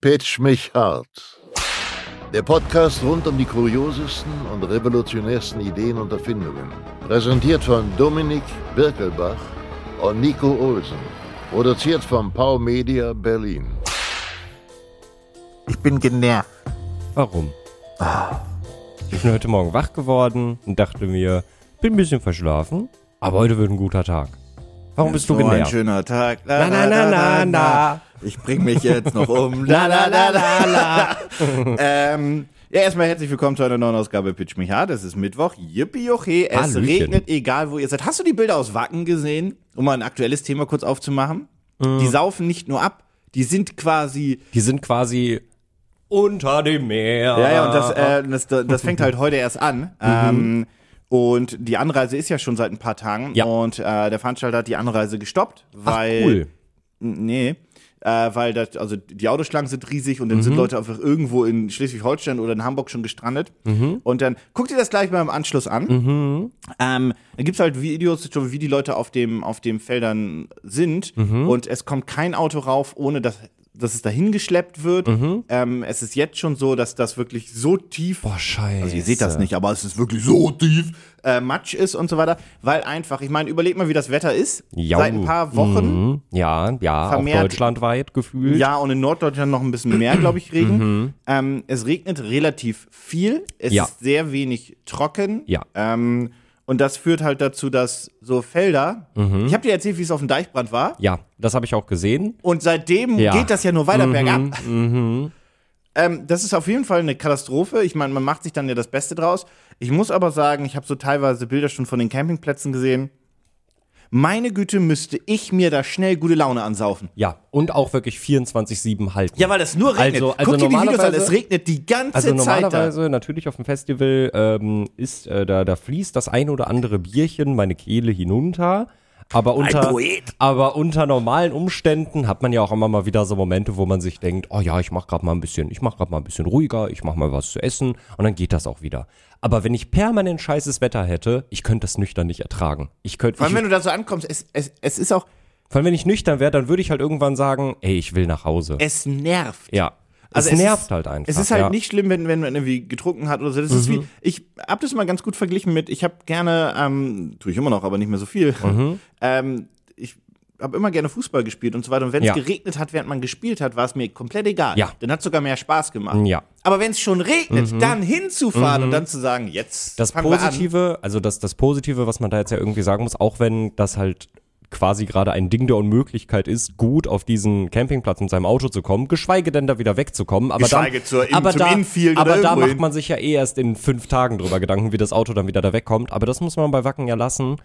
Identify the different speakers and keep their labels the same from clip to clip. Speaker 1: Pitch mich hart. Der Podcast rund um die kuriosesten und revolutionärsten Ideen und Erfindungen. Präsentiert von Dominik Birkelbach und Nico Olsen. Produziert von Pau Media Berlin.
Speaker 2: Ich bin genervt.
Speaker 3: Warum? Ah. Ich bin heute Morgen wach geworden und dachte mir, bin ein bisschen verschlafen, aber heute wird ein guter Tag. Warum bist du
Speaker 2: so ein
Speaker 3: genervt?
Speaker 2: schöner Tag.
Speaker 3: Na, na, na, na, na.
Speaker 2: Ich bring mich jetzt noch um. La, la, la, la, la. ähm, ja, erstmal herzlich willkommen zu einer neuen Ausgabe Pitch mich hart. Es ist Mittwoch. Yippie joche. Es
Speaker 3: Hallöchen.
Speaker 2: regnet, egal wo ihr seid. Hast du die Bilder aus Wacken gesehen? Um mal ein aktuelles Thema kurz aufzumachen. Die saufen nicht nur ab. Die sind quasi
Speaker 3: Die sind quasi unter dem Meer.
Speaker 2: Ja, ja, und das, äh, das, das fängt halt heute erst an. Ähm, und die Anreise ist ja schon seit ein paar Tagen.
Speaker 3: Ja.
Speaker 2: Und äh, der Veranstalter hat die Anreise gestoppt, weil.
Speaker 3: cool.
Speaker 2: N- Nee. Äh, weil das, also die Autoschlangen sind riesig und dann
Speaker 3: Mhm.
Speaker 2: sind Leute einfach irgendwo in Schleswig-Holstein oder in Hamburg schon gestrandet.
Speaker 3: Mhm.
Speaker 2: Und dann guck dir das gleich mal im Anschluss an. Ähm, dann gibt's halt Videos, schon, wie die Leute auf dem, auf dem Feldern sind.
Speaker 3: Mhm.
Speaker 2: Und es kommt kein Auto rauf, ohne dass, dass es dahin geschleppt wird. Ähm, es ist jetzt schon so, dass das wirklich so tief.
Speaker 3: Mhm. Boah, Oh, scheiße.
Speaker 2: also ihr seht das nicht, aber es ist wirklich so tief äh, Matsch ist und so weiter. Weil einfach, ich meine, überleg mal, wie das Wetter ist.
Speaker 3: Jau.
Speaker 2: Seit ein paar Wochen.
Speaker 3: Mhm. Ja, ja,
Speaker 2: Vermehrt-
Speaker 3: auch deutschlandweit gefühlt.
Speaker 2: Ja, und in Norddeutschland noch ein bisschen mehr, glaube ich, Regen. ähm, es regnet relativ viel. Es
Speaker 3: Mhm. Ja.
Speaker 2: ist sehr wenig trocken.
Speaker 3: Ja.
Speaker 2: Ähm, und das führt halt dazu, dass so Felder. Ich habe dir erzählt, wie es auf dem Deichbrand war.
Speaker 3: Mhm. Ja, das habe ich auch gesehen.
Speaker 2: Und seitdem
Speaker 3: Ja. Mhm.
Speaker 2: geht das ja nur weiter bergab. Ähm, das ist auf jeden Fall eine Katastrophe. Ich meine, man macht sich dann ja das Beste draus. Ich muss aber sagen, ich habe so teilweise Bilder schon von den Campingplätzen gesehen. Meine Güte, müsste ich mir da schnell gute Laune ansaufen.
Speaker 3: Ja, und auch wirklich 24-7 halten.
Speaker 2: Ja, weil es nur regnet.
Speaker 3: Also- also
Speaker 2: Guck dir die Videos an,
Speaker 3: normalerweise-
Speaker 2: es regnet die ganze
Speaker 3: Also
Speaker 2: Zeit da.
Speaker 3: normalerweise natürlich auf dem Festival ähm, ist äh, da da fließt das ein oder andere Bierchen meine Kehle hinunter, aber unter
Speaker 2: Poet.
Speaker 3: aber unter normalen Umständen hat man ja auch immer mal wieder so Momente, wo man sich denkt, oh ja, ich mach gerade mal ein bisschen, ich mach gerade mal ein bisschen ruhiger, ich mach mal was zu essen und dann geht das auch wieder. Aber wenn ich permanent scheißes Wetter hätte, ich könnte das nüchtern nicht ertragen. Ich könnte
Speaker 2: Vor allem,
Speaker 3: ich-
Speaker 2: wenn du da so ankommst, es, es, es ist auch,
Speaker 3: vor allem wenn ich nüchtern wäre, dann würde ich halt irgendwann sagen, ey, ich will nach Hause.
Speaker 2: es nervt.
Speaker 3: ja.
Speaker 2: Äh, Also
Speaker 3: es, nervt
Speaker 2: ist,
Speaker 3: halt einfach.
Speaker 2: Es ist halt
Speaker 3: ja. Mhm.
Speaker 2: nicht schlimm, wenn, wenn man irgendwie getrunken hat oder so. Das ist wie, ich habe das mal ganz gut verglichen mit, ich habe gerne, ähm, tue ich immer noch, aber nicht mehr so viel.
Speaker 3: Mhm.
Speaker 2: Ähm, ich habe immer gerne Fußball gespielt und so weiter. Und wenn es
Speaker 3: Ja.
Speaker 2: geregnet hat, während man gespielt hat, war es mir komplett egal.
Speaker 3: Ja.
Speaker 2: Dann hat sogar mehr Spaß gemacht.
Speaker 3: Ja. Mhm.
Speaker 2: Aber wenn es schon regnet, dann hinzufahren und dann zu sagen, jetzt
Speaker 3: das
Speaker 2: fangen wir an.
Speaker 3: Positive, also das, das Positive, was man da jetzt ja irgendwie sagen muss, auch wenn das halt quasi gerade ein Ding der Unmöglichkeit ist, gut auf diesen Campingplatz mit seinem Auto zu kommen, geschweige denn da wieder wegzukommen. Aber
Speaker 2: Geschweige
Speaker 3: da,
Speaker 2: zur- in-
Speaker 3: aber
Speaker 2: zum
Speaker 3: da,
Speaker 2: Infield oder
Speaker 3: aber da
Speaker 2: irgendwo
Speaker 3: macht
Speaker 2: hin.
Speaker 3: man sich ja eh erst in fünf Tagen drüber Gedanken, wie das Auto dann wieder da wegkommt. Aber das muss man bei Wacken ja lassen.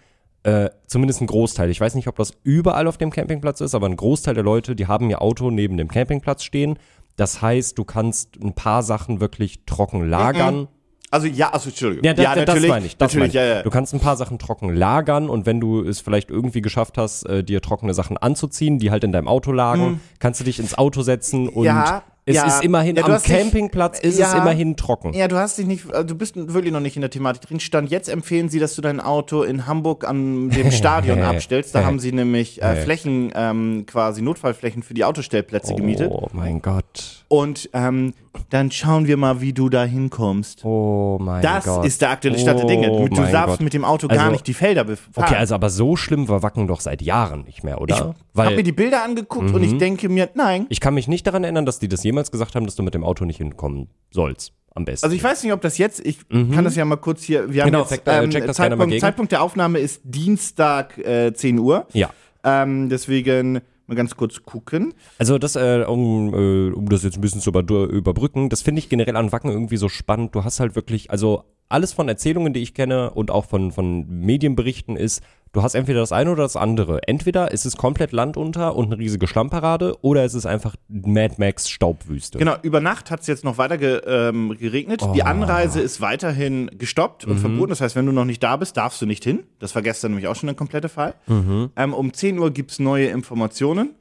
Speaker 3: Äh, zumindest ein Großteil. Ich weiß nicht, ob das überall auf dem Campingplatz ist, aber ein Großteil der Leute, die haben ihr Auto neben dem Campingplatz stehen. Das heißt, du kannst ein paar Sachen wirklich trocken lagern.
Speaker 2: Also ja, also Entschuldigung.
Speaker 3: Ja, da, da-
Speaker 2: natürlich.
Speaker 3: das meine ich. Das
Speaker 2: natürlich,
Speaker 3: meine ich.
Speaker 2: ja, ja.
Speaker 3: Du kannst ein paar Sachen trocken lagern und wenn du es vielleicht irgendwie geschafft hast, äh, dir trockene Sachen anzuziehen, die halt in deinem Auto lagen, kannst du dich ins Auto setzen und
Speaker 2: Hm. Ja,
Speaker 3: es
Speaker 2: ja.
Speaker 3: ist immerhin
Speaker 2: Ja, du
Speaker 3: am
Speaker 2: hast dich-
Speaker 3: Campingplatz ist es
Speaker 2: Ja.
Speaker 3: immerhin trocken.
Speaker 2: Ja, du hast dich nicht, also du bist wirklich noch nicht in der Thematik drin. Stand jetzt empfehlen sie, dass du dein Auto in Hamburg an dem Stadion abstellst. Da haben sie nämlich äh, Flächen, ähm, quasi Notfallflächen für die Autostellplätze gemietet.
Speaker 3: Oh mein Gott.
Speaker 2: Und ähm, dann schauen wir mal, wie du da hinkommst.
Speaker 3: Oh mein
Speaker 2: das
Speaker 3: Gott.
Speaker 2: ist der aktuelle Stand der Dinge.
Speaker 3: Oh
Speaker 2: Du
Speaker 3: mein
Speaker 2: darfst
Speaker 3: Gott.
Speaker 2: mit dem Auto gar
Speaker 3: Also-
Speaker 2: nicht die Felder befahren.
Speaker 3: Okay, also aber so schlimm war Wacken doch seit Jahren nicht mehr, oder?
Speaker 2: ich habe mir die Bilder angeguckt und
Speaker 3: mhm.
Speaker 2: ich denke mir, nein.
Speaker 3: ich kann mich nicht daran erinnern, dass die das jemals gesagt haben, dass du mit dem Auto nicht hinkommen sollst. Am besten.
Speaker 2: Also ich weiß nicht, ob das jetzt, ich kann das ja mal kurz hier, wir
Speaker 3: Mhm. Genau,
Speaker 2: haben jetzt, ähm,
Speaker 3: check- äh, check das gerne mal
Speaker 2: Zeitpunkt,
Speaker 3: gegen.
Speaker 2: Zeitpunkt der Aufnahme ist Dienstag äh, 10 Uhr.
Speaker 3: ja.
Speaker 2: Ähm, deswegen mal ganz kurz gucken.
Speaker 3: Also das, äh, um, äh, um das jetzt ein bisschen zu über, überbrücken, das finde ich generell an Wacken irgendwie so spannend. Du hast halt wirklich, also alles von Erzählungen, die ich kenne und auch von, von Medienberichten ist, du hast entweder das eine oder das andere. Entweder ist es komplett landunter und eine riesige Schlammparade oder es ist einfach Mad Max Staubwüste.
Speaker 2: Genau, über Nacht hat es jetzt noch weiter ge, ähm, geregnet.
Speaker 3: Oh.
Speaker 2: Die Anreise ist weiterhin gestoppt
Speaker 3: Mhm.
Speaker 2: und verboten. Das heißt, wenn du noch nicht da bist, darfst du nicht hin.
Speaker 3: Mhm.
Speaker 2: Das war gestern nämlich auch schon ein kompletter Fall. Ähm, um 10 Uhr gibt es neue Informationen.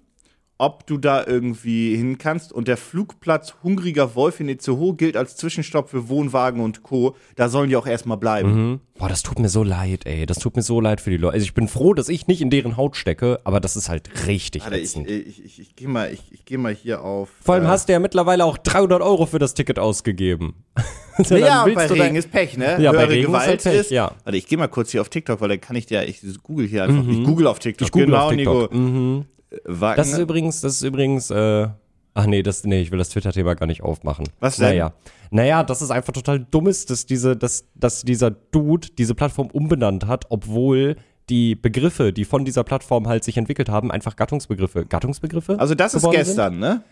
Speaker 2: ob du da irgendwie hin kannst. Und der Flugplatz Hungriger Wolf in Itzehoe gilt als Zwischenstopp für Wohnwagen und Co. Da sollen die auch erstmal bleiben.
Speaker 3: Boah, das tut mir so leid, ey. Das tut mir so leid für die Leute. Also ich bin froh, dass ich nicht in deren Haut stecke, aber das ist halt richtig
Speaker 2: Warte, ich,
Speaker 3: ätzend.
Speaker 2: ich, ich, ich gehe mal, ich, ich geh mal hier auf. äh,
Speaker 3: Vor allem hast du ja mittlerweile auch 300 Euro für das Ticket ausgegeben. So,
Speaker 2: Ja,
Speaker 3: dann willst
Speaker 2: bei
Speaker 3: du da-
Speaker 2: Regen ist Pech, ne?
Speaker 3: Ja, bei
Speaker 2: Höhere
Speaker 3: Regen ist
Speaker 2: Gewalt
Speaker 3: halt Pech, ja.
Speaker 2: Warte, ich gehe mal kurz hier auf TikTok, weil dann kann ich dir, ich google hier einfach. Ich google auf TikTok.
Speaker 3: Mhm. Ich google
Speaker 2: genau,
Speaker 3: auf TikTok. Mhm.
Speaker 2: Nico. Äh, ne? Wagner.
Speaker 3: Das ist übrigens, das ist übrigens, äh, ach nee, das, nee, ich will das Twitter-Thema gar nicht aufmachen.
Speaker 2: Was denn?
Speaker 3: Naja, naja das ist einfach total dumm ist, dass diese, dass, dass dieser Dude diese Plattform umbenannt hat, obwohl die Begriffe, die von dieser Plattform halt sich entwickelt haben, einfach Gattungsbegriffe, Gattungsbegriffe?
Speaker 2: also das ist
Speaker 3: geworden Sind?
Speaker 2: gestern, ne?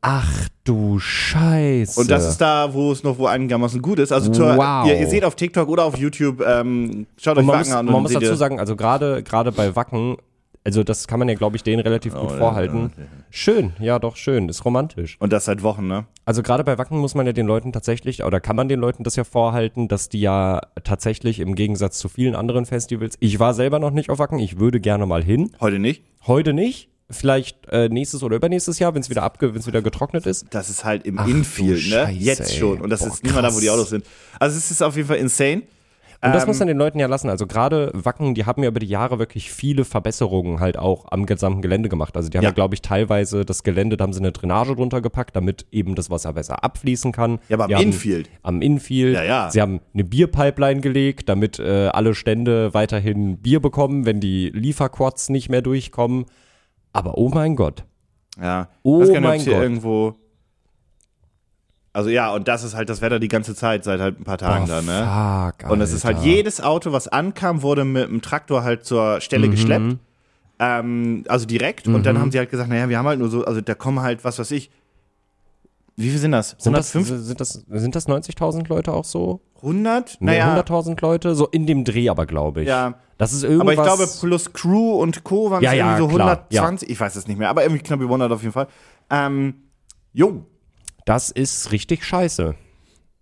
Speaker 3: Ach du Scheiße.
Speaker 2: Und das ist da, wo es noch wo einigermaßen gut ist. Also zur,
Speaker 3: Wow.
Speaker 2: ihr, ihr seht auf TikTok oder auf YouTube, ähm, schaut euch
Speaker 3: Und man
Speaker 2: Wagner
Speaker 3: muss,
Speaker 2: an.
Speaker 3: man muss
Speaker 2: seht ihr-
Speaker 3: dazu sagen, also gerade gerade bei Wacken, also das kann man ja, glaube ich, denen relativ
Speaker 2: Oh,
Speaker 3: gut vorhalten. Schön, ja doch, schön, ist romantisch.
Speaker 2: Und das seit Wochen, ne?
Speaker 3: Also gerade bei Wacken muss man ja den Leuten tatsächlich, oder kann man den Leuten das ja vorhalten, dass die ja tatsächlich im Gegensatz zu vielen anderen Festivals, ich war selber noch nicht auf Wacken, ich würde gerne mal hin,
Speaker 2: Heute nicht.
Speaker 3: heute nicht, vielleicht äh, nächstes oder übernächstes Jahr, wenn es wieder abge, wenn es wieder getrocknet ist.
Speaker 2: Das ist halt im
Speaker 3: Ach,
Speaker 2: Infield,
Speaker 3: du
Speaker 2: ne?
Speaker 3: Scheiße,
Speaker 2: Jetzt
Speaker 3: ey.
Speaker 2: schon. Und das
Speaker 3: Boah,
Speaker 2: ist nicht mal da, wo die
Speaker 3: krass.
Speaker 2: Autos sind. Also es ist auf jeden Fall insane.
Speaker 3: Und das
Speaker 2: Ähm,
Speaker 3: muss man den Leuten ja lassen. Also gerade Wacken, die haben ja über die Jahre wirklich viele Verbesserungen halt auch am gesamten Gelände gemacht. Also die haben
Speaker 2: Ja.
Speaker 3: ja, glaube ich, teilweise das Gelände, da haben sie eine Drainage drunter gepackt, damit eben das Wasser besser abfließen kann.
Speaker 2: Ja, aber am
Speaker 3: Die haben-
Speaker 2: Infield.
Speaker 3: Am Infield.
Speaker 2: Ja, ja.
Speaker 3: Sie haben eine Bierpipeline gelegt, damit äh, alle Stände weiterhin Bier bekommen, wenn die Lieferquads nicht mehr durchkommen. Aber oh mein Gott.
Speaker 2: Ja.
Speaker 3: Oh
Speaker 2: Weiß gar nicht, ob
Speaker 3: mein
Speaker 2: es hier
Speaker 3: Gott.
Speaker 2: irgendwo. Also ja, und das ist halt das Wetter die ganze Zeit, seit halt ein paar Tagen da, ne?
Speaker 3: Ah, Fuck,
Speaker 2: Und es ist halt
Speaker 3: Alter.
Speaker 2: jedes Auto, was ankam, wurde mit einem Traktor halt zur Stelle
Speaker 3: Mhm.
Speaker 2: geschleppt. Ähm, also direkt. Und dann haben sie halt gesagt, naja, wir haben halt nur so, also da kommen halt, was weiß ich. Wie viel sind das?
Speaker 3: Sind das,
Speaker 2: 105?
Speaker 3: sind das, sind das 90.000 Leute auch so?
Speaker 2: 100?
Speaker 3: Mehr
Speaker 2: Naja,
Speaker 3: 100.000 Leute, so in dem Dreh aber, glaube ich.
Speaker 2: Ja.
Speaker 3: Das ist irgendwas.
Speaker 2: aber ich glaube, plus Crew und Co. waren es
Speaker 3: Ja, ja,
Speaker 2: irgendwie so
Speaker 3: klar,
Speaker 2: 120. Ich weiß es nicht mehr, aber irgendwie knapp über 100 auf jeden Fall. Ähm, jo.
Speaker 3: das ist richtig scheiße.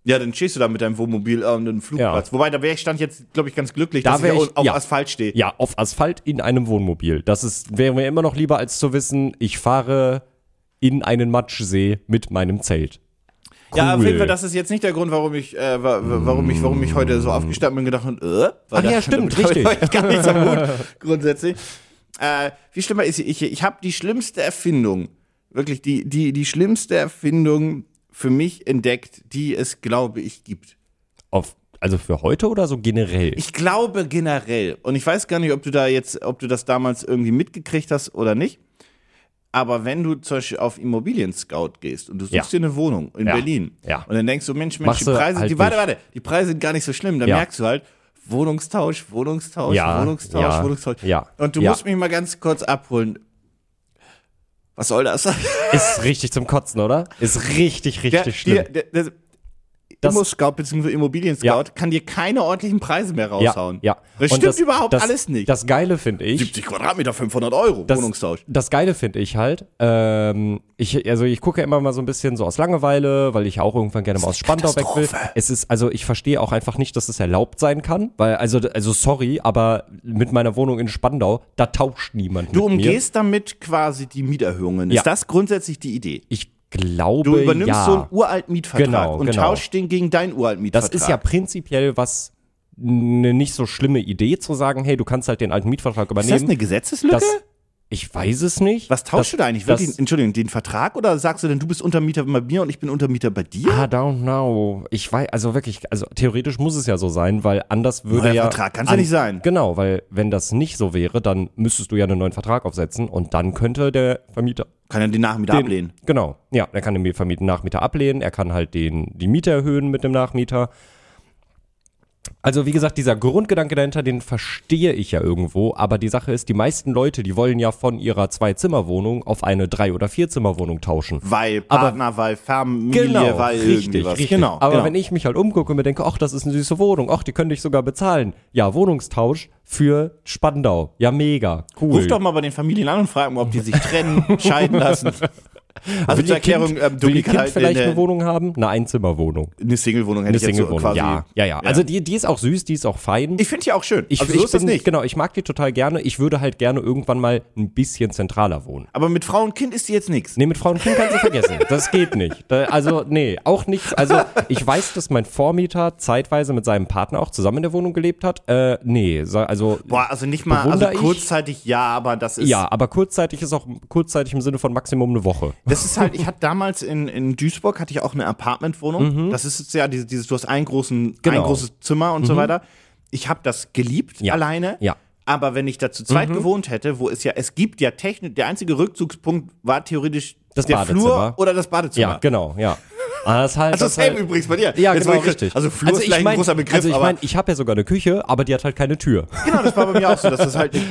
Speaker 2: Ja, dann stehst du da mit deinem Wohnmobil an einem Flugplatz. Wobei, da wäre ich stand jetzt, glaube ich, ganz glücklich,
Speaker 3: Da
Speaker 2: dass
Speaker 3: wär
Speaker 2: ich
Speaker 3: ich-
Speaker 2: auf
Speaker 3: ja.
Speaker 2: Asphalt stehe.
Speaker 3: Ja, auf Asphalt in einem Wohnmobil. Das ist, wäre mir immer noch lieber, als zu wissen, ich fahre in einen Matschsee mit meinem Zelt.
Speaker 2: Ja, auf
Speaker 3: Cool.
Speaker 2: jeden Fall, das ist jetzt nicht der Grund, warum ich, äh, wa- wa- warum ich, warum ich heute so aufgestanden bin und gedacht habe, äh, weil
Speaker 3: Ach ja,
Speaker 2: das-
Speaker 3: stimmt,
Speaker 2: damit
Speaker 3: richtig.
Speaker 2: hab Ich gar nicht so gut, grundsätzlich. Äh, viel schlimmer ist, ich, ich habe die schlimmste Erfindung, wirklich die, die, die schlimmste Erfindung für mich entdeckt, die es, glaube ich, gibt.
Speaker 3: Auf, also für heute oder so generell?
Speaker 2: Ich glaube generell, und ich weiß gar nicht, ob du da jetzt, ob du das damals irgendwie mitgekriegt hast oder nicht. Aber wenn du zum Beispiel auf Immobilien-Scout gehst und du suchst
Speaker 3: Ja.
Speaker 2: dir eine Wohnung in
Speaker 3: Ja.
Speaker 2: Berlin
Speaker 3: Ja.
Speaker 2: und dann denkst du, Mensch, Mensch,
Speaker 3: Machst
Speaker 2: die
Speaker 3: du
Speaker 2: Preise,
Speaker 3: halt
Speaker 2: die, warte,
Speaker 3: nicht.
Speaker 2: warte, die Preise sind gar nicht so schlimm. Dann
Speaker 3: Ja.
Speaker 2: merkst du halt, Wohnungstausch, Wohnungstausch,
Speaker 3: Ja,
Speaker 2: Wohnungstausch,
Speaker 3: ja,
Speaker 2: Wohnungstausch.
Speaker 3: ja,
Speaker 2: Und du
Speaker 3: ja.
Speaker 2: musst mich mal ganz kurz abholen. Was soll das?
Speaker 3: ist richtig zum Kotzen, oder? Ist richtig, richtig
Speaker 2: Der-
Speaker 3: schlimm.
Speaker 2: der- der- der-
Speaker 3: Das-
Speaker 2: Immo-Scout bzw. Immobilien-Scout
Speaker 3: Ja.
Speaker 2: kann dir keine ordentlichen Preise mehr
Speaker 3: ja,
Speaker 2: raushauen.
Speaker 3: ja.
Speaker 2: Das
Speaker 3: Und
Speaker 2: stimmt überhaupt
Speaker 3: das,
Speaker 2: alles nicht.
Speaker 3: Das Geile finde ich.
Speaker 2: 70 Quadratmeter, 500 Euro,
Speaker 3: das,
Speaker 2: Wohnungstausch.
Speaker 3: Das Geile finde ich halt, ähm, ich, also ich gucke ja immer mal so ein bisschen so aus Langeweile, weil ich ja auch irgendwann gerne mal aus Spandau weg will.
Speaker 2: Katastrophe.
Speaker 3: Es ist, also ich verstehe auch einfach nicht, dass es erlaubt sein kann, weil, also, also sorry, aber mit meiner Wohnung in Spandau, da tauscht niemand
Speaker 2: Du
Speaker 3: mit mir.
Speaker 2: umgehst damit quasi die Mieterhöhungen.
Speaker 3: Ja.
Speaker 2: Ist das grundsätzlich die Idee?
Speaker 3: Ich glaube,
Speaker 2: Du übernimmst
Speaker 3: ja.
Speaker 2: so einen uralten Mietvertrag
Speaker 3: Genau,
Speaker 2: und
Speaker 3: genau.
Speaker 2: tauschst den gegen deinen uralten
Speaker 3: Das
Speaker 2: Mietvertrag.
Speaker 3: ist ja prinzipiell was, eine nicht so schlimme Idee zu sagen, hey, du kannst halt den alten Mietvertrag
Speaker 2: Ist das
Speaker 3: übernehmen.
Speaker 2: eine Gesetzeslücke?
Speaker 3: Das- ich weiß es nicht.
Speaker 2: Was tauschst
Speaker 3: Das-
Speaker 2: du da eigentlich? Wird
Speaker 3: das-
Speaker 2: den, Entschuldigung, den Vertrag oder sagst du denn, du bist Untermieter bei mir und ich bin Untermieter bei dir?
Speaker 3: I don't know. Ich weiß, also wirklich, also theoretisch muss es ja so sein, weil anders würde
Speaker 2: Neuer
Speaker 3: ja.
Speaker 2: Vertrag kann's ja nicht sein.
Speaker 3: Genau, weil wenn das nicht so wäre, dann müsstest du ja einen neuen Vertrag aufsetzen und dann könnte der Vermieter.
Speaker 2: Kann er den Nachmieter ablehnen?
Speaker 3: Genau. Ja, er kann den vermieten Nachmieter ablehnen, er kann halt den, die Miete erhöhen mit dem Nachmieter. Also wie gesagt, dieser Grundgedanke dahinter, den verstehe ich ja irgendwo, aber die Sache ist, die meisten Leute, die wollen ja von ihrer Zwei-Zimmer-Wohnung auf eine Drei- oder Vier-Zimmer-Wohnung tauschen.
Speaker 2: Weil
Speaker 3: Aber-
Speaker 2: Partner, weil Familie, weil
Speaker 3: Genau, richtig,
Speaker 2: irgendwie was.
Speaker 3: richtig.
Speaker 2: Genau,
Speaker 3: Aber
Speaker 2: genau.
Speaker 3: wenn ich mich halt umgucke und mir denke, ach, das ist eine süße Wohnung, ach, die könnte ich sogar bezahlen. Ja, Wohnungstausch für Spandau. Ja, mega, cool.
Speaker 2: Ruf doch mal bei den Familien an und frag mal, ob die sich trennen, scheiden lassen. Also
Speaker 3: will
Speaker 2: zur
Speaker 3: ihr Kind-
Speaker 2: Erklärung, ähm,
Speaker 3: will ihr
Speaker 2: Dominik hat
Speaker 3: Kind
Speaker 2: halt
Speaker 3: vielleicht
Speaker 2: eine-
Speaker 3: eine, Wohnung haben? Eine Einzimmerwohnung.
Speaker 2: Eine Single-Wohnung
Speaker 3: Eine
Speaker 2: hätte ich jetzt so
Speaker 3: Single-Wohnung,
Speaker 2: quasi.
Speaker 3: ja. ja. Ja, Also die, die ist auch süß, die ist auch fein.
Speaker 2: Ich finde die auch schön.
Speaker 3: ich,
Speaker 2: also
Speaker 3: ich
Speaker 2: so ist das
Speaker 3: bin-
Speaker 2: nicht.
Speaker 3: Genau, ich mag die total gerne. Ich würde halt gerne irgendwann mal ein bisschen zentraler wohnen.
Speaker 2: Aber mit Frau und Kind ist die jetzt nichts.
Speaker 3: Nee, mit Frauen und Kind kannst du vergessen. Das geht nicht. Da, also, nee, auch nicht. Also, ich weiß, dass mein Vormieter zeitweise mit seinem Partner auch zusammen in der Wohnung gelebt hat. Äh, nee, sa- also.
Speaker 2: Boah, also nicht mal, also
Speaker 3: Bewundere ich?
Speaker 2: kurzzeitig ja, aber das ist.
Speaker 3: Ja, aber kurzzeitig ist auch kurzzeitig im Sinne von Maximum eine Woche.
Speaker 2: Das ist halt, ich hatte damals in, in Duisburg, hatte ich auch eine Apartmentwohnung. Das ist jetzt ja diese- dieses, du hast einen großen, ein
Speaker 3: Mhm. Genau.
Speaker 2: großes Zimmer und so weiter. Ich habe das geliebt
Speaker 3: Ja.
Speaker 2: alleine.
Speaker 3: Ja. Mhm.
Speaker 2: Aber wenn ich da zu zweit gewohnt hätte, wo es ja, es gibt ja technisch, der einzige Rückzugspunkt war theoretisch
Speaker 3: Das
Speaker 2: der Flur
Speaker 3: Badezimmer.
Speaker 2: oder das Badezimmer.
Speaker 3: Ja, genau, ja. Aber das ist halt,
Speaker 2: Also
Speaker 3: das ist
Speaker 2: same
Speaker 3: halt,
Speaker 2: übrigens bei dir.
Speaker 3: ja,
Speaker 2: Jetzt, wo
Speaker 3: genau,
Speaker 2: ich-
Speaker 3: richtig.
Speaker 2: Also Flur ist
Speaker 3: ich
Speaker 2: vielleicht
Speaker 3: mein-
Speaker 2: ein großer Begriff,
Speaker 3: Also ich
Speaker 2: aber
Speaker 3: meine, ich habe ja sogar eine Küche, aber die hat halt keine Tür.
Speaker 2: genau, das war bei mir auch so, dass das halt eine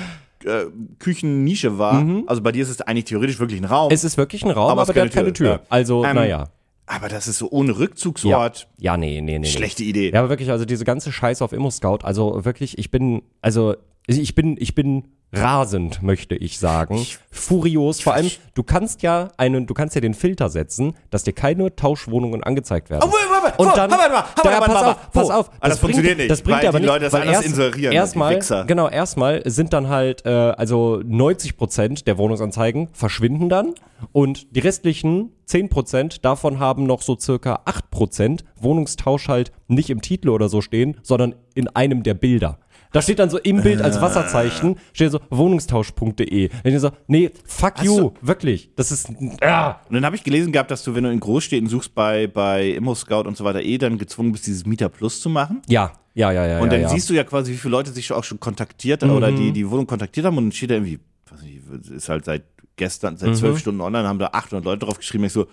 Speaker 2: äh, Küchennische war. Also bei dir ist es eigentlich theoretisch wirklich ein Raum.
Speaker 3: Es Mhm. ist wirklich ein Raum,
Speaker 2: Aber
Speaker 3: aber,
Speaker 2: es ist
Speaker 3: der
Speaker 2: keine
Speaker 3: hat keine
Speaker 2: Tür,
Speaker 3: Tür.
Speaker 2: ja.
Speaker 3: Also,
Speaker 2: Ähm,
Speaker 3: naja.
Speaker 2: aber das ist so ohne Rückzugsort.
Speaker 3: Ja, nee, nee, nee. nee.
Speaker 2: Schlechte Idee.
Speaker 3: Ja, aber wirklich, also diese ganze Scheiße auf Immo-Scout, also wirklich, ich bin, also ich bin, ich bin rasend, möchte ich sagen. Furios. Vor allem, du kannst ja einen, du kannst ja den Filter setzen, dass dir keine Tauschwohnungen angezeigt werden.
Speaker 2: Oh, wait, wait, wait.
Speaker 3: Und
Speaker 2: So,
Speaker 3: dann,
Speaker 2: warte mal, warte mal,
Speaker 3: Ja,
Speaker 2: warte
Speaker 3: pass
Speaker 2: mal.
Speaker 3: auf, pass
Speaker 2: Wo?
Speaker 3: auf.
Speaker 2: Ah, das funktioniert nicht,
Speaker 3: Das bringt
Speaker 2: weil
Speaker 3: aber
Speaker 2: die
Speaker 3: nicht,
Speaker 2: Leute das
Speaker 3: weil
Speaker 2: anders
Speaker 3: erst-
Speaker 2: inserieren, die
Speaker 3: Erstmal,
Speaker 2: Wichser.
Speaker 3: genau, erstmal sind dann halt, äh, also 90 Prozent der Wohnungsanzeigen verschwinden dann und die restlichen 10 Prozent davon haben noch so circa 8 Prozent Wohnungstausch halt nicht im Titel oder so stehen, sondern in einem der Bilder. Da steht dann so im Bild
Speaker 2: Ah.
Speaker 3: als Wasserzeichen, steht so wohnungstausch.de. Dann ich so, nee, fuck you,
Speaker 2: so.
Speaker 3: wirklich. Das ist, ah,
Speaker 2: Und dann habe ich gelesen gehabt, dass du, wenn du in Großstädten suchst bei, bei ImmoScout und so weiter, eh dann gezwungen bist, dieses Mieter Plus zu machen.
Speaker 3: ja, ja, ja, ja.
Speaker 2: Und
Speaker 3: ja,
Speaker 2: dann
Speaker 3: ja. Mhm.
Speaker 2: siehst du ja quasi, wie viele Leute sich schon- auch schon kontaktiert oder die die Wohnung kontaktiert haben und dann steht da irgendwie, weiß nicht, ist halt seit gestern,
Speaker 3: Mhm.
Speaker 2: seit zwölf Stunden online, haben da 800 Leute drauf geschrieben. Ich so,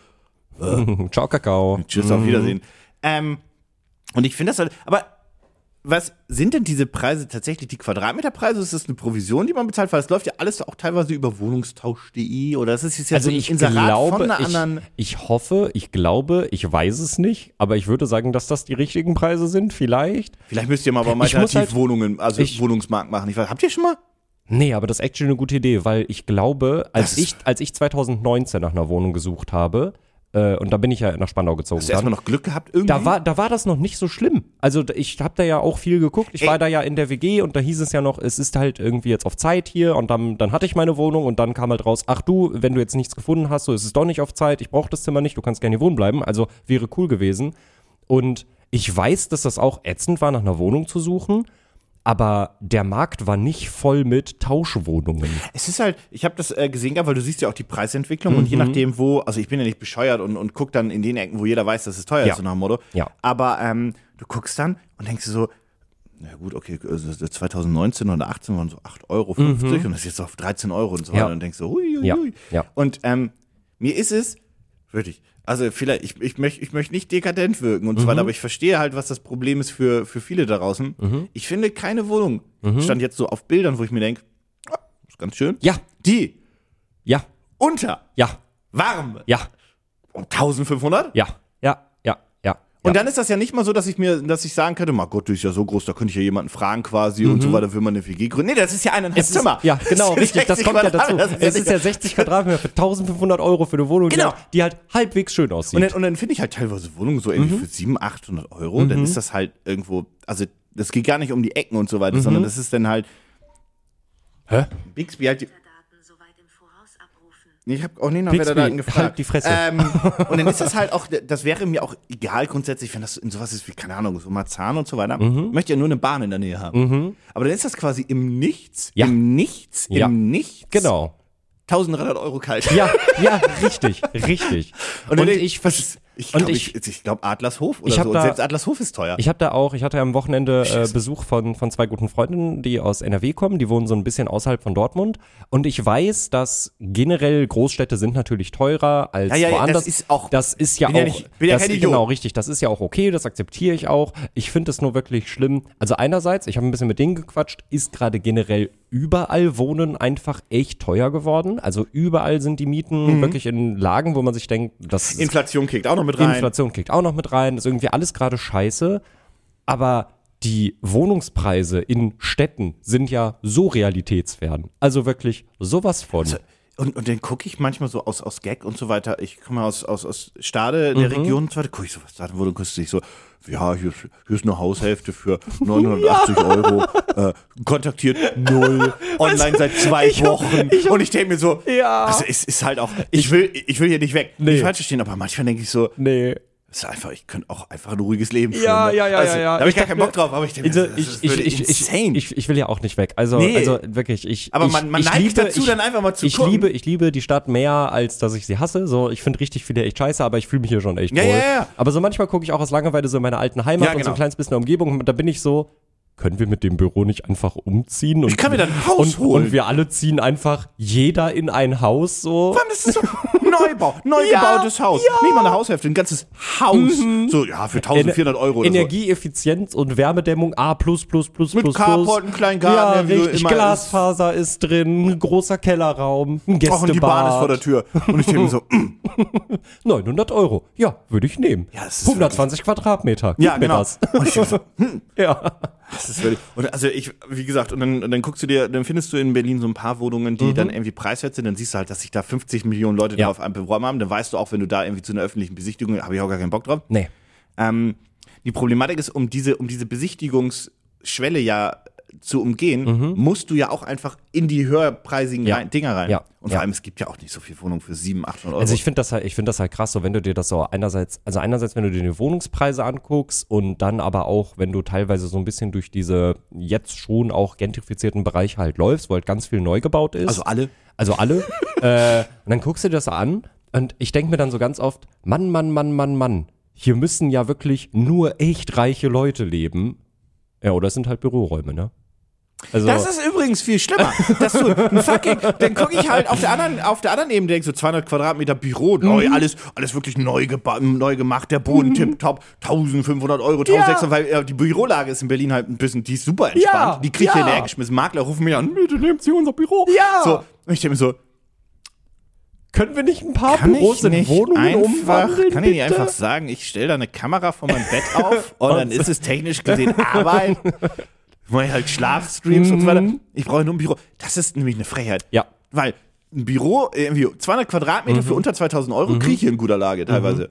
Speaker 3: Ciao, Kakao.
Speaker 2: tschüss, auf Wiedersehen. Ähm, und ich finde das halt, aber was sind denn diese Preise tatsächlich die Quadratmeterpreise? Ist das eine Provision, die man bezahlt? Weil es läuft ja alles auch teilweise über Wohnungstausch.de oder das ist jetzt ja
Speaker 3: Also
Speaker 2: so ein
Speaker 3: ich
Speaker 2: Inserat von
Speaker 3: glaube,
Speaker 2: einer
Speaker 3: ich,
Speaker 2: anderen.
Speaker 3: ich hoffe, ich glaube, ich weiß es nicht, aber ich würde sagen, dass das die richtigen Preise sind, vielleicht.
Speaker 2: Vielleicht müsst ihr mal aber mal
Speaker 3: Ich muss halt-
Speaker 2: Alternativwohnungen, also
Speaker 3: ich-
Speaker 2: Wohnungsmarkt machen. Ich weiß, habt ihr schon mal?
Speaker 3: Nee, aber das ist actually eine gute Idee, weil ich glaube, als
Speaker 2: Das ist-
Speaker 3: ich, als ich 2019 nach einer Wohnung gesucht habe, äh, und da bin ich ja nach Spandau gezogen
Speaker 2: Hast du erstmal
Speaker 3: dann,
Speaker 2: noch Glück gehabt irgendwie?
Speaker 3: da war, da war das noch nicht so schlimm. Also da- ich habe da ja auch viel geguckt. Ich
Speaker 2: Ey.
Speaker 3: war da ja in der WG und da hieß es ja noch, es ist halt irgendwie jetzt auf Zeit hier und dann, dann hatte ich meine Wohnung und dann kam halt raus, ach du, wenn du jetzt nichts gefunden hast, so ist es doch nicht auf Zeit, ich brauche das Zimmer nicht, du kannst gerne hier wohnen bleiben. Also wäre cool gewesen. Und ich weiß, dass das auch ätzend war, nach einer Wohnung zu suchen, aber der Markt war nicht voll mit Tauschwohnungen.
Speaker 2: es ist halt, ich habe das äh, gesehen gehabt, weil du siehst ja auch die Preisentwicklung und
Speaker 3: Mhm.
Speaker 2: je nachdem wo, also ich bin ja nicht bescheuert und, und guck dann in den Ecken, wo jeder weiß, dass es teuer
Speaker 3: Ja.
Speaker 2: ist, so nach dem Motto.
Speaker 3: Ja.
Speaker 2: Aber ähm, du guckst dann und denkst dir so, na gut, okay, also 2019 und 18 waren so 8,50 Euro und das ist jetzt auf 13 Euro und so
Speaker 3: Mhm. Ja.
Speaker 2: weiter und denkst so, hui, hui,
Speaker 3: Ja.
Speaker 2: hui.
Speaker 3: Ja.
Speaker 2: Und ähm, mir ist es, wirklich, also vielleicht, ich, ich möchte ich möcht nicht dekadent wirken und so
Speaker 3: Mhm.
Speaker 2: weiter, aber ich verstehe halt, was das Problem ist für, für viele da draußen.
Speaker 3: Mhm.
Speaker 2: Ich finde keine Wohnung, stand jetzt so auf Bildern, wo ich mir denke, ah, ist ganz schön.
Speaker 3: Ja,
Speaker 2: Die
Speaker 3: ja,
Speaker 2: unter,
Speaker 3: ja,
Speaker 2: warm,
Speaker 3: ja,
Speaker 2: um 1500?
Speaker 3: ja, ja, ja, ja.
Speaker 2: Und dann ist das ja nicht mal so, dass ich mir, dass ich sagen könnte, mein Gott, du bist ja so groß, da könnte ich ja jemanden fragen quasi und so weiter, will man eine WG gründen. Nee, das ist ja eineinhalb
Speaker 3: Mhm. Es ist-
Speaker 2: Zimmer.
Speaker 3: Ja, genau,
Speaker 2: ist
Speaker 3: richtig. Das
Speaker 2: 60
Speaker 3: kommt ja dazu.
Speaker 2: Quadratmeter, das
Speaker 3: es
Speaker 2: ja
Speaker 3: ist ja
Speaker 2: nicht-
Speaker 3: 60 Quadratmeter für 1500 Euro für eine Wohnung,
Speaker 2: Genau.
Speaker 3: die, halt, die halt halbwegs schön aussieht.
Speaker 2: Und dann, und dann finde ich halt teilweise Wohnungen so
Speaker 3: Mhm.
Speaker 2: irgendwie für 700, 800 Euro. Dann ist das halt irgendwo, also das geht gar nicht um die Ecken und so weiter, sondern das ist dann halt.
Speaker 3: Mhm. Hä?
Speaker 2: Bixby halt die.
Speaker 4: Daten soweit im Voraus abrufen.
Speaker 2: Nee, Ich habe auch nicht nach
Speaker 3: Bixby,
Speaker 2: Wetterdaten gefragt.
Speaker 3: halt die Fresse.
Speaker 2: Ähm, und dann ist das halt auch, das wäre mir auch egal grundsätzlich, wenn das in sowas ist wie, keine Ahnung, so Marzahn und so weiter.
Speaker 3: Mhm.
Speaker 2: Ich möchte ja nur eine Bahn in der Nähe haben. Aber dann ist das quasi im Nichts,
Speaker 3: Ja.
Speaker 2: im Nichts,
Speaker 3: Ja.
Speaker 2: im Nichts.
Speaker 3: genau.
Speaker 2: 1300 Euro kalt.
Speaker 3: Ja, ja, richtig, richtig. Und,
Speaker 2: dann-
Speaker 3: ich vers-
Speaker 2: Ich
Speaker 3: und
Speaker 2: glaube, ich, ich, glaub, Adlershof oder
Speaker 3: Ich hab
Speaker 2: so. Und
Speaker 3: da-
Speaker 2: selbst Adlershof ist teuer.
Speaker 3: Ich habe da auch, ich hatte am Wochenende äh, Besuch von, von zwei guten Freunden, die aus NRW kommen. Die wohnen so ein bisschen außerhalb von Dortmund. Und ich weiß, dass generell Großstädte sind natürlich teurer als
Speaker 2: Ja, ja, ja,
Speaker 3: woanders.
Speaker 2: das ist auch-
Speaker 3: Das ist ja
Speaker 2: bin ja
Speaker 3: auch.
Speaker 2: nicht- bin ja
Speaker 3: das,
Speaker 2: kein Idiot.
Speaker 3: genau, richtig. Das ist ja auch okay. Das akzeptiere ich auch. Ich finde es nur wirklich schlimm. Also einerseits, ich habe ein bisschen mit denen gequatscht, ist gerade generell überall Wohnen einfach echt teuer geworden. Also überall sind die Mieten wirklich in Lagen, wo man sich denkt, das ist
Speaker 2: Mhm. Inflation kickt auch noch mit rein.
Speaker 3: Inflation kickt auch noch mit rein, ist irgendwie alles gerade scheiße. Aber die Wohnungspreise in Städten sind ja so realitätsfern. Also wirklich sowas von.
Speaker 2: Und, und den gucke ich manchmal so aus, aus Gag und so weiter. Ich komme aus, aus, aus Stade,
Speaker 3: Mhm.
Speaker 2: der Region und so weiter. Gucke ich so, was da wurde und kostet sich so, ja, hier ist, hier ist eine Haushälfte für 980 Euro. Äh, kontaktiert null. Online seit zwei Wochen. und ich denke mir so,
Speaker 3: Ja.
Speaker 2: also es ist halt auch, ich will, ich will hier nicht weg.
Speaker 3: Nee.
Speaker 2: Nicht falsch verstehen, aber manchmal denke ich so,
Speaker 3: Nee.
Speaker 2: es ist einfach, ich könnte auch einfach ein ruhiges Leben führen.
Speaker 3: Ja,
Speaker 2: ne?
Speaker 3: ja, ja, ja, ja.
Speaker 2: Da habe
Speaker 3: Ich
Speaker 2: ich, gar
Speaker 3: dachte
Speaker 2: keinen
Speaker 3: mir-
Speaker 2: Bock drauf, aber ich denke
Speaker 3: Also,
Speaker 2: mir, das
Speaker 3: ich,
Speaker 2: ist
Speaker 3: ich,
Speaker 2: würde
Speaker 3: ich, ich,
Speaker 2: insane.
Speaker 3: ich, ich will ja auch nicht weg. Also,
Speaker 2: Nee.
Speaker 3: also wirklich, ich.
Speaker 2: Aber
Speaker 3: ich,
Speaker 2: man- man
Speaker 3: ich
Speaker 2: neigt dazu, dann einfach mal zu
Speaker 3: ich
Speaker 2: gucken.
Speaker 3: liebe, ich liebe die Stadt mehr, als dass ich sie hasse. So, ich finde richtig viele echt scheiße, aber ich fühle mich hier schon echt
Speaker 2: Ja,
Speaker 3: wohl.
Speaker 2: ja, ja.
Speaker 3: Aber so manchmal gucke ich auch aus Langeweile so in meine alten Heimat
Speaker 2: Ja,
Speaker 3: und so
Speaker 2: genau.
Speaker 3: ein kleines bisschen der Umgebung. Und da bin ich so, können wir mit dem Büro nicht einfach umziehen? Und
Speaker 2: Ich kann mir dann ein Haus
Speaker 3: und,
Speaker 2: holen.
Speaker 3: Und wir alle ziehen einfach jeder in ein Haus so.
Speaker 2: Mann, das ist so Neubau, neu
Speaker 3: Ja, Mhm.
Speaker 2: gebautes Haus. Nicht mal eine Haushälfte, ein ganzes Haus. So, ja, für 1400 Euro oder so.
Speaker 3: Energieeffizienz und Wärmedämmung A. Plus, plus, plus,
Speaker 2: Mit
Speaker 3: plus,
Speaker 2: Carport,
Speaker 3: plus.
Speaker 2: einem kleinen Garten,
Speaker 3: ja,
Speaker 2: irgendwie so
Speaker 3: richtig.
Speaker 2: immer
Speaker 3: Glasfaser ist drin, ein großer Kellerraum, ein
Speaker 2: Och,
Speaker 3: Gästebad.
Speaker 2: und die Bahn ist vor der Tür. Und ich denke mir so, mm,
Speaker 3: 900 Euro. Ja, würde ich nehmen.
Speaker 2: Ja, es ist
Speaker 3: 120 Quadratmeter. Gib
Speaker 2: ja,
Speaker 3: mir
Speaker 2: genau.
Speaker 3: das.
Speaker 2: Und ich denke so,
Speaker 3: Ja.
Speaker 2: das ist wirklich. Und also ich, wie gesagt, und dann, und dann guckst du dir, dann findest du in Berlin so ein paar Wohnungen, die
Speaker 3: Mhm.
Speaker 2: dann irgendwie preiswert sind. Dann siehst du halt, dass sich da 50 Millionen Leute darauf beworben haben. Dann weißt du auch, wenn du da irgendwie zu einer öffentlichen Besichtigung, habe ich auch gar keinen Bock drauf.
Speaker 3: Nee.
Speaker 2: Ähm, die Problematik ist, um diese, um diese Besichtigungsschwelle ja zu umgehen, musst du ja auch einfach in die höherpreisigen
Speaker 3: Mhm. Ja.
Speaker 2: rein, Dinger rein.
Speaker 3: Ja.
Speaker 2: Und
Speaker 3: Ja.
Speaker 2: vor allem, es gibt ja auch nicht so viel Wohnung für 700, 800 Euro.
Speaker 3: Also ich finde das halt, ich finde das halt krass, so wenn du dir das so einerseits, also einerseits, wenn du dir die Wohnungspreise anguckst und dann aber auch, wenn du teilweise so ein bisschen durch diese jetzt schon auch gentrifizierten Bereiche halt läufst, wo halt ganz viel neu gebaut ist.
Speaker 2: also alle.
Speaker 3: Also alle. äh, und dann guckst du dir das an und ich denke mir dann so ganz oft, Mann, Mann, Mann, Mann, Mann, hier müssen ja wirklich nur echt reiche Leute leben. Ja, oder es sind halt Büroräume, ne? Also,
Speaker 2: Das ist übrigens viel schlimmer, dass du ein fucking, dann gucke ich halt auf der anderen, auf der anderen Ebene, denkst du, 200 Quadratmeter
Speaker 3: Mhm.
Speaker 2: Büro, neu, alles, alles wirklich neu, geba- neu gemacht, der Boden tipptopp, 1500 Euro, 1600, weil äh, die Bürolage ist in Berlin halt ein bisschen, die ist super entspannt,
Speaker 3: Ja,
Speaker 2: die krieg ich
Speaker 3: ja.
Speaker 2: hierher geschmissen, Makler rufen mich an,
Speaker 3: bitte nehmt Sie unser Büro. Ja!
Speaker 2: so, und ich denke mir so,
Speaker 3: können wir nicht ein paar
Speaker 2: Kann
Speaker 3: Büros
Speaker 2: ich
Speaker 3: in
Speaker 2: nicht
Speaker 3: Wohnungen
Speaker 2: einfach,
Speaker 3: umwandeln,
Speaker 2: kann ich
Speaker 3: bitte?
Speaker 2: nicht einfach sagen, ich stelle da eine Kamera vor meinem Bett auf und dann ist es technisch gesehen Arbeit. Mache ich halt Schlafstreams und so weiter. Ich brauche nur ein Büro. Das ist nämlich eine Frechheit.
Speaker 3: Mhm. Ja. Mhm.
Speaker 2: Weil ein Büro, irgendwie 200 Quadratmeter für unter 2000 Euro kriege ich hier in guter Lage teilweise.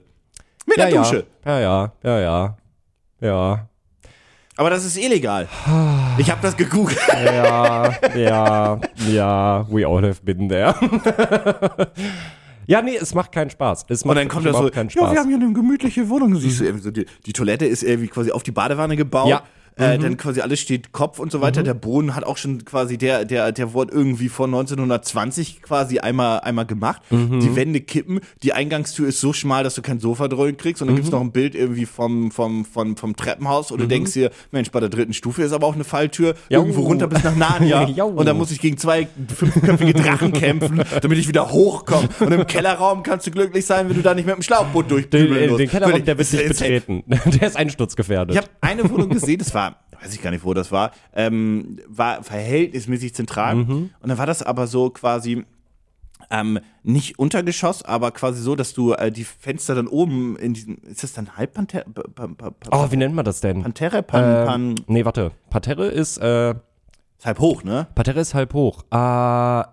Speaker 2: Mit einer
Speaker 3: ja,
Speaker 2: Dusche.
Speaker 3: Ja, ja, ja, ja. Ja,
Speaker 2: Aber das ist illegal. Ich habe das gegoogelt.
Speaker 3: ja, ja, ja, we all have been there. ja, nee, es macht keinen Spaß. Es macht
Speaker 2: Und dann kommt
Speaker 3: wirklich
Speaker 2: das so,
Speaker 3: überhaupt keinen Spaß.
Speaker 2: ja, wir haben hier eine gemütliche Wohnung. Siehst du, irgendwie so die, die Toilette ist irgendwie quasi auf die Badewanne gebaut.
Speaker 3: Ja.
Speaker 2: Äh, Dann quasi alles steht Kopf und so weiter. Der Boden hat auch schon quasi, der, der, der wurde irgendwie vor 1920 quasi einmal, einmal gemacht. Die Wände kippen, die Eingangstür ist so schmal, dass du kein Sofa drin kriegst. Und dann gibt's noch ein Bild irgendwie vom, vom, vom, vom Treppenhaus. Und du denkst dir, Mensch, bei der dritten Stufe ist aber auch eine Falltür.
Speaker 3: Jau.
Speaker 2: Irgendwo runter bis nach Narnia.
Speaker 3: Jau.
Speaker 2: und dann muss ich gegen zwei fünfköpfige Drachen kämpfen, damit ich wieder hochkomme. Und im Kellerraum kannst du glücklich sein, wenn du da nicht mit dem Schlauchboot
Speaker 3: Den,
Speaker 2: durchbügeln
Speaker 3: äh,
Speaker 2: musst.
Speaker 3: den Kellerraum,
Speaker 2: Völlig-
Speaker 3: der wird
Speaker 2: das ist
Speaker 3: nicht
Speaker 2: insane.
Speaker 3: betreten. Der ist einsturzgefährdet.
Speaker 2: Ich habe eine Wohnung gesehen, das war, weiß ich gar nicht, wo das war, ähm, war verhältnismäßig zentral.
Speaker 3: Mhm.
Speaker 2: Und dann war das aber so quasi ähm, nicht Untergeschoss, aber quasi so, dass du äh, die Fenster dann oben in diesem, ist das dann halb Panther, pa- pa- pa- pa-
Speaker 3: oh, Ähm. wie nennt man das denn?
Speaker 2: Panterre, pan, pan,
Speaker 3: nee, warte. Parterre ist, äh,
Speaker 2: ist halb hoch, ne?
Speaker 3: Parterre ist halb hoch. Ah,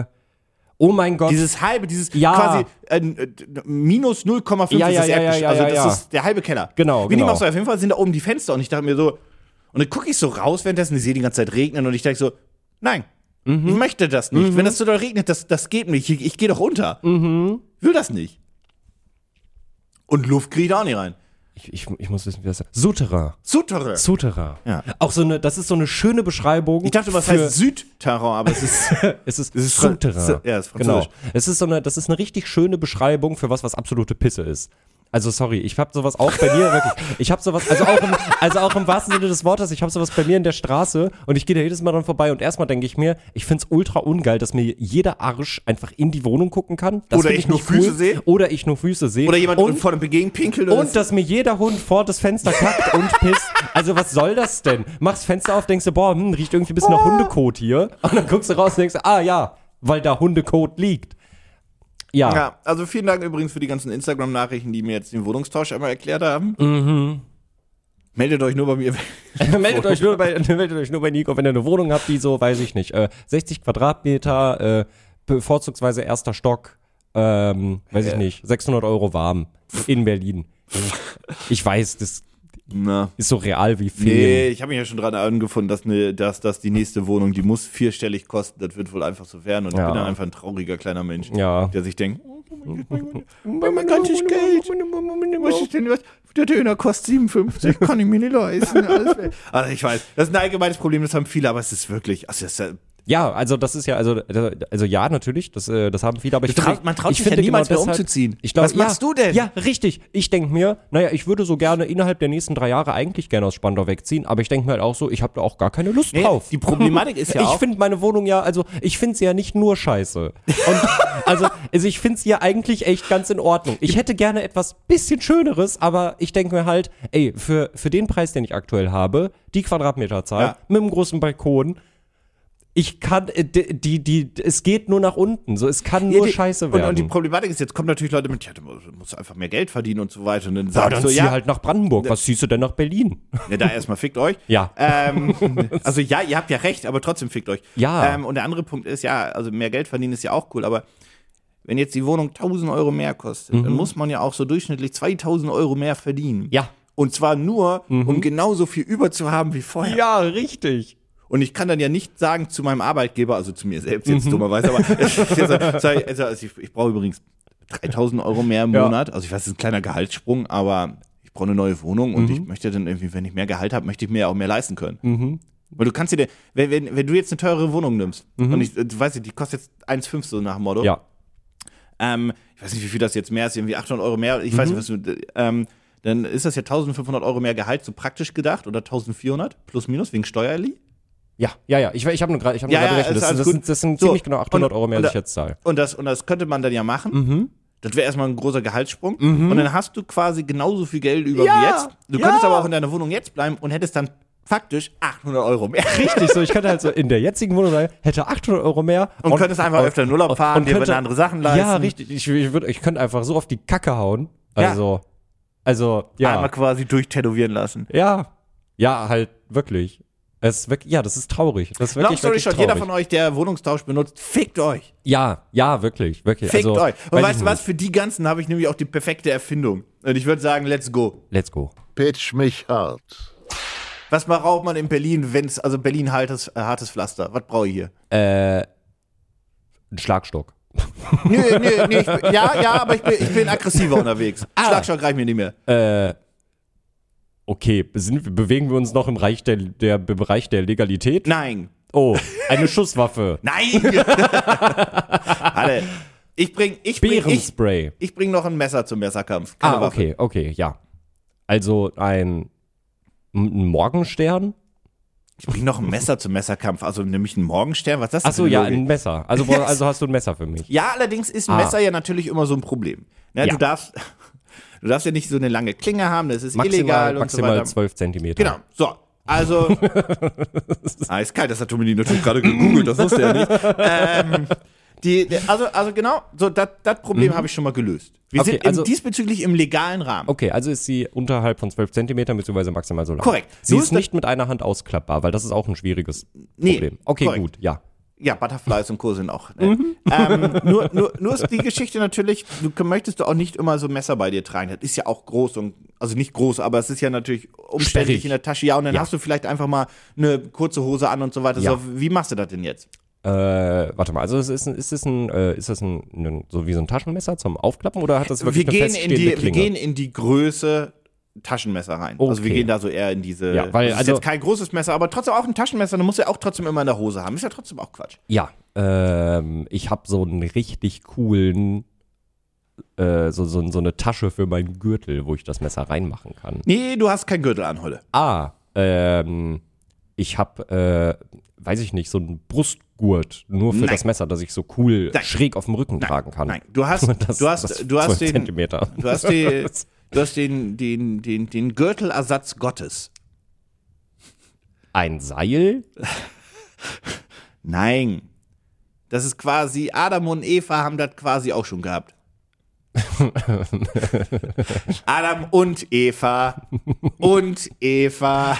Speaker 3: äh, oh mein Gott.
Speaker 2: Dieses halbe, dieses
Speaker 3: Ja.
Speaker 2: quasi äh, äh, minus 0,5
Speaker 3: Ja,
Speaker 2: ist
Speaker 3: ja,
Speaker 2: das
Speaker 3: ja, ja,
Speaker 2: Erdgesch-
Speaker 3: ja,
Speaker 2: Also
Speaker 3: ja,
Speaker 2: das
Speaker 3: ja.
Speaker 2: ist der halbe Keller.
Speaker 3: Genau,
Speaker 2: Wie dem
Speaker 3: genau.
Speaker 2: auch sei, auf jeden Fall sind da oben die Fenster und ich dachte mir so, und dann gucke ich so raus währenddessen, ich sehe die ganze Zeit regnen und ich denke so, nein,
Speaker 3: Mhm.
Speaker 2: ich möchte das nicht. Wenn das so doll regnet, das, das geht nicht. Ich, ich gehe doch unter.
Speaker 3: Mhm.
Speaker 2: Will das nicht. Und Luft kriege ich da auch nicht rein.
Speaker 3: ich, ich, ich muss wissen, wie das heißt. Souterrain.
Speaker 2: Souterrain.
Speaker 3: Souterrain.
Speaker 2: Ja.
Speaker 3: Auch so eine, das ist so eine schöne Beschreibung.
Speaker 2: Ich dachte, was
Speaker 3: für-
Speaker 2: heißt Südterrain, aber es ist
Speaker 3: Es ist,
Speaker 2: Es ist Fran-
Speaker 3: Souterrain.
Speaker 2: Ja, es ist
Speaker 3: genau.
Speaker 2: Französisch.
Speaker 3: Es ist so eine, das ist eine richtig schöne Beschreibung für was, was absolute Pisse ist. Also sorry, ich habe sowas auch bei mir wirklich. Ich habe sowas, also auch, im, also auch im wahrsten Sinne des Wortes, ich habe sowas bei mir in der Straße und ich gehe da jedes Mal dran vorbei und erstmal denke ich mir, ich find's ultra ungeil, dass mir jeder Arsch einfach in die Wohnung gucken kann. Das
Speaker 2: Oder
Speaker 3: find
Speaker 2: ich nur
Speaker 3: nicht
Speaker 2: Füße sehe.
Speaker 3: Oder ich nur Füße sehe.
Speaker 2: oder jemand
Speaker 3: und
Speaker 2: vor dem Begehen pinkelt oder
Speaker 3: und dass mir jeder Hund vor das Fenster kackt und pisst. Also was soll das denn? Machst Fenster auf, denkst du, boah, hm, riecht irgendwie ein bisschen nach Hundekot hier. Und dann guckst du raus und denkst, ah ja, weil da Hundekot liegt. Ja,
Speaker 2: Ja, also vielen Dank übrigens für die ganzen Instagram-Nachrichten, die mir jetzt den Wohnungstausch einmal erklärt haben.
Speaker 3: Mhm.
Speaker 2: Meldet euch nur bei mir.
Speaker 3: meldet, euch nur bei, meldet euch nur bei Nico, wenn ihr eine Wohnung habt, die so, weiß ich nicht, äh, 60 Quadratmeter, äh, bevorzugsweise erster Stock, ähm, weiß ich nicht, 600 Euro warm in Berlin. Ich weiß, das
Speaker 2: Na.
Speaker 3: ist so real wie
Speaker 2: Nee,
Speaker 3: Ferien.
Speaker 2: ich habe mich ja schon dran angefunden, dass, ne, dass, dass die nächste Wohnung, die muss vierstellig kosten. Das wird wohl einfach so werden. Und ich
Speaker 3: Ja.
Speaker 2: bin dann einfach ein trauriger kleiner Mensch,
Speaker 3: Ja.
Speaker 2: der sich denkt, oh mein Gott, mein ganzes Geld, was ist denn was? Der Döner kostet 57, kann ich mir nicht leisten. Alles weg. Also ich weiß, das ist ein allgemeines Problem, das haben viele, aber es ist wirklich, also das ist ja
Speaker 3: Ja, also das ist ja, also, also ja, natürlich, das, äh, das haben viele, aber ich
Speaker 2: Du
Speaker 3: finde-
Speaker 2: trau- man traut
Speaker 3: ich
Speaker 2: sich ja
Speaker 3: finde
Speaker 2: niemals
Speaker 3: genau
Speaker 2: mehr
Speaker 3: deshalb-
Speaker 2: umzuziehen.
Speaker 3: Ich glaub,
Speaker 2: Was machst
Speaker 3: ja,
Speaker 2: du denn?
Speaker 3: Ja, richtig. Ich denke mir, naja, ich würde so gerne innerhalb der nächsten drei Jahre eigentlich gerne aus Spandau wegziehen, aber ich denke mir halt auch so, ich habe da auch gar keine Lust
Speaker 2: Nee,
Speaker 3: drauf.
Speaker 2: die Problematik ist ja
Speaker 3: Ich
Speaker 2: auch-
Speaker 3: finde meine Wohnung ja, also ich finde sie ja nicht nur scheiße. Und, also, also ich finde sie ja eigentlich echt ganz in Ordnung. Ich hätte gerne etwas bisschen Schöneres, aber ich denke mir halt, ey, für, für den Preis, den ich aktuell habe, die Quadratmeterzahl,
Speaker 2: Ja.
Speaker 3: mit einem großen Balkon, ich kann, äh, die, die, die, es geht nur nach unten. So, es kann nur
Speaker 2: Ja, die-
Speaker 3: scheiße werden.
Speaker 2: Und, und die Problematik ist, jetzt kommen natürlich Leute mit, ja, du musst- musst einfach mehr Geld verdienen und so weiter. Und dann
Speaker 3: ja,
Speaker 2: sagst
Speaker 3: dann
Speaker 2: du,
Speaker 3: zieh
Speaker 2: ja,
Speaker 3: halt nach Brandenburg. Was ziehst du denn nach Berlin?
Speaker 2: ja, da erstmal fickt euch.
Speaker 3: Ja.
Speaker 2: Ähm, also ja, ihr habt ja recht, aber trotzdem fickt euch.
Speaker 3: Ja.
Speaker 2: Ähm, und der andere Punkt ist, ja, also mehr Geld verdienen ist ja auch cool, aber wenn jetzt die Wohnung 1000 Euro mehr kostet, dann muss man ja auch so durchschnittlich 2000 Euro mehr verdienen.
Speaker 3: Mhm. Ja. Mhm.
Speaker 2: Und zwar nur, um genauso viel über zu haben wie vorher.
Speaker 3: Ja, richtig.
Speaker 2: Und ich kann dann ja nicht sagen zu meinem Arbeitgeber, also zu mir selbst
Speaker 3: Mhm.
Speaker 2: jetzt dummerweise, aber es ist ja so, sorry, also, also ich, ich brauche übrigens 3000 Euro mehr im
Speaker 3: Ja.
Speaker 2: Monat. Also ich weiß, es ist ein kleiner Gehaltssprung, aber ich brauche eine neue Wohnung und ich
Speaker 3: Mhm.
Speaker 2: möchte dann irgendwie, wenn ich mehr Gehalt habe, möchte ich mir ja auch mehr leisten können. Weil du kannst dir, wenn, wenn, wenn du jetzt eine teure Wohnung nimmst und ich, äh, du weißt, die kostet jetzt 1,5 so nach dem Motto.
Speaker 3: Mhm. Ja.
Speaker 2: Ähm, ich weiß nicht, wie viel das jetzt mehr ist, irgendwie 800 Euro mehr, ich weiß
Speaker 3: Mhm.
Speaker 2: nicht, was du, äh, ähm, dann ist das ja 1500 Euro mehr Gehalt, so praktisch gedacht, oder 1400 plus minus wegen Steuerli.
Speaker 3: Ja, ja, ja. Ich, ich habe nur gerade hab nur
Speaker 2: Ja,
Speaker 3: gerade
Speaker 2: ja,
Speaker 3: gerechnet.
Speaker 2: ist
Speaker 3: Das,
Speaker 2: alles
Speaker 3: das,
Speaker 2: gut.
Speaker 3: sind, das sind
Speaker 2: So,
Speaker 3: ziemlich genau 800
Speaker 2: und-
Speaker 3: Euro mehr,
Speaker 2: und
Speaker 3: als ich
Speaker 2: da-
Speaker 3: jetzt zahle.
Speaker 2: Und das, und das könnte man dann ja machen.
Speaker 3: Mhm.
Speaker 2: Das wäre erstmal ein großer Gehaltssprung. Und dann hast du quasi genauso viel Geld über
Speaker 3: Ja,
Speaker 2: wie jetzt. Du
Speaker 3: ja.
Speaker 2: könntest aber auch in deiner Wohnung jetzt bleiben und hättest dann faktisch 800 Euro mehr.
Speaker 3: Richtig, so ich könnte halt so in der jetzigen Wohnung sein, hätte 800 Euro mehr
Speaker 2: Und, könntest einfach öfter in den Urlaub fahren, dir
Speaker 3: könnte-
Speaker 2: würden andere Sachen leisten.
Speaker 3: Ja, richtig. Ich, ich, würd, ich könnte einfach so auf die Kacke hauen.
Speaker 2: Ja.
Speaker 3: Also, also, ja.
Speaker 2: Einmal quasi durchtätowieren lassen.
Speaker 3: ja. Ja, halt, wirklich. Es ist wirklich, ja, das ist traurig. Das ist
Speaker 2: Long
Speaker 3: wirklich,
Speaker 2: story
Speaker 3: wirklich
Speaker 2: short,
Speaker 3: traurig.
Speaker 2: jeder von euch, der Wohnungstausch benutzt, fickt euch.
Speaker 3: ja, ja, wirklich, wirklich.
Speaker 2: Fickt
Speaker 3: also,
Speaker 2: euch. Und
Speaker 3: weiß
Speaker 2: weißt
Speaker 3: ich
Speaker 2: du was? Für die ganzen habe ich nämlich auch die perfekte Erfindung. Und ich würde sagen, let's go.
Speaker 3: nicht. Let's go.
Speaker 1: Pitch mich hart.
Speaker 2: Was braucht man in Berlin, wenn's, also Berlin hartes, äh, hartes Pflaster. Was brauche ich hier?
Speaker 3: Äh, Ein Schlagstock.
Speaker 2: Nö, nö, nö, ich bin, ja, ja, aber ich bin, ich bin aggressiver unterwegs.
Speaker 3: Ah.
Speaker 2: Schlagstock reicht mir nicht mehr.
Speaker 3: Okay, sind, wir- bewegen wir uns noch im Reich der, der, im Bereich der Legalität?
Speaker 2: Nein,
Speaker 3: Oh, eine Schusswaffe.
Speaker 2: nein. Alle. Ich bring, ich bring, ich,
Speaker 3: Bärenspray.
Speaker 2: ich bring noch ein Messer zum Messerkampf. Keine
Speaker 3: Ah,
Speaker 2: Waffe.
Speaker 3: okay, okay, ja. Also ein, ein Morgenstern?
Speaker 2: Ich bring noch ein Messer zum Messerkampf. Also nämlich einen Morgenstern. Was ist das? denn
Speaker 3: Achso,
Speaker 2: für
Speaker 3: ja,
Speaker 2: eine
Speaker 3: ein
Speaker 2: Logik?
Speaker 3: Messer. Also, bra- also hast du ein Messer für mich.
Speaker 2: Ja, allerdings ist ein
Speaker 3: Ah.
Speaker 2: Messer ja natürlich immer so ein Problem. Ne,
Speaker 3: Ja.
Speaker 2: Du darfst, du darfst ja nicht so eine lange Klinge haben. Das ist
Speaker 3: Maximal,
Speaker 2: illegal und so
Speaker 3: maximal
Speaker 2: weiter.
Speaker 3: 12 Zentimeter.
Speaker 2: Genau, so. Also, eiskalt, das hat Dominik natürlich gerade gegoogelt, das wusste er nicht. Ähm, die, der- also, also genau, so das Problem habe ich schon mal gelöst.
Speaker 3: Mhm.
Speaker 2: Wir
Speaker 3: Okay,
Speaker 2: sind im,
Speaker 3: also-
Speaker 2: diesbezüglich im legalen Rahmen.
Speaker 3: Okay, also ist sie unterhalb von 12 Zentimetern, beziehungsweise maximal so lang.
Speaker 2: Korrekt.
Speaker 3: Sie
Speaker 2: So
Speaker 3: ist
Speaker 2: ist das-
Speaker 3: nicht mit einer Hand ausklappbar, weil das ist auch ein schwieriges
Speaker 2: Nee,
Speaker 3: Problem. Okay,
Speaker 2: korrekt.
Speaker 3: gut, ja.
Speaker 2: Ja, Butterflies und Co. sind auch. Ne?
Speaker 3: Mhm.
Speaker 2: ähm, nur, nur, nur ist die Geschichte natürlich, du k- möchtest du auch nicht immer so ein Messer bei dir tragen. Das ist ja auch groß und, also nicht groß, aber es ist ja natürlich umständlich
Speaker 3: Sperrig.
Speaker 2: in der Tasche. Ja, und dann
Speaker 3: Ja.
Speaker 2: hast du vielleicht einfach mal eine kurze Hose an und so weiter.
Speaker 3: Ja.
Speaker 2: So, wie machst du das denn jetzt?
Speaker 3: Äh, warte mal, also ist, ist, ist das, ein, äh, ist das ein, ein, so wie so ein Taschenmesser zum Aufklappen oder hat das wirklich
Speaker 2: wir
Speaker 3: eine
Speaker 2: gehen in
Speaker 3: feststehende
Speaker 2: die, wir
Speaker 3: Klinge?
Speaker 2: gehen in die Größe Taschenmesser rein. Also wir
Speaker 3: Okay.
Speaker 2: gehen da so eher in diese.
Speaker 3: Ja, weil
Speaker 2: das ist
Speaker 3: also-
Speaker 2: jetzt kein großes Messer, aber trotzdem auch ein Taschenmesser. Du musst ja auch trotzdem immer in der Hose haben. Ist ja trotzdem auch Quatsch.
Speaker 3: Ja, ähm, ich habe so einen richtig coolen, äh, so, so, so eine Tasche für meinen Gürtel, wo ich das Messer reinmachen kann.
Speaker 2: Nee, du hast keinen Gürtel an heute.
Speaker 3: Ah, ähm, ich habe, äh, weiß ich nicht, so einen Brustgurt nur für
Speaker 2: Nein.
Speaker 3: das Messer, dass ich so cool
Speaker 2: Nein.
Speaker 3: schräg auf dem Rücken tragen kann.
Speaker 2: Nein, du hast,
Speaker 3: Das-
Speaker 2: du hast,
Speaker 3: das
Speaker 2: du
Speaker 3: 12
Speaker 2: hast den,
Speaker 3: Zentimeter.
Speaker 2: du hast die, du hast den, den, den, den Gürtelersatz Gottes.
Speaker 3: Ein Seil?
Speaker 2: Nein, das ist quasi Adam und Eva haben das quasi auch schon gehabt. Adam und Eva und Eva.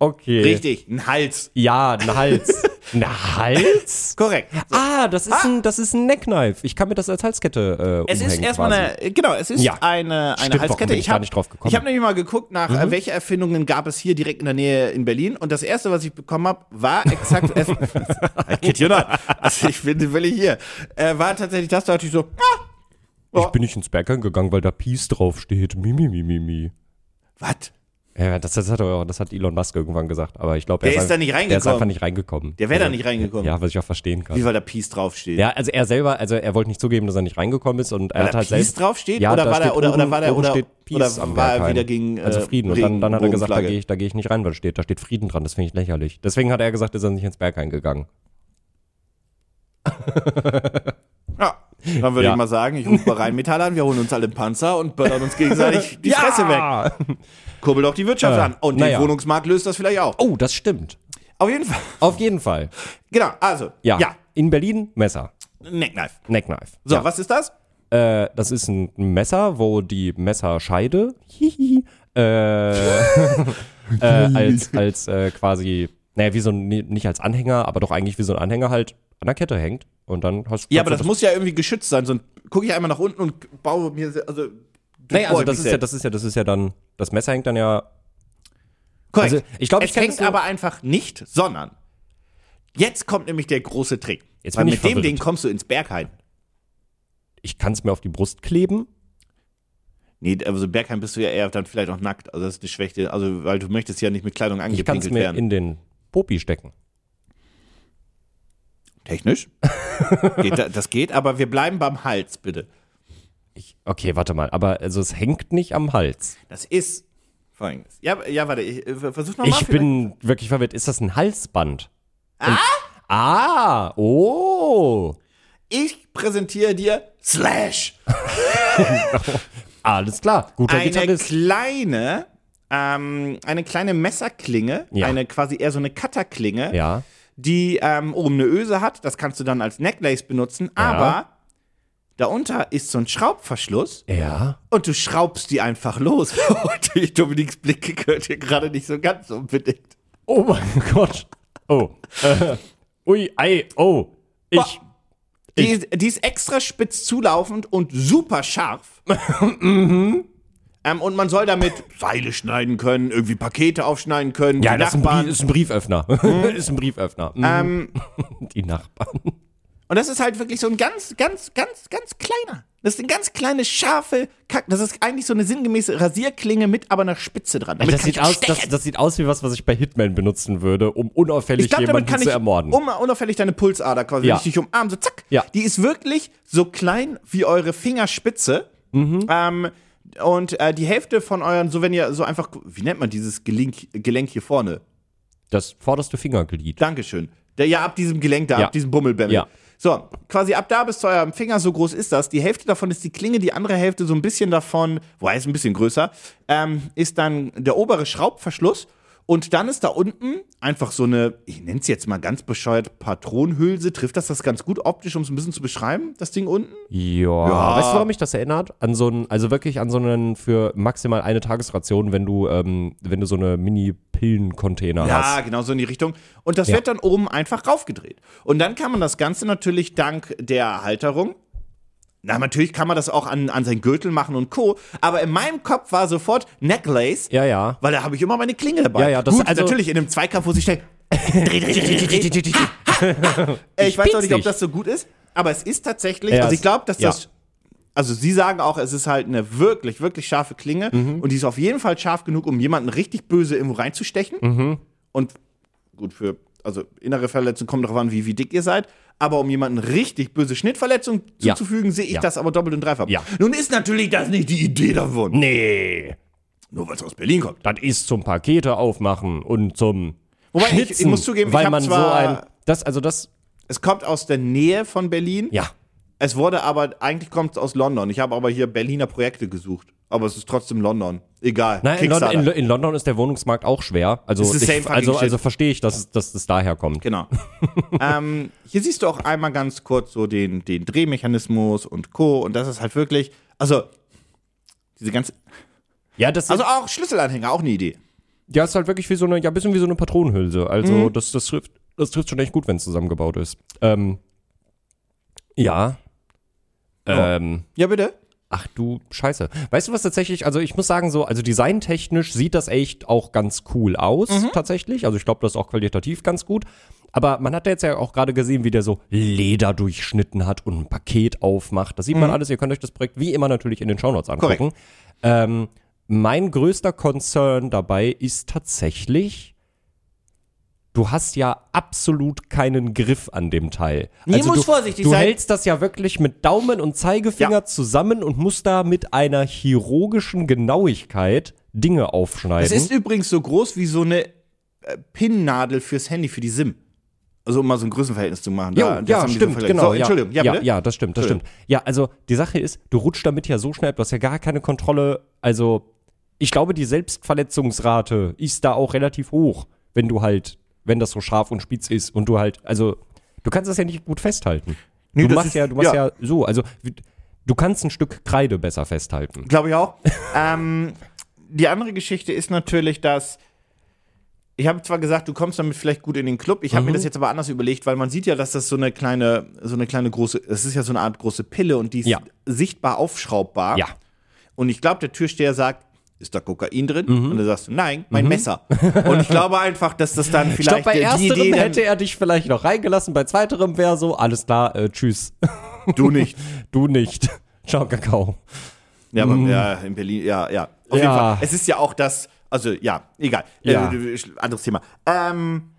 Speaker 3: Okay.
Speaker 2: Richtig, ein Hals.
Speaker 3: Ja, ein Hals. Na, Hals?
Speaker 2: Korrekt.
Speaker 3: Ah, das ist ein, das ist ein Neckknife. Ich kann mir das als Halskette äh,
Speaker 2: Es
Speaker 3: umhängen
Speaker 2: ist erstmal
Speaker 3: quasi.
Speaker 2: eine, genau, es ist
Speaker 3: Ja.
Speaker 2: eine, eine
Speaker 3: Stimmt, warum
Speaker 2: Halskette.
Speaker 3: bin ich
Speaker 2: ich
Speaker 3: gar
Speaker 2: habe
Speaker 3: nicht drauf gekommen? Mhm.
Speaker 2: Ich habe nämlich mal geguckt nach, äh, welche Erfindungen gab es hier direkt in der Nähe in Berlin. Und das erste, was ich bekommen habe, war exakt. I kid you not. Also ich bin völlig hier. Äh, war tatsächlich das, da dachte ich so, ah,
Speaker 3: Ich bin nicht ins Bergheim gegangen, weil da Peace draufsteht. Mi, mi, mi, mi, mi.
Speaker 2: was?
Speaker 3: Ja, das, das, hat, er- das hat Elon Musk irgendwann gesagt, aber ich glaube, er
Speaker 2: Der ist da nicht
Speaker 3: Der ist
Speaker 2: reingekommen.
Speaker 3: einfach nicht reingekommen.
Speaker 2: Der wäre da nicht reingekommen.
Speaker 3: Ja, was ich auch verstehen kann.
Speaker 2: Wie weil da Peace draufsteht.
Speaker 3: Ja, also er selber, also er wollte nicht zugeben, dass er nicht reingekommen ist und er
Speaker 2: Weil
Speaker 3: hat
Speaker 2: da
Speaker 3: halt
Speaker 2: Peace
Speaker 3: selbst,
Speaker 2: draufsteht?
Speaker 3: Ja,
Speaker 2: oder,
Speaker 3: da
Speaker 2: war der,
Speaker 3: steht
Speaker 2: oder, oder
Speaker 3: oben-
Speaker 2: war der,
Speaker 3: oben
Speaker 2: oder,
Speaker 3: steht Peace
Speaker 2: oder
Speaker 3: am
Speaker 2: war er
Speaker 3: Berghain.
Speaker 2: wieder gegen. Äh,
Speaker 3: also Frieden. Und dann, dann hat er gesagt, da
Speaker 2: Regenbogenflagge?
Speaker 3: gehe ich, da gehe ich nicht rein, weil steht, da steht Frieden dran. Das finde ich lächerlich. Deswegen hat er gesagt, ist er nicht ins Bergheim gegangen.
Speaker 2: Ja. Dann würde
Speaker 3: Ja.
Speaker 2: ich mal sagen, ich rufe mal Rheinmetall an, wir holen uns alle einen Panzer und böllern uns gegenseitig die Fresse weg. Kurbel doch die Wirtschaft
Speaker 3: Ja.
Speaker 2: an. Und
Speaker 3: Naja.
Speaker 2: den Wohnungsmarkt löst das vielleicht auch.
Speaker 3: Oh, das stimmt.
Speaker 2: Auf jeden Fall.
Speaker 3: Auf jeden Fall.
Speaker 2: Genau, also.
Speaker 3: Ja.
Speaker 2: ja.
Speaker 3: In Berlin Messer.
Speaker 2: Neckknife.
Speaker 3: Neckknife.
Speaker 2: So,
Speaker 3: ja.
Speaker 2: was ist das?
Speaker 3: Äh, das ist ein Messer, wo die Messerscheide hihihi, äh, äh, als, als äh, quasi, naja, wie so ein, nicht als Anhänger, aber doch eigentlich wie so ein Anhänger halt an der Kette hängt. Und dann hast
Speaker 2: Ja, aber
Speaker 3: kannst
Speaker 2: das
Speaker 3: du
Speaker 2: muss ja irgendwie geschützt sein, sonst gucke ich einmal nach unten und baue mir. se- Also,
Speaker 3: Naja, also
Speaker 2: beug
Speaker 3: das
Speaker 2: mich
Speaker 3: ist ja,
Speaker 2: selbst.
Speaker 3: das ist ja, das ist ja dann, das Messer hängt dann ja.
Speaker 2: Korrekt.
Speaker 3: also, ich glaube,
Speaker 2: es
Speaker 3: ich kenn's
Speaker 2: hängt
Speaker 3: nur-
Speaker 2: aber einfach nicht, sondern jetzt kommt nämlich der große Trick.
Speaker 3: Jetzt
Speaker 2: Weil
Speaker 3: bin
Speaker 2: mit
Speaker 3: ich
Speaker 2: dem
Speaker 3: verwirrt.
Speaker 2: Ding kommst du ins Bergheim.
Speaker 3: Ich kann es mir auf die Brust kleben.
Speaker 2: Nee, also im Bergheim bist du ja eher dann vielleicht auch nackt. Also das ist eine Schwäche. Also, weil du möchtest ja nicht mit Kleidung
Speaker 3: Ich kann es
Speaker 2: angepinkelt
Speaker 3: mir
Speaker 2: werden.
Speaker 3: in den Popi stecken.
Speaker 2: Technisch? geht, da- das geht, aber wir bleiben beim Hals, bitte.
Speaker 3: Ich, okay, warte mal. Aber also es hängt nicht am Hals.
Speaker 2: Das ist folgendes. Ja, ja warte, ich äh, versuch nochmal.
Speaker 3: ich bin wirklich verwirrt. Ist das ein Halsband? ah! Ah! Oh!
Speaker 2: Ich präsentiere dir Slash.
Speaker 3: Alles klar. Guter
Speaker 2: Eine
Speaker 3: Gitarrist.
Speaker 2: kleine, ähm, eine kleine Messerklinge,
Speaker 3: Ja.
Speaker 2: eine quasi eher so eine Cutterklinge,
Speaker 3: Ja.
Speaker 2: die ähm, oben eine Öse hat. Das kannst du dann als Necklace benutzen, aber darunter ist so ein Schraubverschluss
Speaker 3: Ja.
Speaker 2: und du schraubst die einfach los. Und Dominiks Blicke gehört hier gerade nicht so ganz unbedingt.
Speaker 3: Oh mein Gott. Oh. Äh, ui, ei, oh. Ich.
Speaker 2: Die, ist- die ist extra spitz zulaufend und super scharf. ähm, und man soll damit Seile schneiden können, irgendwie Pakete aufschneiden können.
Speaker 3: Ja,
Speaker 2: die
Speaker 3: das ist ein,
Speaker 2: Nachbarn. Hm? Ähm.
Speaker 3: Brief, ist ein Brieföffner. ist ein Brieföffner. Mhm. Die Nachbarn.
Speaker 2: Und das ist halt wirklich so ein ganz, ganz, ganz, ganz kleiner. Das ist eine ganz kleine, scharfe Kack. Das ist eigentlich so eine sinngemäße Rasierklinge mit aber einer Spitze dran. Damit
Speaker 3: Das
Speaker 2: kann
Speaker 3: sieht,
Speaker 2: ich
Speaker 3: aus,
Speaker 2: stechen.
Speaker 3: das, das sieht aus wie was, was ich bei Hitman benutzen würde, um unauffällig
Speaker 2: ich glaube, damit
Speaker 3: jemanden
Speaker 2: kann
Speaker 3: zu
Speaker 2: ich
Speaker 3: ermorden.
Speaker 2: um, unauffällig deine Pulsader quasi,
Speaker 3: Ja.
Speaker 2: wenn ich dich umarme, so zack.
Speaker 3: Ja.
Speaker 2: Die ist wirklich so klein wie eure Fingerspitze.
Speaker 3: Mhm.
Speaker 2: Ähm, und äh, die Hälfte von euren, so wenn ihr so einfach, wie nennt man dieses Gelenk, Gelenk hier vorne?
Speaker 3: das vorderste Fingerglied.
Speaker 2: Dankeschön. Der, ja, ab diesem Gelenk da,
Speaker 3: Ja.
Speaker 2: ab diesem Bummelbämmel.
Speaker 3: Ja.
Speaker 2: So, quasi ab da bis zu eurem Finger, so groß ist das. Die Hälfte davon ist die Klinge, die andere Hälfte so ein bisschen davon, wobei ist ein bisschen größer, ähm, ist dann der obere Schraubverschluss. Und dann ist da unten einfach so eine, ich nenne es jetzt mal ganz bescheuert, Patronenhülse. Trifft das das ganz gut optisch, um es ein bisschen zu beschreiben, das Ding unten?
Speaker 3: Ja. Weißt du, warum mich das erinnert? An so einen, also wirklich an so einen für maximal eine Tagesration, wenn du, ähm, wenn du so eine Mini-Pillen-Container
Speaker 2: Ja,
Speaker 3: hast.
Speaker 2: genau so in die Richtung. Und das
Speaker 3: Ja.
Speaker 2: wird dann oben einfach raufgedreht. Und dann kann man das Ganze natürlich dank der Halterung. Na, natürlich kann man das auch an, an seinen Gürtel machen und Co. Aber in meinem Kopf war sofort Necklace,
Speaker 3: Ja, ja.
Speaker 2: weil da habe ich immer meine Klinge dabei.
Speaker 3: Ja, ja, das-
Speaker 2: Gut,
Speaker 3: also-
Speaker 2: natürlich in einem Zweikampf, wo sie schnell. dreh, dreh, dreh, dreh, dreh. Äh, ich weiß auch nicht, ob
Speaker 3: dich.
Speaker 2: das so gut ist, aber es ist tatsächlich.
Speaker 3: Ja,
Speaker 2: also ich
Speaker 3: es-
Speaker 2: glaube, dass
Speaker 3: ja.
Speaker 2: das. Also sie sagen auch, es ist halt eine wirklich, wirklich scharfe Klinge
Speaker 3: Mhm.
Speaker 2: und die ist auf jeden Fall scharf genug, um jemanden richtig böse irgendwo reinzustechen.
Speaker 3: Mhm.
Speaker 2: Und gut für, also innere Verletzungen kommen darauf an, wie, wie dick ihr seid. Aber um jemanden richtig böse Schnittverletzung
Speaker 3: Ja.
Speaker 2: zuzufügen, sehe ich
Speaker 3: Ja.
Speaker 2: das aber doppelt und dreifach.
Speaker 3: Ja.
Speaker 2: Nun ist natürlich das nicht die Idee davon.
Speaker 3: Nee.
Speaker 2: Nur weil es aus Berlin kommt.
Speaker 3: Das ist zum Pakete aufmachen und zum
Speaker 2: Wobei, ich- ich
Speaker 3: Schnitzen,
Speaker 2: muss zugeben, ich
Speaker 3: weil
Speaker 2: hab
Speaker 3: man so
Speaker 2: zwar-
Speaker 3: ein das also das
Speaker 2: Es kommt aus der Nähe von Berlin.
Speaker 3: ja.
Speaker 2: Es wurde aber, eigentlich kommt es aus London. Ich habe aber hier Berliner Projekte gesucht. Aber es ist trotzdem London. Egal.
Speaker 3: Nein, in London,
Speaker 2: Kickstarter.
Speaker 3: in, in London ist der Wohnungsmarkt auch schwer. Also
Speaker 2: Ist the same
Speaker 3: ich,
Speaker 2: fucking
Speaker 3: also
Speaker 2: shit.
Speaker 3: also verstehe ich, dass es, dass es daher kommt.
Speaker 2: Genau. ähm, hier siehst du auch einmal ganz kurz so den, den Drehmechanismus und Co. Und das ist halt wirklich, also diese ganze,
Speaker 3: Ja, das
Speaker 2: also auch Schlüsselanhänger, auch eine Idee. Mhm.
Speaker 3: Ja, ist halt wirklich wie so eine, ja, bisschen wie so eine Patronenhülse. Also, das, das trifft, das trifft schon echt gut, wenn es zusammengebaut ist. Ähm, ja. Ähm,
Speaker 2: Ja, bitte?
Speaker 3: Ach du Scheiße. Weißt du was tatsächlich, also ich muss sagen so, also designtechnisch sieht das echt auch ganz cool aus
Speaker 2: Mhm.
Speaker 3: tatsächlich. Also ich glaube, das ist auch qualitativ ganz gut. Aber man hat ja jetzt ja auch gerade gesehen, wie der so Leder durchschnitten hat und ein Paket aufmacht. Das sieht
Speaker 2: Mhm.
Speaker 3: man alles. Ihr könnt euch das Projekt wie immer natürlich in den Shownotes angucken. Ähm, mein größter Concern dabei ist tatsächlich, du hast ja absolut keinen Griff an dem Teil. Also
Speaker 2: Nee, muss
Speaker 3: du,
Speaker 2: vorsichtig
Speaker 3: du
Speaker 2: sein.
Speaker 3: hältst das ja wirklich mit Daumen und Zeigefinger
Speaker 2: Ja.
Speaker 3: zusammen und musst da mit einer chirurgischen Genauigkeit Dinge
Speaker 2: Es
Speaker 3: aufschneiden.
Speaker 2: ist übrigens so groß wie so eine äh, Pinnadel fürs Handy, für die SIM. Also um mal so ein Größenverhältnis zu machen.
Speaker 3: Jo,
Speaker 2: Da- das
Speaker 3: ja,
Speaker 2: haben die so
Speaker 3: stimmt,
Speaker 2: verglichen.
Speaker 3: genau.
Speaker 2: So, Entschuldigung, ja,
Speaker 3: ja,
Speaker 2: bitte?
Speaker 3: ja, das stimmt, das stimmt. Ja, also die Sache ist, du rutschst damit ja so schnell, ab, du hast ja gar keine Kontrolle. Also ich glaube, die Selbstverletzungsrate ist da auch relativ hoch, wenn du halt, wenn das so scharf und spitz ist und du halt, also du kannst das ja nicht gut festhalten.
Speaker 2: Nee,
Speaker 3: du
Speaker 2: das
Speaker 3: machst
Speaker 2: ist-
Speaker 3: ja, du machst ja.
Speaker 2: ja.
Speaker 3: so, also wie- du kannst ein Stück Kreide besser festhalten.
Speaker 2: Glaube ich auch. ähm, die andere Geschichte ist natürlich, dass ich habe zwar gesagt, du kommst damit vielleicht gut in den Club. Ich habe
Speaker 3: Mhm.
Speaker 2: mir das jetzt aber anders überlegt, weil man sieht ja, dass das so eine kleine, so eine kleine große, es ist ja so eine Art große Pille und die ist
Speaker 3: Ja.
Speaker 2: sichtbar aufschraubbar.
Speaker 3: Ja.
Speaker 2: Und ich glaube, der Türsteher sagt, ist da Kokain drin?
Speaker 3: Mhm.
Speaker 2: Und dann sagst du, nein, mein Messer. Und ich glaube einfach, dass das dann
Speaker 3: Ich glaube,
Speaker 2: vielleicht
Speaker 3: bei
Speaker 2: äh, die
Speaker 3: ersterem
Speaker 2: Idee dann-
Speaker 3: hätte er dich vielleicht noch reingelassen, bei zweiterem wäre so, alles klar, äh, tschüss.
Speaker 2: du nicht.
Speaker 3: Du nicht. Ciao, Kakao.
Speaker 2: Ja, aber, ja, in Berlin, ja, ja. Auf jeden
Speaker 3: Mhm. Ja.
Speaker 2: Fall. Es ist ja auch das, also ja, egal.
Speaker 3: Ja.
Speaker 2: Äh, anderes Thema. Ähm,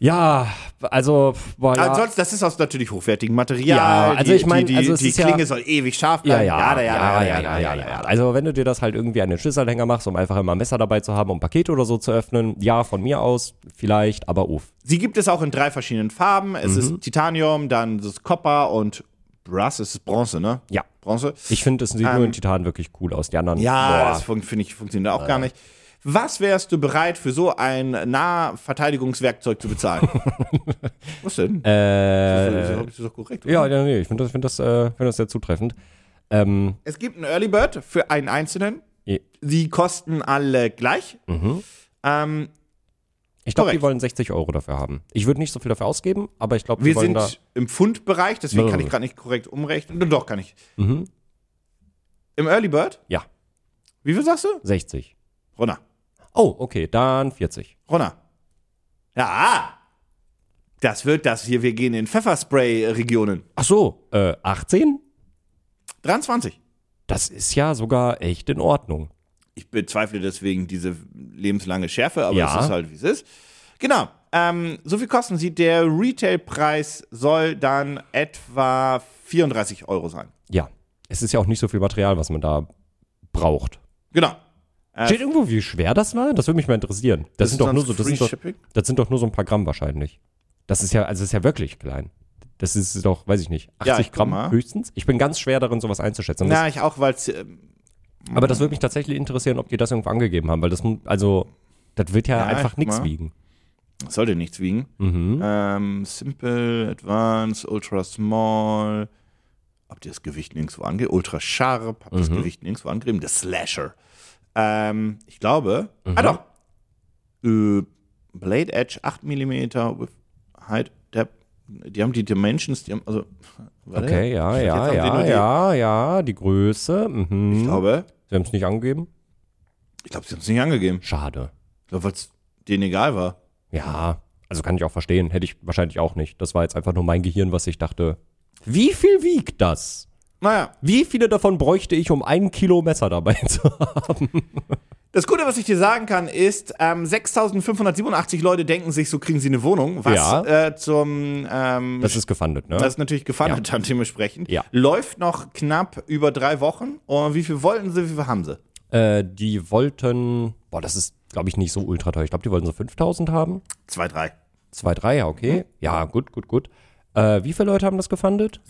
Speaker 3: Ja, also, boah, ja.
Speaker 2: Ansonsten, das ist aus natürlich hochwertigem Material.
Speaker 3: Ja, also
Speaker 2: die,
Speaker 3: ich mein,
Speaker 2: die, die,
Speaker 3: also es
Speaker 2: die
Speaker 3: ist ja-
Speaker 2: Klinge soll ewig scharf
Speaker 3: Ja
Speaker 2: bleiben.
Speaker 3: ja ja ja ja, ja, ja, ja, Also wenn du dir das halt irgendwie an den Schlüsselhänger machst, um einfach immer ein Messer dabei zu haben, um Pakete oder so zu öffnen, ja, von mir aus, vielleicht, aber uff.
Speaker 2: Sie gibt es auch in drei verschiedenen Farben. Es
Speaker 3: Mhm.
Speaker 2: ist Titanium, dann ist es Copper und Brass, es ist Bronze, ne?
Speaker 3: Ja.
Speaker 2: Bronze.
Speaker 3: Ich finde, es sieht nur in Titan wirklich cool aus. Die anderen,
Speaker 2: Ja,
Speaker 3: boah. Äh.
Speaker 2: das fun finde ich funktioniert auch gar nicht. Was wärst du bereit für so ein Nahverteidigungswerkzeug zu bezahlen? Was denn?
Speaker 3: äh,
Speaker 2: das ist doch korrekt. oder?
Speaker 3: ja, ja, nee, ich finde das, finde das, äh, finde das sehr zutreffend. Ähm,
Speaker 2: Es gibt einen Early Bird für einen einzelnen.
Speaker 3: Je-
Speaker 2: Sie kosten alle gleich.
Speaker 3: Mhm.
Speaker 2: Ähm,
Speaker 3: ich glaube, die
Speaker 2: Korrekt.
Speaker 3: wollen 60 Euro dafür haben. Ich würde nicht so viel dafür ausgeben, aber ich glaube, die
Speaker 2: Wir
Speaker 3: wollen
Speaker 2: sind
Speaker 3: da.
Speaker 2: im Pfundbereich, deswegen
Speaker 3: Brr.
Speaker 2: kann ich gerade nicht korrekt umrechnen. Doch, kann ich.
Speaker 3: Mhm.
Speaker 2: Im Early Bird,
Speaker 3: Ja,
Speaker 2: wie viel sagst du?
Speaker 3: 60.
Speaker 2: Runner.
Speaker 3: Oh, okay, dann 40.
Speaker 2: Runner. Ja! ah! Das wird das hier. Wir gehen in Pfefferspray-Regionen.
Speaker 3: Ach so, äh, 18?
Speaker 2: 23.
Speaker 3: Das ist ja sogar echt in Ordnung.
Speaker 2: Ich bezweifle deswegen diese lebenslange Schärfe, aber
Speaker 3: Ja.
Speaker 2: es ist halt, wie es ist. Genau. Ähm, so viel kosten sie. Der Retailpreis soll dann etwa 34 Euro sein.
Speaker 3: Ja, es ist ja auch nicht so viel Material, was man da braucht.
Speaker 2: Genau.
Speaker 3: Steht irgendwo, wie schwer das war? Das würde mich mal interessieren. Das,
Speaker 2: Das
Speaker 3: sind
Speaker 2: ist
Speaker 3: doch nur so,
Speaker 2: sonst
Speaker 3: das
Speaker 2: Free
Speaker 3: sind doch,
Speaker 2: Shipping?
Speaker 3: das sind doch nur so ein paar Gramm wahrscheinlich. Das ist ja, also das ist ja wirklich klein. Das ist doch, weiß ich nicht,
Speaker 2: Ja,
Speaker 3: 80
Speaker 2: ich guck
Speaker 3: Gramm
Speaker 2: mal.
Speaker 3: höchstens. Ich bin ganz schwer darin, sowas einzuschätzen. Und
Speaker 2: Na, ich auch, weil es. Ähm,
Speaker 3: Das, aber das würde mich tatsächlich interessieren, ob die das irgendwo angegeben haben, weil das, mu- also, das wird ja,
Speaker 2: Ja, ich
Speaker 3: einfach
Speaker 2: guck
Speaker 3: nichts
Speaker 2: mal.
Speaker 3: wiegen.
Speaker 2: Das sollte nichts wiegen.
Speaker 3: Mhm.
Speaker 2: Ähm, simple, Advanced, Ultra Small. Habt ihr das Gewicht nirgendwo angegeben? Ultra Sharp. Habt ihr
Speaker 3: Mhm.
Speaker 2: das Gewicht nirgendwo angegeben? Der Slasher. Ähm, ich glaube.
Speaker 3: Mhm.
Speaker 2: Ah, doch. Äh, Blade Edge 8 mm with Height Depth. Die haben die Dimensions, die haben, also. warte.
Speaker 3: Okay, ja,
Speaker 2: Ich hab
Speaker 3: ja,
Speaker 2: jetzt am
Speaker 3: ja,
Speaker 2: Dino-
Speaker 3: ja, ja, die Größe. Mhm.
Speaker 2: Ich glaube,
Speaker 3: Sie haben es nicht angegeben?
Speaker 2: ich glaube, sie haben es nicht angegeben.
Speaker 3: Schade.
Speaker 2: Ich glaube, weil es denen egal war.
Speaker 3: Ja, also kann ich auch verstehen. Hätte ich wahrscheinlich auch nicht. Das war jetzt einfach nur mein Gehirn, was ich dachte. Wie viel wiegt das?
Speaker 2: Naja.
Speaker 3: Wie viele davon bräuchte ich, um ein Kilo Messer dabei zu haben?
Speaker 2: Das Gute, was ich dir sagen kann, ist, ähm, 6.587 Leute denken sich, so kriegen sie eine Wohnung, was
Speaker 3: Ja.
Speaker 2: äh, zum ähm,
Speaker 3: Das ist gefundet, ne?
Speaker 2: das ist natürlich gefahren hat dann dementsprechend.
Speaker 3: Ja.
Speaker 2: Läuft noch knapp über drei Wochen. Und wie viel wollten sie, wie viel haben sie?
Speaker 3: äh, die wollten, boah, das ist, glaube ich, nicht so ultra teuer. Ich glaube, die wollten so 5000 haben.
Speaker 2: Zwei, drei.
Speaker 3: Zwei, drei, ja,
Speaker 2: Mhm.
Speaker 3: okay. Ja, gut, gut, gut. Äh, wie viele Leute haben das gefundet?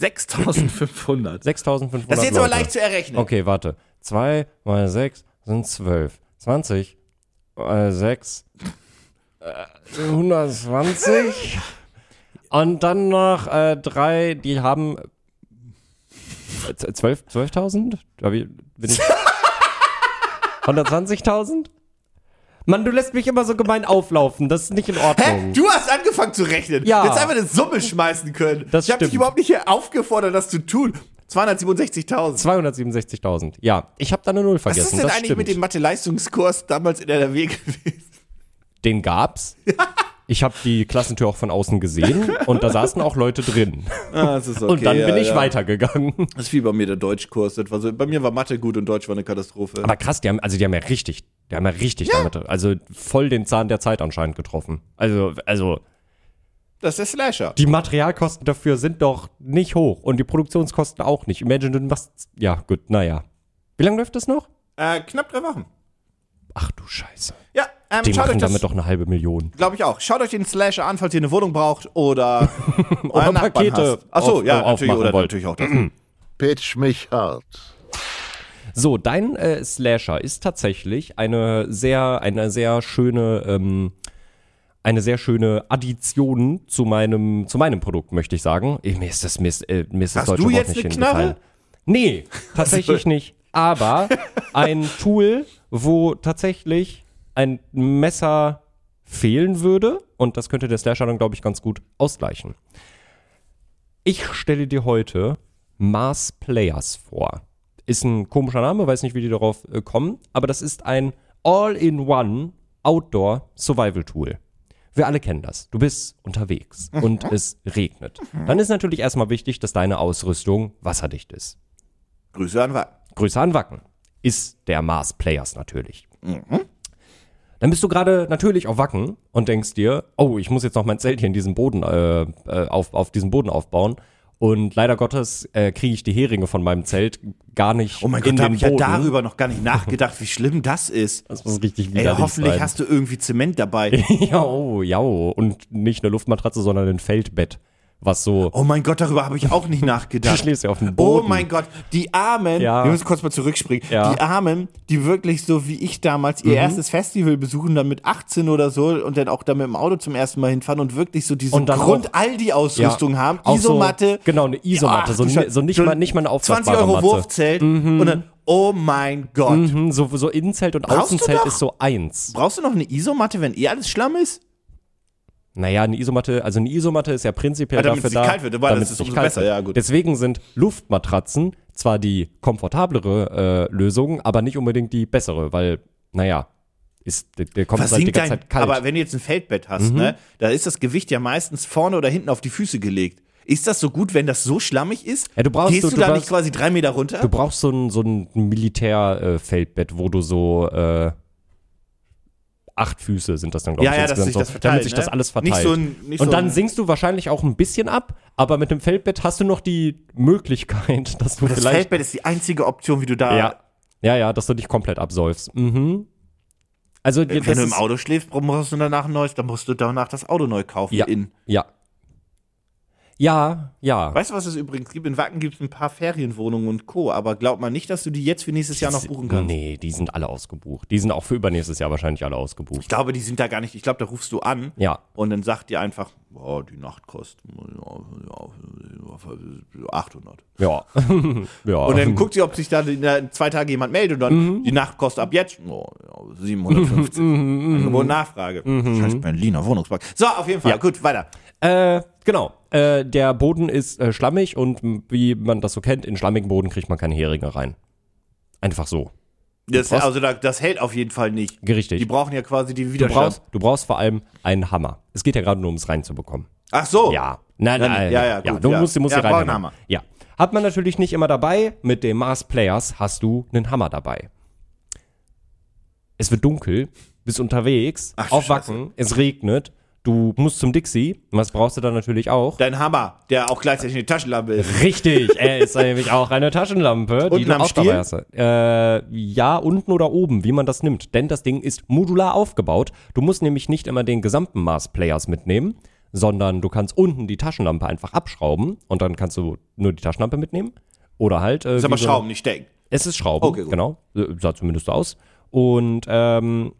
Speaker 2: 6.500.
Speaker 3: 6500.
Speaker 2: Das ist jetzt aber
Speaker 3: Leute.
Speaker 2: leicht zu errechnen.
Speaker 3: Okay, warte. 2 mal 6 sind 12. 20 mal 6 äh, 120. Und dann noch äh, drei, die haben äh, z- 12 12.000? Hab ich- bin ich- 120.000? Mann, du lässt mich immer so gemein auflaufen. Das ist nicht in
Speaker 2: Hä?
Speaker 3: Ordnung.
Speaker 2: Du hast angefangen zu rechnen.
Speaker 3: Oh. Ja.
Speaker 2: Jetzt einfach eine Summe schmeißen können.
Speaker 3: Das
Speaker 2: ich habe dich
Speaker 3: stimmt.
Speaker 2: überhaupt nicht hier aufgefordert, das zu tun. 267.000.
Speaker 3: 267.000. Ja, ich habe da eine Null
Speaker 2: Was
Speaker 3: vergessen.
Speaker 2: ist denn
Speaker 3: das
Speaker 2: eigentlich
Speaker 3: stimmt.
Speaker 2: mit dem Mathe-Leistungskurs damals in NRW gewesen?
Speaker 3: Den gab's. Ich habe die Klassentür auch von außen gesehen und da saßen auch Leute drin.
Speaker 2: Ah, das ist okay,
Speaker 3: und dann bin ich
Speaker 2: ja.
Speaker 3: weitergegangen.
Speaker 2: Das ist wie bei mir der Deutschkurs. Das war so, bei mir war Mathe gut und Deutsch war eine Katastrophe.
Speaker 3: Aber krass, die haben, also die haben ja richtig, die haben ja richtig damit, also voll den Zahn der Zeit anscheinend getroffen. Also, also,
Speaker 2: das ist der Slasher.
Speaker 3: die Materialkosten dafür sind doch nicht hoch und die Produktionskosten auch nicht. Imagine, du machst, ja, gut, naja. Wie lange läuft das noch?
Speaker 2: Äh, knapp drei Wochen.
Speaker 3: Ach du Scheiße.
Speaker 2: Ja, ähm,
Speaker 3: Die
Speaker 2: schaut euch
Speaker 3: machen
Speaker 2: das,
Speaker 3: damit doch eine halbe Million.
Speaker 2: glaube ich auch. Schaut euch den Slasher an, falls ihr eine Wohnung braucht oder, euren Nachbarn
Speaker 3: Pakete
Speaker 2: hasst. Ach so,
Speaker 3: auf-
Speaker 2: ja,
Speaker 3: äh,
Speaker 2: natürlich,
Speaker 3: aufmachen
Speaker 2: oder
Speaker 3: wollt.
Speaker 2: natürlich auch das.
Speaker 1: Pitch mich hart.
Speaker 3: So, dein äh, Slasher ist tatsächlich eine sehr, eine sehr schöne, ähm, eine sehr schöne Addition zu meinem, zu meinem Produkt, möchte ich sagen. Ich, mir ist das, mir ist, äh, mir ist das
Speaker 2: Hast
Speaker 3: deutsche
Speaker 2: du
Speaker 3: Wort
Speaker 2: jetzt
Speaker 3: nicht
Speaker 2: eine
Speaker 3: hingefallen.
Speaker 2: Knarre?
Speaker 3: Nee, tatsächlich nicht. Aber ein Tool, wo tatsächlich ein Messer fehlen würde und das könnte der Slasher dann, glaube ich, ganz gut ausgleichen. Ich stelle dir heute Mars Players vor. Ist ein komischer Name, weiß nicht, wie die darauf äh, kommen, aber das ist ein All-in-One Outdoor Survival Tool. Wir alle kennen das. Du bist unterwegs und es regnet. Dann ist natürlich erstmal wichtig, dass deine Ausrüstung wasserdicht ist.
Speaker 2: Grüße an Wacken.
Speaker 3: Grüße an Wacken. Ist der Mars Players natürlich.
Speaker 2: Mhm.
Speaker 3: Dann bist du gerade natürlich auf Wacken und denkst dir, oh, ich muss jetzt noch mein Zelt hier in diesem Boden äh, äh, auf, auf diesem Boden aufbauen. Und leider Gottes äh, kriege ich die Heringe von meinem Zelt gar nicht
Speaker 2: Oh mein
Speaker 3: in
Speaker 2: Gott, da habe
Speaker 3: den
Speaker 2: ich ja
Speaker 3: Boden.
Speaker 2: darüber noch gar nicht nachgedacht, wie schlimm das ist.
Speaker 3: das muss richtig
Speaker 2: Ey,
Speaker 3: widerlich
Speaker 2: hoffentlich
Speaker 3: sein.
Speaker 2: hast du irgendwie Zement dabei.
Speaker 3: jau, jau. oh. Und nicht eine Luftmatratze, sondern ein Feldbett, was so
Speaker 2: Oh mein Gott, darüber habe ich auch nicht
Speaker 3: Du
Speaker 2: nachgedacht.
Speaker 3: schläfst ja auf dem
Speaker 2: Oh
Speaker 3: Boden.
Speaker 2: mein Gott, die Armen,
Speaker 3: Ja.
Speaker 2: wir müssen kurz mal zurückspringen,
Speaker 3: Ja. Mhm.
Speaker 2: die Armen, die wirklich so wie ich damals ihr erstes Festival besuchen, dann mit 18 oder so und dann auch da mit dem Auto zum ersten Mal hinfahren und wirklich so diese
Speaker 3: Und dann auch-
Speaker 2: Grund-Aldi-Ausrüstung
Speaker 3: Ja.
Speaker 2: haben,
Speaker 3: Auch so-
Speaker 2: Isomatte.
Speaker 3: genau, eine Isomatte, so
Speaker 2: du
Speaker 3: ni-
Speaker 2: Scheiße.
Speaker 3: so nicht mal- nicht mal eine
Speaker 2: 20
Speaker 3: aufklappbare Mhm.
Speaker 2: Euro
Speaker 3: Matze.
Speaker 2: Wurfzelt und dann, oh mein Gott.
Speaker 3: Hm, so, so Innenzelt und
Speaker 2: Brauchst du
Speaker 3: Außenzelt
Speaker 2: doch?
Speaker 3: ist so eins.
Speaker 2: Brauchst du noch eine Isomatte, wenn eh alles Schlamm ist?
Speaker 3: Naja, eine Isomatte, also eine Isomatte ist ja prinzipiell
Speaker 2: Ja, damit
Speaker 3: dafür
Speaker 2: es
Speaker 3: da,
Speaker 2: nicht kalt wird, aber
Speaker 3: damit
Speaker 2: das
Speaker 3: es
Speaker 2: ist
Speaker 3: nicht
Speaker 2: umso
Speaker 3: kalt
Speaker 2: besser,
Speaker 3: wird.
Speaker 2: ja, gut.
Speaker 3: Deswegen sind Luftmatratzen zwar die komfortablere äh, Lösung, aber nicht unbedingt die bessere, weil, naja, ist, der, der kommt halt die
Speaker 2: Versinkt
Speaker 3: ganze
Speaker 2: dein,
Speaker 3: Zeit kalt.
Speaker 2: aber wenn du jetzt ein Feldbett hast, ne, da ist das Gewicht ja meistens vorne oder hinten auf die Füße gelegt. Ist das so gut, wenn das so schlammig ist?
Speaker 3: Ja, du brauchst-
Speaker 2: Gehst
Speaker 3: du-
Speaker 2: du,
Speaker 3: du
Speaker 2: da
Speaker 3: brauchst-
Speaker 2: nicht quasi drei Meter runter?
Speaker 3: du brauchst so ein, so ein Militärfeldbett, äh, Feldbett, wo du so äh, acht Füße sind das dann, glaube
Speaker 2: Ja,
Speaker 3: ich,
Speaker 2: ja, dass
Speaker 3: insgesamt
Speaker 2: sich
Speaker 3: so,
Speaker 2: das verteilt,
Speaker 3: damit sich das
Speaker 2: ne?
Speaker 3: alles
Speaker 2: Nicht
Speaker 3: verteilt.
Speaker 2: so ein- nicht
Speaker 3: Und
Speaker 2: so
Speaker 3: dann
Speaker 2: ein-
Speaker 3: sinkst du wahrscheinlich auch ein bisschen ab, aber mit dem Feldbett hast du noch die Möglichkeit, dass du
Speaker 2: das
Speaker 3: vielleicht
Speaker 2: Feldbett ist die einzige Option, wie du da.
Speaker 3: Ja. Ja, ja, dass du dich komplett absäufst. Mhm. Also,
Speaker 2: Wenn
Speaker 3: das
Speaker 2: du
Speaker 3: ist-
Speaker 2: im Auto schläfst, brauchst du danach ein neues, dann musst du danach das Auto neu kaufen.
Speaker 3: ja,
Speaker 2: In.
Speaker 3: ja. Ja, ja.
Speaker 2: Weißt du, was es übrigens gibt? In Wacken gibt es ein paar Ferienwohnungen und Co. Aber glaub mal nicht, dass du die jetzt für nächstes Jahr noch buchen kannst.
Speaker 3: Nee, die sind alle ausgebucht. Die sind auch für übernächstes Jahr wahrscheinlich alle
Speaker 2: Ich
Speaker 3: ausgebucht.
Speaker 2: glaube, die sind da gar nicht. Ich glaube, da rufst du an
Speaker 3: Ja.
Speaker 2: und dann sagt dir einfach, boah, die Nacht kostet ja, 800.
Speaker 3: Ja. ja.
Speaker 2: Und dann guckt sie, ob sich da in der- zwei Tage jemand meldet und
Speaker 3: Mhm.
Speaker 2: dann die Nacht kostet ab jetzt oh, ja, 750.
Speaker 3: mhm,
Speaker 2: Angebot und Nachfrage. Scheiß Berliner Wohnungsmarkt. So, auf jeden Fall.
Speaker 3: Ja.
Speaker 2: Gut, weiter.
Speaker 3: äh, genau. Äh, der Boden ist äh, schlammig und m, wie man das so kennt, in schlammigen Boden kriegt man keine Heringe rein. Einfach so.
Speaker 2: Das,
Speaker 3: brauchst-
Speaker 2: also da, das hält auf jeden Fall nicht.
Speaker 3: Richtig.
Speaker 2: Die brauchen ja quasi die
Speaker 3: Du
Speaker 2: Widerstand.
Speaker 3: brauchst, du brauchst vor allem einen Hammer. Es geht ja gerade nur ums reinzubekommen.
Speaker 2: Ach so.
Speaker 3: Ja. Nein,
Speaker 2: Nein,
Speaker 3: nein,
Speaker 2: ja, ja,
Speaker 3: ja.
Speaker 2: gut,
Speaker 3: Du
Speaker 2: ja.
Speaker 3: musst, du musst
Speaker 2: Ja,
Speaker 3: ja, hier rein.
Speaker 2: brauchen Hammer.
Speaker 3: Ja. Hat man natürlich nicht immer dabei. Mit dem Mars Players hast du einen Hammer dabei. Es wird dunkel, bist unterwegs,
Speaker 2: Ach du
Speaker 3: auf Wacken, es regnet, du musst zum Dixie. Und Was brauchst du dann natürlich auch?
Speaker 2: Dein Hammer, der auch gleichzeitig eine Taschenlampe ist.
Speaker 3: Richtig, er ist nämlich auch eine Taschenlampe, die
Speaker 2: Unten
Speaker 3: du
Speaker 2: am
Speaker 3: auch dabei hast.
Speaker 2: Stiel?
Speaker 3: Äh, ja, unten oder oben, wie man das nimmt. Denn das Ding ist modular aufgebaut. Du musst nämlich nicht immer den gesamten Mars Players mitnehmen, sondern du kannst unten die Taschenlampe einfach abschrauben und dann kannst du nur die Taschenlampe mitnehmen. Oder halt. Äh,
Speaker 2: Ist aber
Speaker 3: wie so-
Speaker 2: Schrauben, nicht stecken.
Speaker 3: es ist Schrauben,
Speaker 2: Okay, gut.
Speaker 3: genau. Äh, Sah zumindest so aus. Und ähm,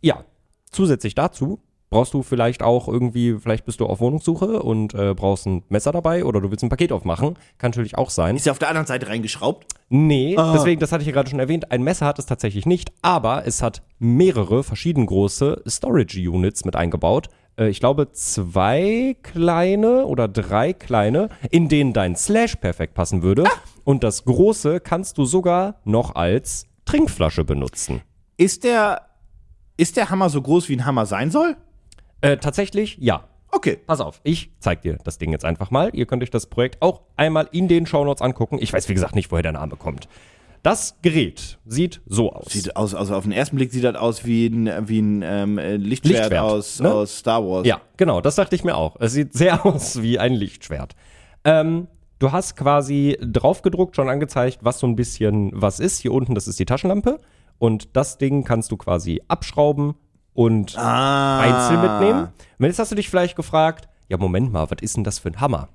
Speaker 3: ja, zusätzlich dazu brauchst du vielleicht auch irgendwie, vielleicht bist du auf Wohnungssuche und äh, brauchst ein Messer dabei oder du willst ein Paket aufmachen. Kann natürlich auch sein.
Speaker 2: Ist ja auf der anderen Seite reingeschraubt.
Speaker 3: Nee, deswegen, das hatte ich ja gerade schon erwähnt, ein Messer hat es tatsächlich nicht, aber es hat mehrere verschieden große Storage-Units mit eingebaut. Äh, Ich glaube, zwei kleine oder drei kleine, in denen dein Slash perfekt passen würde. Und das große kannst du sogar noch als Trinkflasche benutzen.
Speaker 2: Ist der, ist der Hammer so groß, wie ein Hammer sein soll?
Speaker 3: Äh, tatsächlich, ja.
Speaker 2: Okay.
Speaker 3: Pass auf, ich zeig dir das Ding jetzt einfach mal. Ihr könnt euch das Projekt auch einmal in den Shownotes angucken. Ich weiß, wie gesagt, nicht, woher der Name kommt. Das Gerät sieht so aus.
Speaker 2: Sieht aus, also auf den ersten Blick sieht das aus wie ein, wie ein ähm, äh, Lichtschwert,
Speaker 3: Lichtschwert,
Speaker 2: aus,
Speaker 3: ne?
Speaker 2: aus Star Wars.
Speaker 3: Ja, genau, das dachte ich mir auch. Es sieht sehr aus wie ein Lichtschwert. Ähm, du hast quasi draufgedruckt, schon angezeigt, was so ein bisschen was ist. Hier unten, das ist die Taschenlampe. Und das Ding kannst du quasi abschrauben und einzeln mitnehmen. Und jetzt hast du dich vielleicht gefragt, ja, Moment mal, was ist denn das für ein Hammer?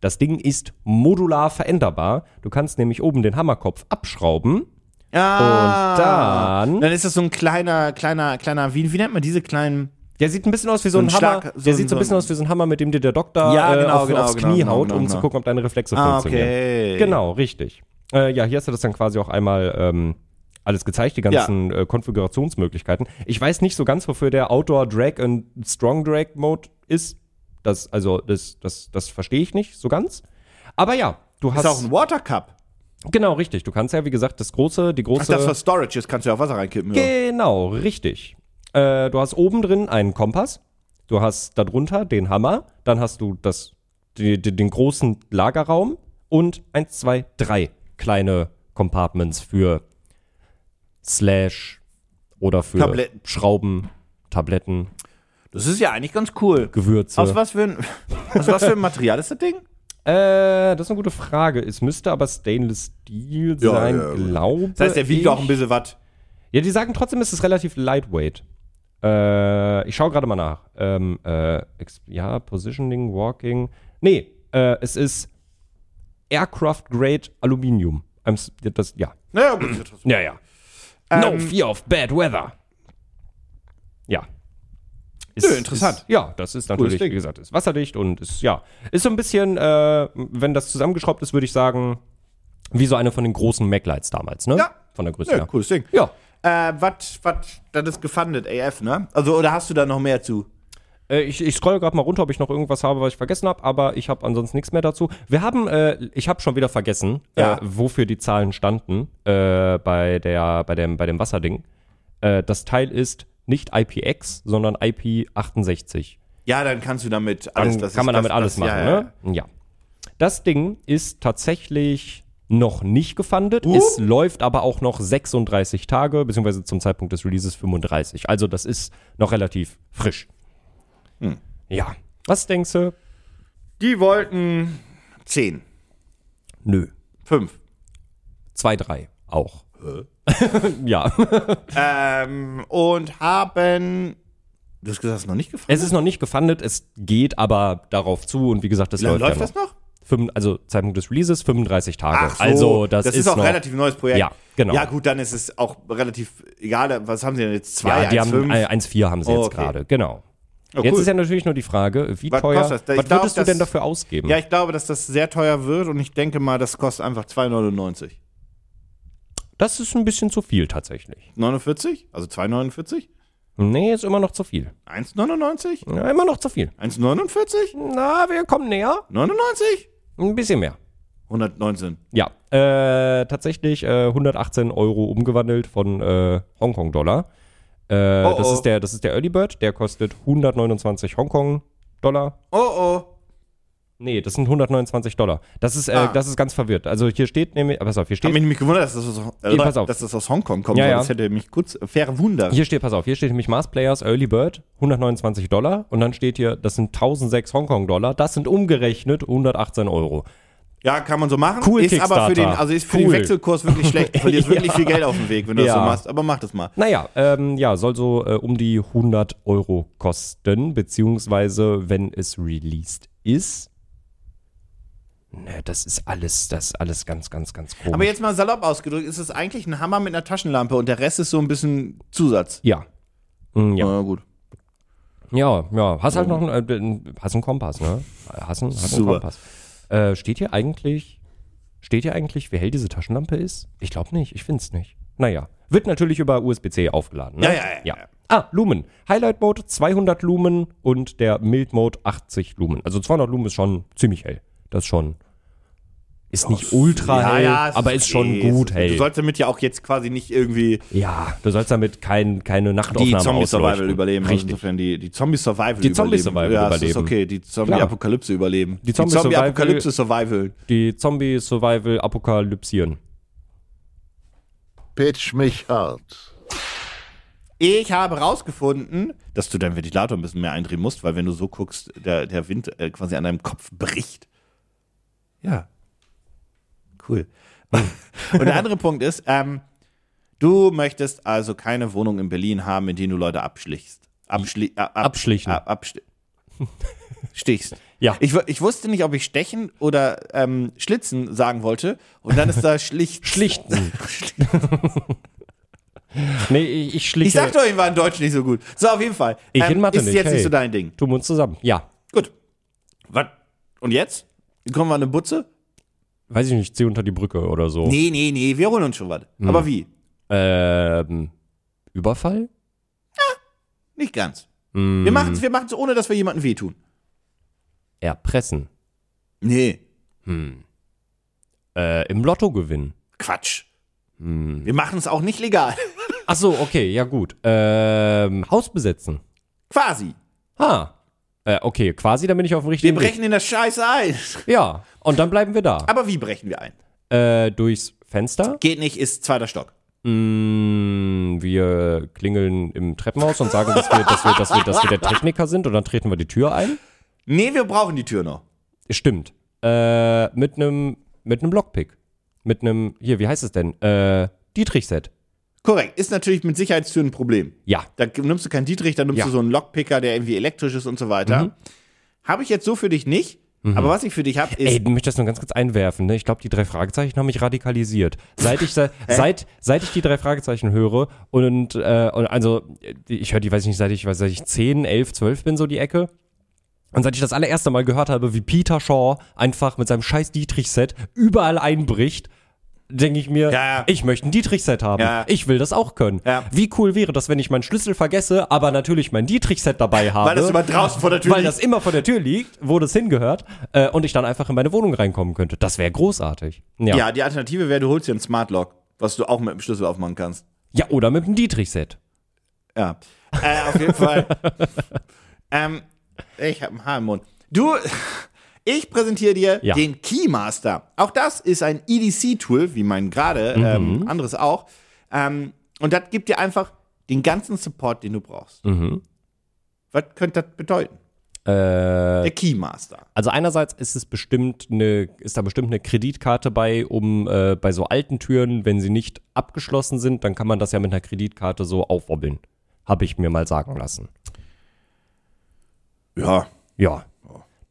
Speaker 3: Das Ding ist modular veränderbar. Du kannst nämlich oben den Hammerkopf abschrauben.
Speaker 2: Ah,
Speaker 3: Und dann-
Speaker 2: Dann ist das so ein kleiner, kleiner, kleiner, wie, wie nennt man diese kleinen.
Speaker 3: Der sieht ein bisschen aus wie so
Speaker 2: So
Speaker 3: ein,
Speaker 2: ein
Speaker 3: Hammer.
Speaker 2: Schlag- so
Speaker 3: der
Speaker 2: ein-
Speaker 3: sieht so ein
Speaker 2: so
Speaker 3: bisschen
Speaker 2: ein-
Speaker 3: aus wie so ein Hammer, mit dem dir der Doktor
Speaker 2: Ja, genau,
Speaker 3: äh, auf,
Speaker 2: genau,
Speaker 3: aufs
Speaker 2: genau,
Speaker 3: Knie
Speaker 2: genau,
Speaker 3: haut,
Speaker 2: genau,
Speaker 3: um
Speaker 2: genau.
Speaker 3: zu gucken, ob deine Reflexe
Speaker 2: Ah,
Speaker 3: funktionieren.
Speaker 2: okay.
Speaker 3: Genau, richtig. Äh, ja, hier hast du das dann quasi auch einmal ähm, alles gezeigt, die ganzen äh, Konfigurationsmöglichkeiten. Ich weiß nicht so ganz, wofür der Outdoor Drag und Strong Drag Mode ist. Das, also, das, das, das verstehe ich nicht so ganz. Aber ja, du hast.
Speaker 2: Ist auch ein Water Cup.
Speaker 3: genau, richtig. Du kannst ja, wie gesagt, das große, die große.
Speaker 2: Ach, das, was Storage ist, kannst du ja auch Wasser reinkippen. Ja.
Speaker 3: Genau, richtig. Äh, du hast oben drin einen Kompass, du hast darunter den Hammer, dann hast du das, die, die, den großen Lagerraum und eins, zwei, drei kleine Compartments für Slash oder für
Speaker 2: Tabletten.
Speaker 3: Schrauben, Tabletten,
Speaker 2: Das ist ja eigentlich ganz cool.
Speaker 3: Gewürze.
Speaker 2: Aus was, für ein, aus was für ein Material ist das Ding?
Speaker 3: Äh, das ist eine gute Frage. Es müsste aber Stainless Steel
Speaker 2: Ja,
Speaker 3: sein,
Speaker 2: ja, ja.
Speaker 3: glaube Äh, ich.
Speaker 2: Das heißt, der wiegt auch ein bisschen was.
Speaker 3: Ja, die sagen trotzdem, ist es ist relativ lightweight. Äh, ich schaue gerade mal nach. Ähm, äh, ex- ja, Positioning, Walking. Nee, äh, es ist Aircraft-Grade Aluminium. I'm s- das, ja.
Speaker 2: Naja, gut, ist ja trotzdem.
Speaker 3: Ja, ja.
Speaker 2: Ähm,
Speaker 3: no fear of bad weather. Ja. Ist,
Speaker 2: Nö, interessant.
Speaker 3: Ist, ja, das ist natürlich,
Speaker 2: Ding.
Speaker 3: wie gesagt, ist wasserdicht und ist, ja. Ist so ein bisschen, äh, wenn das zusammengeschraubt ist, würde ich sagen, wie so eine von den großen Maglights damals, ne?
Speaker 2: Ja.
Speaker 3: Von der Größe
Speaker 2: Nö,
Speaker 3: her.
Speaker 2: cooles Ding.
Speaker 3: Ja.
Speaker 2: Äh, was, was, das ist gefundet, AF, ne? Also, oder hast du da noch mehr zu?
Speaker 3: Äh, ich, ich scroll gerade mal runter, ob ich noch irgendwas habe, was ich vergessen habe, aber ich habe ansonsten nichts mehr dazu. Wir haben, äh, ich habe schon wieder vergessen,
Speaker 2: Ja.
Speaker 3: äh, wofür die Zahlen standen äh, bei, der, bei, dem, bei dem Wasserding. Äh, das Teil ist nicht IPX, sondern IP68.
Speaker 2: Ja, dann kannst du damit
Speaker 3: Dann
Speaker 2: alles, das
Speaker 3: kann
Speaker 2: ist
Speaker 3: man damit
Speaker 2: das,
Speaker 3: alles
Speaker 2: das,
Speaker 3: machen,
Speaker 2: ja, ja.
Speaker 3: ne? Ja. Das Ding ist tatsächlich noch nicht gefundet.
Speaker 2: Uh.
Speaker 3: Es läuft aber auch noch 36 Tage, beziehungsweise zum Zeitpunkt des Releases 35. Also das ist noch relativ frisch.
Speaker 2: Hm.
Speaker 3: Ja. Was denkst du?
Speaker 2: Die wollten 10,
Speaker 3: Nö.
Speaker 2: 5.
Speaker 3: Zwei, drei auch. ja.
Speaker 2: Ähm, und haben. Du hast gesagt, es ist noch nicht gefundet.
Speaker 3: Es ist noch nicht gefundet, es geht aber darauf zu und wie gesagt, das läuft,
Speaker 2: läuft
Speaker 3: ja
Speaker 2: das
Speaker 3: noch.
Speaker 2: noch?
Speaker 3: Fünf, also Zeitpunkt des Releases 35 Tage.
Speaker 2: Ach so,
Speaker 3: also das,
Speaker 2: ist, auch
Speaker 3: noch,
Speaker 2: relativ neues Projekt.
Speaker 3: Ja, genau.
Speaker 2: Ja, gut, dann ist es auch relativ egal. Was haben sie denn jetzt? Zwei,
Speaker 3: Ja, die
Speaker 2: eins,
Speaker 3: haben
Speaker 2: fünf?
Speaker 3: äh, 1,4 haben sie
Speaker 2: Oh,
Speaker 3: jetzt
Speaker 2: okay.
Speaker 3: gerade, genau.
Speaker 2: Oh,
Speaker 3: Jetzt
Speaker 2: cool.
Speaker 3: ist ja natürlich nur die Frage, wie
Speaker 2: Was
Speaker 3: teuer,
Speaker 2: kostet das? Ich
Speaker 3: was
Speaker 2: glaub,
Speaker 3: würdest du
Speaker 2: das-
Speaker 3: denn dafür ausgeben?
Speaker 2: ja, ich glaube, dass das sehr teuer wird und ich denke mal, das kostet einfach 2,99.
Speaker 3: Das ist ein bisschen zu viel tatsächlich.
Speaker 2: 49? Also 2,49?
Speaker 3: Nee, ist immer noch zu viel.
Speaker 2: 1,99?
Speaker 3: Ja, immer noch zu viel.
Speaker 2: 1,49?
Speaker 3: Na, wir kommen näher.
Speaker 2: 99?
Speaker 3: Ein bisschen mehr.
Speaker 2: 119.
Speaker 3: Ja, äh, tatsächlich äh, 118 Euro umgewandelt von äh, Hongkong-Dollar. Äh,
Speaker 2: Oh,
Speaker 3: das,
Speaker 2: oh.
Speaker 3: ist der, das ist der Early Bird, der kostet 129 Hongkong-Dollar.
Speaker 2: Oh oh.
Speaker 3: Nee, das sind 129 Dollar. Das ist, äh,
Speaker 2: Ah.
Speaker 3: das ist ganz verwirrt. Also hier steht nämlich, pass auf, hier
Speaker 2: Ich
Speaker 3: steht,
Speaker 2: habe mich nämlich gewundert, dass das, aus, äh,
Speaker 3: Ey, pass auf.
Speaker 2: dass das aus Hongkong kommt.
Speaker 3: Ja,
Speaker 2: weil
Speaker 3: ja.
Speaker 2: Das hätte mich kurz äh, verwundert.
Speaker 3: hier steht, pass auf, hier steht nämlich Mars Players Early Bird 129 Dollar und dann steht hier, das sind 1006 Hongkong-Dollar, das sind umgerechnet 118 Euro.
Speaker 2: Ja, kann man so machen.
Speaker 3: Cool
Speaker 2: ist aber für den,
Speaker 3: Kickstarter.
Speaker 2: also ist für
Speaker 3: Cool.
Speaker 2: den Wechselkurs wirklich schlecht. Du verlierst wirklich viel Geld auf dem Weg, wenn du das
Speaker 3: Ja.
Speaker 2: so machst. Aber mach das mal.
Speaker 3: Naja, ähm, ja, soll so äh, um die 100 Euro kosten, beziehungsweise wenn es released ist. Ne, das ist alles, das ist alles ganz, ganz, ganz komisch.
Speaker 2: Aber jetzt mal salopp ausgedrückt, ist es eigentlich ein Hammer mit einer Taschenlampe und der Rest ist so ein bisschen Zusatz.
Speaker 3: ja. Mm, ja.
Speaker 2: Na gut.
Speaker 3: Ja, ja. Hast halt noch einen, äh, einen- hast einen Kompass, ne? Hast einen, hast einen
Speaker 2: Super.
Speaker 3: Kompass. Äh, steht hier eigentlich, steht hier eigentlich, wie hell diese Taschenlampe ist? Ich glaube nicht, ich finde es nicht. Naja. Wird natürlich über USB-C aufgeladen, ne?
Speaker 2: Ja, ja, ja, ja.
Speaker 3: Ah, Lumen. Highlight Mode 200 Lumen und der Mild Mode 80 Lumen. Also 200 Lumen ist schon ziemlich hell. Das ist schon. Ist nicht ultra
Speaker 2: Ja,
Speaker 3: hell,
Speaker 2: ja, es
Speaker 3: aber ist schon
Speaker 2: okay, es
Speaker 3: gut hell.
Speaker 2: Du sollst damit ja auch jetzt quasi nicht irgendwie
Speaker 3: ja, du sollst damit kein, keine
Speaker 2: die
Speaker 3: Nachtaufnahme
Speaker 2: Zombie-Survival
Speaker 3: ausleuchten.
Speaker 2: überleben. Also
Speaker 3: Richtig.
Speaker 2: insofern die, die Zombie-Survival
Speaker 3: Die Zombie-Survival
Speaker 2: Ja, es ist
Speaker 3: überleben.
Speaker 2: okay, die Zombie-Apokalypse überleben. Die
Speaker 3: Zombie-Survival-
Speaker 2: Zombie-Apokalypse-Survival.
Speaker 3: Die Zombie-Survival-Apokalypsieren.
Speaker 1: Pitch mich hart.
Speaker 2: Ich habe rausgefunden, dass du deinen Ventilator ein bisschen mehr eindrehen musst, weil wenn du so guckst, der, der Wind äh, quasi an deinem Kopf bricht. Ja. Cool. Und der andere Punkt ist, ähm, du möchtest also keine Wohnung in Berlin haben, in die du Leute abschlichst. Abschli äh, ab
Speaker 3: Abschlichen.
Speaker 2: Ab absch stichst.
Speaker 3: Ja.
Speaker 2: Ich, wu- ich wusste nicht, ob ich stechen oder ähm, schlitzen sagen wollte. Und dann ist da schlicht.
Speaker 3: Schlichten. nee, ich, ich schlichte.
Speaker 2: Ich sag doch, ich war in Deutsch nicht so gut. So, auf jeden Fall. Ähm,
Speaker 3: Ich in Mathe
Speaker 2: ist
Speaker 3: nicht,
Speaker 2: jetzt
Speaker 3: hey.
Speaker 2: nicht so dein Ding.
Speaker 3: Tun wir uns zusammen. Ja.
Speaker 2: Gut. Was? Und jetzt? Kommen wir an eine Butze?
Speaker 3: Weiß ich nicht, zieh unter die Brücke oder so.
Speaker 2: Nee, nee, nee, wir holen uns schon was.
Speaker 3: Hm.
Speaker 2: Aber wie?
Speaker 3: Ähm, Überfall?
Speaker 2: Nicht ganz.
Speaker 3: Hm.
Speaker 2: Wir machen es wir machen's, ohne, dass wir jemandem wehtun.
Speaker 3: Erpressen.
Speaker 2: Nee,
Speaker 3: Äh, im Lotto gewinnen.
Speaker 2: Quatsch.
Speaker 3: Hm.
Speaker 2: Wir machen es auch nicht legal.
Speaker 3: Ach so, okay, ja gut. Ähm, Haus besetzen.
Speaker 2: Quasi.
Speaker 3: Ha. Äh, okay, quasi, dann bin ich auf dem
Speaker 2: Wir
Speaker 3: richtigen
Speaker 2: brechen in das Scheiß ein.
Speaker 3: Weg. Ja, und dann bleiben wir da.
Speaker 2: Aber wie brechen wir ein?
Speaker 3: Äh, durchs Fenster.
Speaker 2: Geht nicht, ist zweiter Stock.
Speaker 3: Mm, wir klingeln im Treppenhaus und sagen, dass wir, dass wir, dass wir, dass wir der Techniker sind und dann treten wir die Tür ein.
Speaker 2: Nee, wir brauchen die Tür noch.
Speaker 3: Stimmt. Äh, mit einem mit einem Lockpick. Mit einem, hier, wie heißt es denn? Äh, Dietrich-Set.
Speaker 2: Korrekt. Ist natürlich mit Sicherheitstüren ein Problem.
Speaker 3: Ja.
Speaker 2: Da nimmst du keinen Dietrich, dann nimmst
Speaker 3: Ja. Mhm.
Speaker 2: du so einen Lockpicker, der irgendwie elektrisch ist und so weiter. Habe ich jetzt so für dich nicht. Aber was ich für dich habe, ist.
Speaker 3: Ey, ich möchte das nur ganz kurz einwerfen. Ne? Ich glaube, die drei Fragezeichen haben mich radikalisiert. Seit ich, se- seit, seit ich die drei Fragezeichen höre und, äh, und also ich höre die, weiß ich nicht, seit ich, weiß, seit ich 10, 11, 12 bin, so die Ecke. Und seit ich das allererste Mal gehört habe, wie Peter Shaw einfach mit seinem scheiß Dietrich-Set überall einbricht, denke ich mir,
Speaker 2: Ja, ja.
Speaker 3: ich möchte ein Dietrich-Set haben.
Speaker 2: Ja.
Speaker 3: Ich will das auch können.
Speaker 2: Ja.
Speaker 3: Wie cool wäre das, wenn ich meinen Schlüssel vergesse, aber natürlich mein Dietrich-Set dabei habe.
Speaker 2: weil das immer draußen vor der Tür
Speaker 3: Weil
Speaker 2: liegt.
Speaker 3: das immer vor der Tür liegt, wo das hingehört, äh, und ich dann einfach in meine Wohnung reinkommen könnte. Das wäre großartig. Ja. ja.
Speaker 2: Ja, die Alternative wäre, du holst dir einen Smart Lock, was du auch mit dem Schlüssel aufmachen kannst.
Speaker 3: oder mit dem Dietrich-Set.
Speaker 2: Ja. Äh, auf jeden Fall. ähm, ich habe ein Haar im Mund. Du, ich präsentiere dir
Speaker 3: Ja.
Speaker 2: den Keymaster. Auch das ist ein EDC-Tool, wie mein gerade,
Speaker 3: Mhm.
Speaker 2: ähm, anderes auch. Ähm, und das gibt dir einfach den ganzen Support, den du brauchst.
Speaker 3: Mhm.
Speaker 2: Was könnte das bedeuten?
Speaker 3: Äh,
Speaker 2: Der Keymaster.
Speaker 3: also einerseits ist es bestimmt eine, ist da bestimmt eine Kreditkarte bei, um äh, bei so alten Türen, wenn sie nicht abgeschlossen sind, dann kann man das ja mit einer Kreditkarte so aufwobbeln. Habe ich mir mal sagen lassen.
Speaker 2: Ja.
Speaker 3: Ja.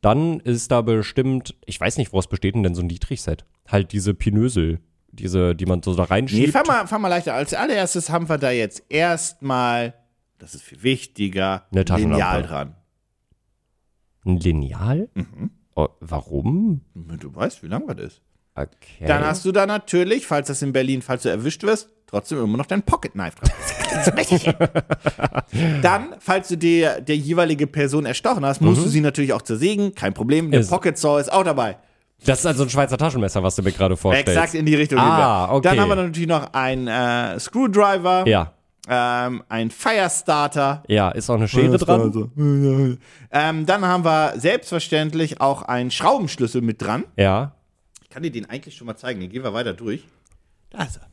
Speaker 3: Dann ist da bestimmt, ich weiß nicht, woraus besteht denn denn so ein Dietrich-Set? Halt diese Pinösel, diese, die man so da
Speaker 2: Nee,
Speaker 3: reinschiebt.
Speaker 2: fang mal, fang mal leichter. Als allererstes haben wir da jetzt erstmal, das ist viel wichtiger,
Speaker 3: Eine Taschenlampe.
Speaker 2: Lineal dran.
Speaker 3: Ein Lineal?
Speaker 2: Mhm.
Speaker 3: Oh, warum?
Speaker 2: Du weißt, wie lang das ist.
Speaker 3: Okay.
Speaker 2: Dann hast du da natürlich, falls das in Berlin, falls du erwischt wirst, trotzdem immer noch dein Pocket Knife dran. Dann, falls du dir der jeweilige Person erstochen hast, musst du sie natürlich auch zersägen. Kein Problem, der
Speaker 3: Mhm. Ist-
Speaker 2: Pocket Saw ist auch dabei.
Speaker 3: das ist also ein Schweizer Taschenmesser, was du mir gerade vorstellst.
Speaker 2: Exakt in die Richtung. gehen
Speaker 3: Ah,
Speaker 2: wir.
Speaker 3: okay.
Speaker 2: Dann haben wir natürlich noch einen äh, Screwdriver,
Speaker 3: Ja,
Speaker 2: ähm, einen Firestarter.
Speaker 3: ja, ist also. auch eine Schere dran.
Speaker 2: Ähm, dann haben wir selbstverständlich auch einen Schraubenschlüssel mit dran.
Speaker 3: Ja.
Speaker 2: Ich kann dir den eigentlich schon mal zeigen. Den gehen wir weiter durch. Da ist er.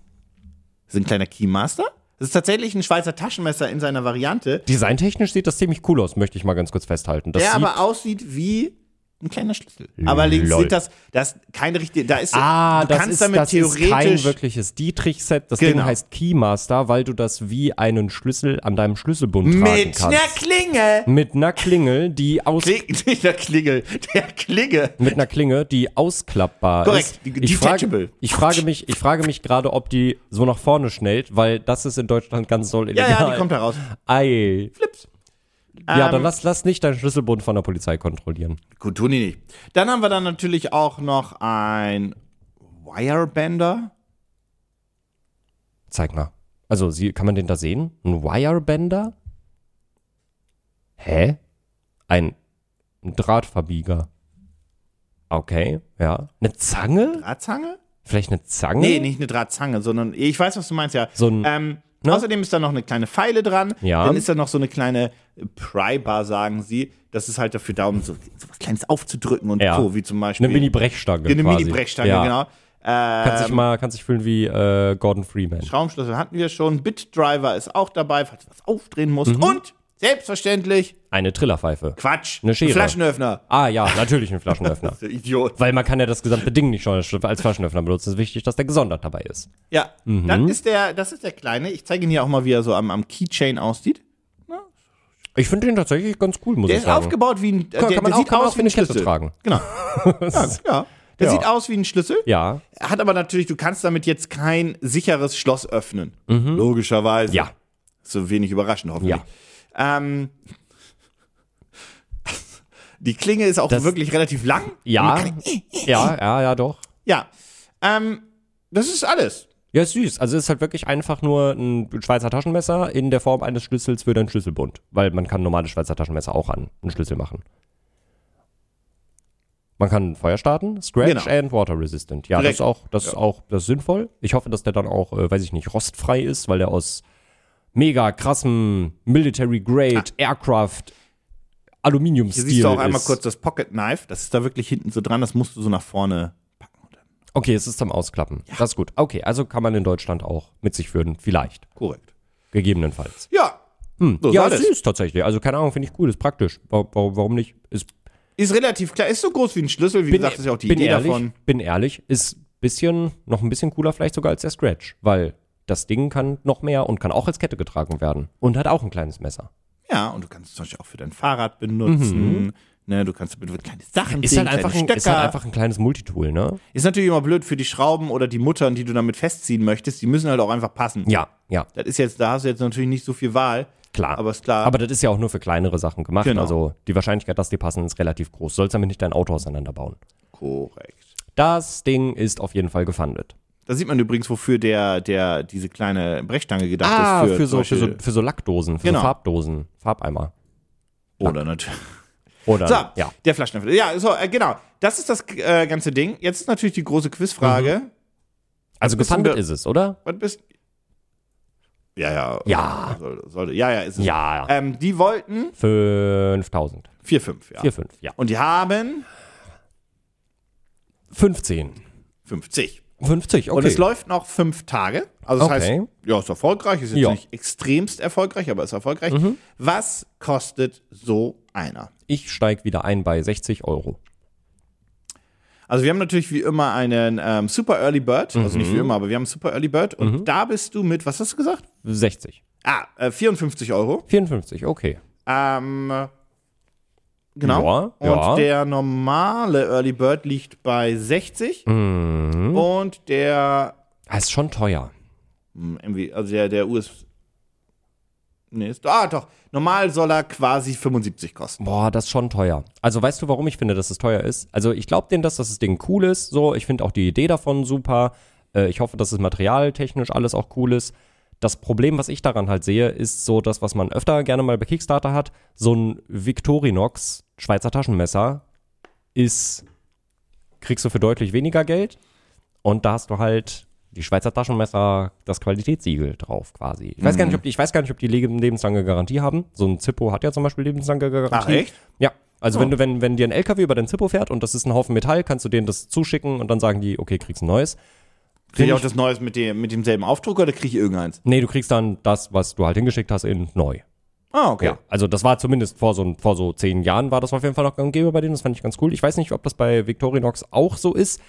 Speaker 2: Das ist ein kleiner Keymaster. Das ist tatsächlich ein Schweizer Taschenmesser in seiner Variante,
Speaker 3: Designtechnisch sieht das ziemlich cool aus, möchte ich mal ganz kurz festhalten. Das
Speaker 2: der
Speaker 3: sieht,
Speaker 2: aber aussieht wie ein kleiner Schlüssel. Aber links
Speaker 3: Lol.
Speaker 2: sieht das, das ist keine richtige, da ist,
Speaker 3: ah,
Speaker 2: du
Speaker 3: das
Speaker 2: kannst
Speaker 3: ist,
Speaker 2: damit
Speaker 3: das
Speaker 2: theoretisch,
Speaker 3: ist kein wirkliches Dietrich-Set. Das Ding
Speaker 2: Genau.
Speaker 3: heißt Keymaster, weil du das wie einen Schlüssel an deinem Schlüsselbund tragen
Speaker 2: mit einer
Speaker 3: kannst.
Speaker 2: Klinge,
Speaker 3: mit einer Klingel, die aus
Speaker 2: Kling, nicht der Klingel, der Klinge.
Speaker 3: mit einer Klinge, die ausklappbar
Speaker 2: Korrekt,
Speaker 3: ist.
Speaker 2: die-
Speaker 3: ich
Speaker 2: detachable.
Speaker 3: frage, ich frage mich, ich frage mich gerade, ob die so nach vorne schnellt, weil das ist in Deutschland ganz doll
Speaker 2: Ja,
Speaker 3: illegal.
Speaker 2: ja, die kommt da raus.
Speaker 3: Ei.
Speaker 2: Flips.
Speaker 3: Ja, dann lass, lass nicht deinen Schlüsselbund von der Polizei kontrollieren.
Speaker 2: Ähm, Gut, tun die nicht. Dann haben wir dann natürlich auch noch ein Wirebender.
Speaker 3: Zeig mal. Also, sie, kann man den da sehen? Ein Wirebender? Hä? Ein, ein Drahtverbieger. Okay, ja. Eine Zange?
Speaker 2: Drahtzange?
Speaker 3: Vielleicht eine Zange?
Speaker 2: Nee, nicht eine Drahtzange, sondern ich weiß, was du meinst, ja.
Speaker 3: Hm? So ein- ne?
Speaker 2: ähm, Außerdem ist da noch eine kleine Pfeile dran.
Speaker 3: Ja.
Speaker 2: Dann ist da noch so eine kleine Pry-Bar, sagen sie. Das ist halt dafür da, um so, so was Kleines aufzudrücken und
Speaker 3: Ja.
Speaker 2: Co. Wie zum Beispiel.
Speaker 3: Eine Mini-Brechstange.
Speaker 2: Eine
Speaker 3: quasi.
Speaker 2: Mini-Brechstange,
Speaker 3: ja.
Speaker 2: genau.
Speaker 3: Kannst
Speaker 2: Ähm,
Speaker 3: dich mal, kannst dich fühlen wie äh, Gordon Freeman.
Speaker 2: Schraubenschlüssel hatten wir schon. Bitdriver ist auch dabei, falls du was aufdrehen musst.
Speaker 3: Mhm.
Speaker 2: Und selbstverständlich,
Speaker 3: Eine Trillerpfeife.
Speaker 2: Quatsch,
Speaker 3: Eine Schere.
Speaker 2: Flaschenöffner.
Speaker 3: Ah ja, natürlich ein Flaschenöffner.
Speaker 2: Der Idiot.
Speaker 3: Weil man kann ja das gesamte Ding nicht schon als Flaschenöffner benutzen. Es ist wichtig, dass der gesondert dabei ist.
Speaker 2: Ja,
Speaker 3: Mhm.
Speaker 2: dann ist der, das ist der kleine. Ich zeige ihn hier auch mal, wie er so am, am Keychain aussieht.
Speaker 3: Ich finde den tatsächlich ganz cool, muss
Speaker 2: Der
Speaker 3: ich
Speaker 2: ist
Speaker 3: sagen.
Speaker 2: aufgebaut wie ein, äh, der,
Speaker 3: kann man
Speaker 2: der
Speaker 3: auch-
Speaker 2: sieht
Speaker 3: kann man auch
Speaker 2: aus
Speaker 3: wie
Speaker 2: wie ein
Speaker 3: eine Kette
Speaker 2: Schlüssel.
Speaker 3: tragen.
Speaker 2: Genau. ja, ja. Der
Speaker 3: Ja.
Speaker 2: sieht aus wie ein Schlüssel.
Speaker 3: ja,
Speaker 2: Hat aber natürlich, du kannst damit jetzt kein sicheres Schloss öffnen. Logischerweise.
Speaker 3: Mhm. ja.
Speaker 2: So wenig überraschend, hoffentlich. Ähm, die Klinge ist auch
Speaker 3: Das-
Speaker 2: wirklich relativ lang.
Speaker 3: Ja, ja, ja, ja, doch.
Speaker 2: Ja. Ähm, das ist alles.
Speaker 3: Ja, ist süß. Also es ist halt wirklich einfach nur ein Schweizer Taschenmesser in der Form eines Schlüssels für deinen Schlüsselbund. Weil man kann normale Schweizer Taschenmesser auch an einen Schlüssel machen. Man kann Feuer starten, Scratch
Speaker 2: Genau.
Speaker 3: and Water Resistant. Ja,
Speaker 2: Direkt.
Speaker 3: das ist auch, das ist auch das ist sinnvoll. Ich hoffe, dass der dann auch, äh, weiß ich nicht, rostfrei ist, weil der aus mega krassem Military Grade Aircraft
Speaker 2: Hier
Speaker 3: Aluminiumstil
Speaker 2: siehst du auch einmal
Speaker 3: ist.
Speaker 2: kurz das Pocket Knife. Das ist da wirklich hinten so dran. Das musst du so nach vorne packen. Und dann-
Speaker 3: Okay, es ist zum Ausklappen. Das ist gut. Okay, also kann man in Deutschland auch mit sich führen, vielleicht,
Speaker 2: Korrekt.
Speaker 3: gegebenenfalls.
Speaker 2: Ja. So
Speaker 3: Hm. ja,
Speaker 2: soll es.
Speaker 3: süß tatsächlich. Also keine Ahnung, finde ich cool, ist praktisch. Wa- wa- Warum nicht? Ist,
Speaker 2: Ist relativ klar. Ist so groß wie ein Schlüssel. Wie gesagt, das ist ja auch die
Speaker 3: bin
Speaker 2: Idee
Speaker 3: ehrlich,
Speaker 2: davon.
Speaker 3: Bin ehrlich, ist bisschen noch ein bisschen cooler vielleicht sogar als der Scratch, weil das Ding kann noch mehr und kann auch als Kette getragen werden und hat auch ein kleines Messer.
Speaker 2: Ja, und du kannst es zum Beispiel auch für dein Fahrrad benutzen. Ne, du kannst damit kleine Sachen
Speaker 3: Mhm. Ist
Speaker 2: sehen,
Speaker 3: halt, einfach
Speaker 2: kleine
Speaker 3: ein,
Speaker 2: Stöcker.
Speaker 3: ist halt einfach ein kleines Multitool, ne?
Speaker 2: Ist natürlich immer blöd für die Schrauben oder die Muttern, die du damit festziehen möchtest. Die müssen halt auch einfach passen.
Speaker 3: Ja, ja,
Speaker 2: Das ist jetzt, da hast du jetzt natürlich nicht so viel Wahl.
Speaker 3: klar.
Speaker 2: Aber ist klar.
Speaker 3: Aber das ist ja auch nur für kleinere Sachen gemacht.
Speaker 2: Genau.
Speaker 3: Also die Wahrscheinlichkeit, dass die passen, ist relativ groß. Sollst damit nicht dein Auto auseinanderbauen.
Speaker 2: korrekt.
Speaker 3: Das Ding ist auf jeden Fall gefundet.
Speaker 2: Da sieht man übrigens, wofür der, der, diese kleine Brechstange gedacht ist.
Speaker 3: Ah, für
Speaker 2: zum
Speaker 3: so, für, so,
Speaker 2: Beispiel-
Speaker 3: für so Lackdosen, für
Speaker 2: Genau.
Speaker 3: so Farbdosen, Farbeimer.
Speaker 2: Oder natürlich.
Speaker 3: Oder,
Speaker 2: So,
Speaker 3: Also, ja.
Speaker 2: der Flaschenöffner. Ja, so, äh, genau. Das ist das äh, ganze Ding. Jetzt ist natürlich die große Quizfrage.
Speaker 3: Also
Speaker 2: Bist du
Speaker 3: gefundet
Speaker 2: da-
Speaker 3: ist es, oder?
Speaker 2: Was bist Ja, ja.
Speaker 3: Ja.
Speaker 2: Sollte, sollte. Ja, ja, ist es.
Speaker 3: Ah. Ja.
Speaker 2: Ähm, die wollten
Speaker 3: 5000.
Speaker 2: 4,5, ja.
Speaker 3: 4, 5, ja.
Speaker 2: Und die haben
Speaker 3: 15.
Speaker 2: 50.
Speaker 3: 50, okay.
Speaker 2: Und es läuft noch fünf Tage. Also das
Speaker 3: Okay.
Speaker 2: heißt, ja, ist erfolgreich, ist jetzt
Speaker 3: Ja. Mhm.
Speaker 2: nicht extremst erfolgreich, aber ist erfolgreich. Was kostet so einer?
Speaker 3: Ich steige wieder ein bei 60 Euro.
Speaker 2: Also wir haben natürlich wie immer einen ähm, Super Early Bird, also nicht wie
Speaker 3: Mhm.
Speaker 2: immer, aber wir haben einen Super Early Bird und da bist du mit, was hast du gesagt?
Speaker 3: 60.
Speaker 2: Ah, äh, 54 Euro.
Speaker 3: 54, okay.
Speaker 2: Ähm, genau.
Speaker 3: Ja, ja.
Speaker 2: Und der normale Early Bird liegt bei 60
Speaker 3: Mhm.
Speaker 2: und der
Speaker 3: Ah, ist schon teuer.
Speaker 2: Mm, irgendwie, also der, der US. Nee, ist, ah, doch. Normal soll er quasi 75 kosten.
Speaker 3: Boah, das ist schon teuer. Also weißt du, warum ich finde, dass es teuer ist? Also ich glaube denen, dass das Ding cool ist. So, ich finde auch die Idee davon super. Äh, ich hoffe, dass es materialtechnisch alles auch cool ist. Das Problem, was ich daran halt sehe, ist so das, was man öfter gerne mal bei Kickstarter hat. So ein Victorinox Schweizer Taschenmesser ist, kriegst du für deutlich weniger Geld. Und da hast du halt die Schweizer Taschenmesser, das Qualitätssiegel drauf quasi. Ich weiß,
Speaker 2: Mhm.
Speaker 3: gar nicht, ob die, ich weiß gar nicht, ob die lebe- lebenslange Garantie haben. So ein Zippo hat ja zum Beispiel lebenslange Garantie.
Speaker 2: Ach, echt? Oh.
Speaker 3: Ja. Also wenn du, wenn, wenn dir ein LKW über dein Zippo fährt und das ist ein Haufen Metall, kannst du denen das zuschicken und dann sagen die, okay, kriegst ein neues.
Speaker 2: Kriege ich
Speaker 3: Find
Speaker 2: auch das Neues mit, dem, mit demselben Aufdruck oder kriege ich irgendeins?
Speaker 3: Nee, du kriegst dann das, was du halt hingeschickt hast, in neu.
Speaker 2: Ah, okay.
Speaker 3: Ja, also das war zumindest vor so, vor so zehn Jahren war das auf jeden Fall noch gang und gäbe bei denen. Das fand ich ganz cool. Ich weiß nicht, ob das bei Victorinox auch so ist.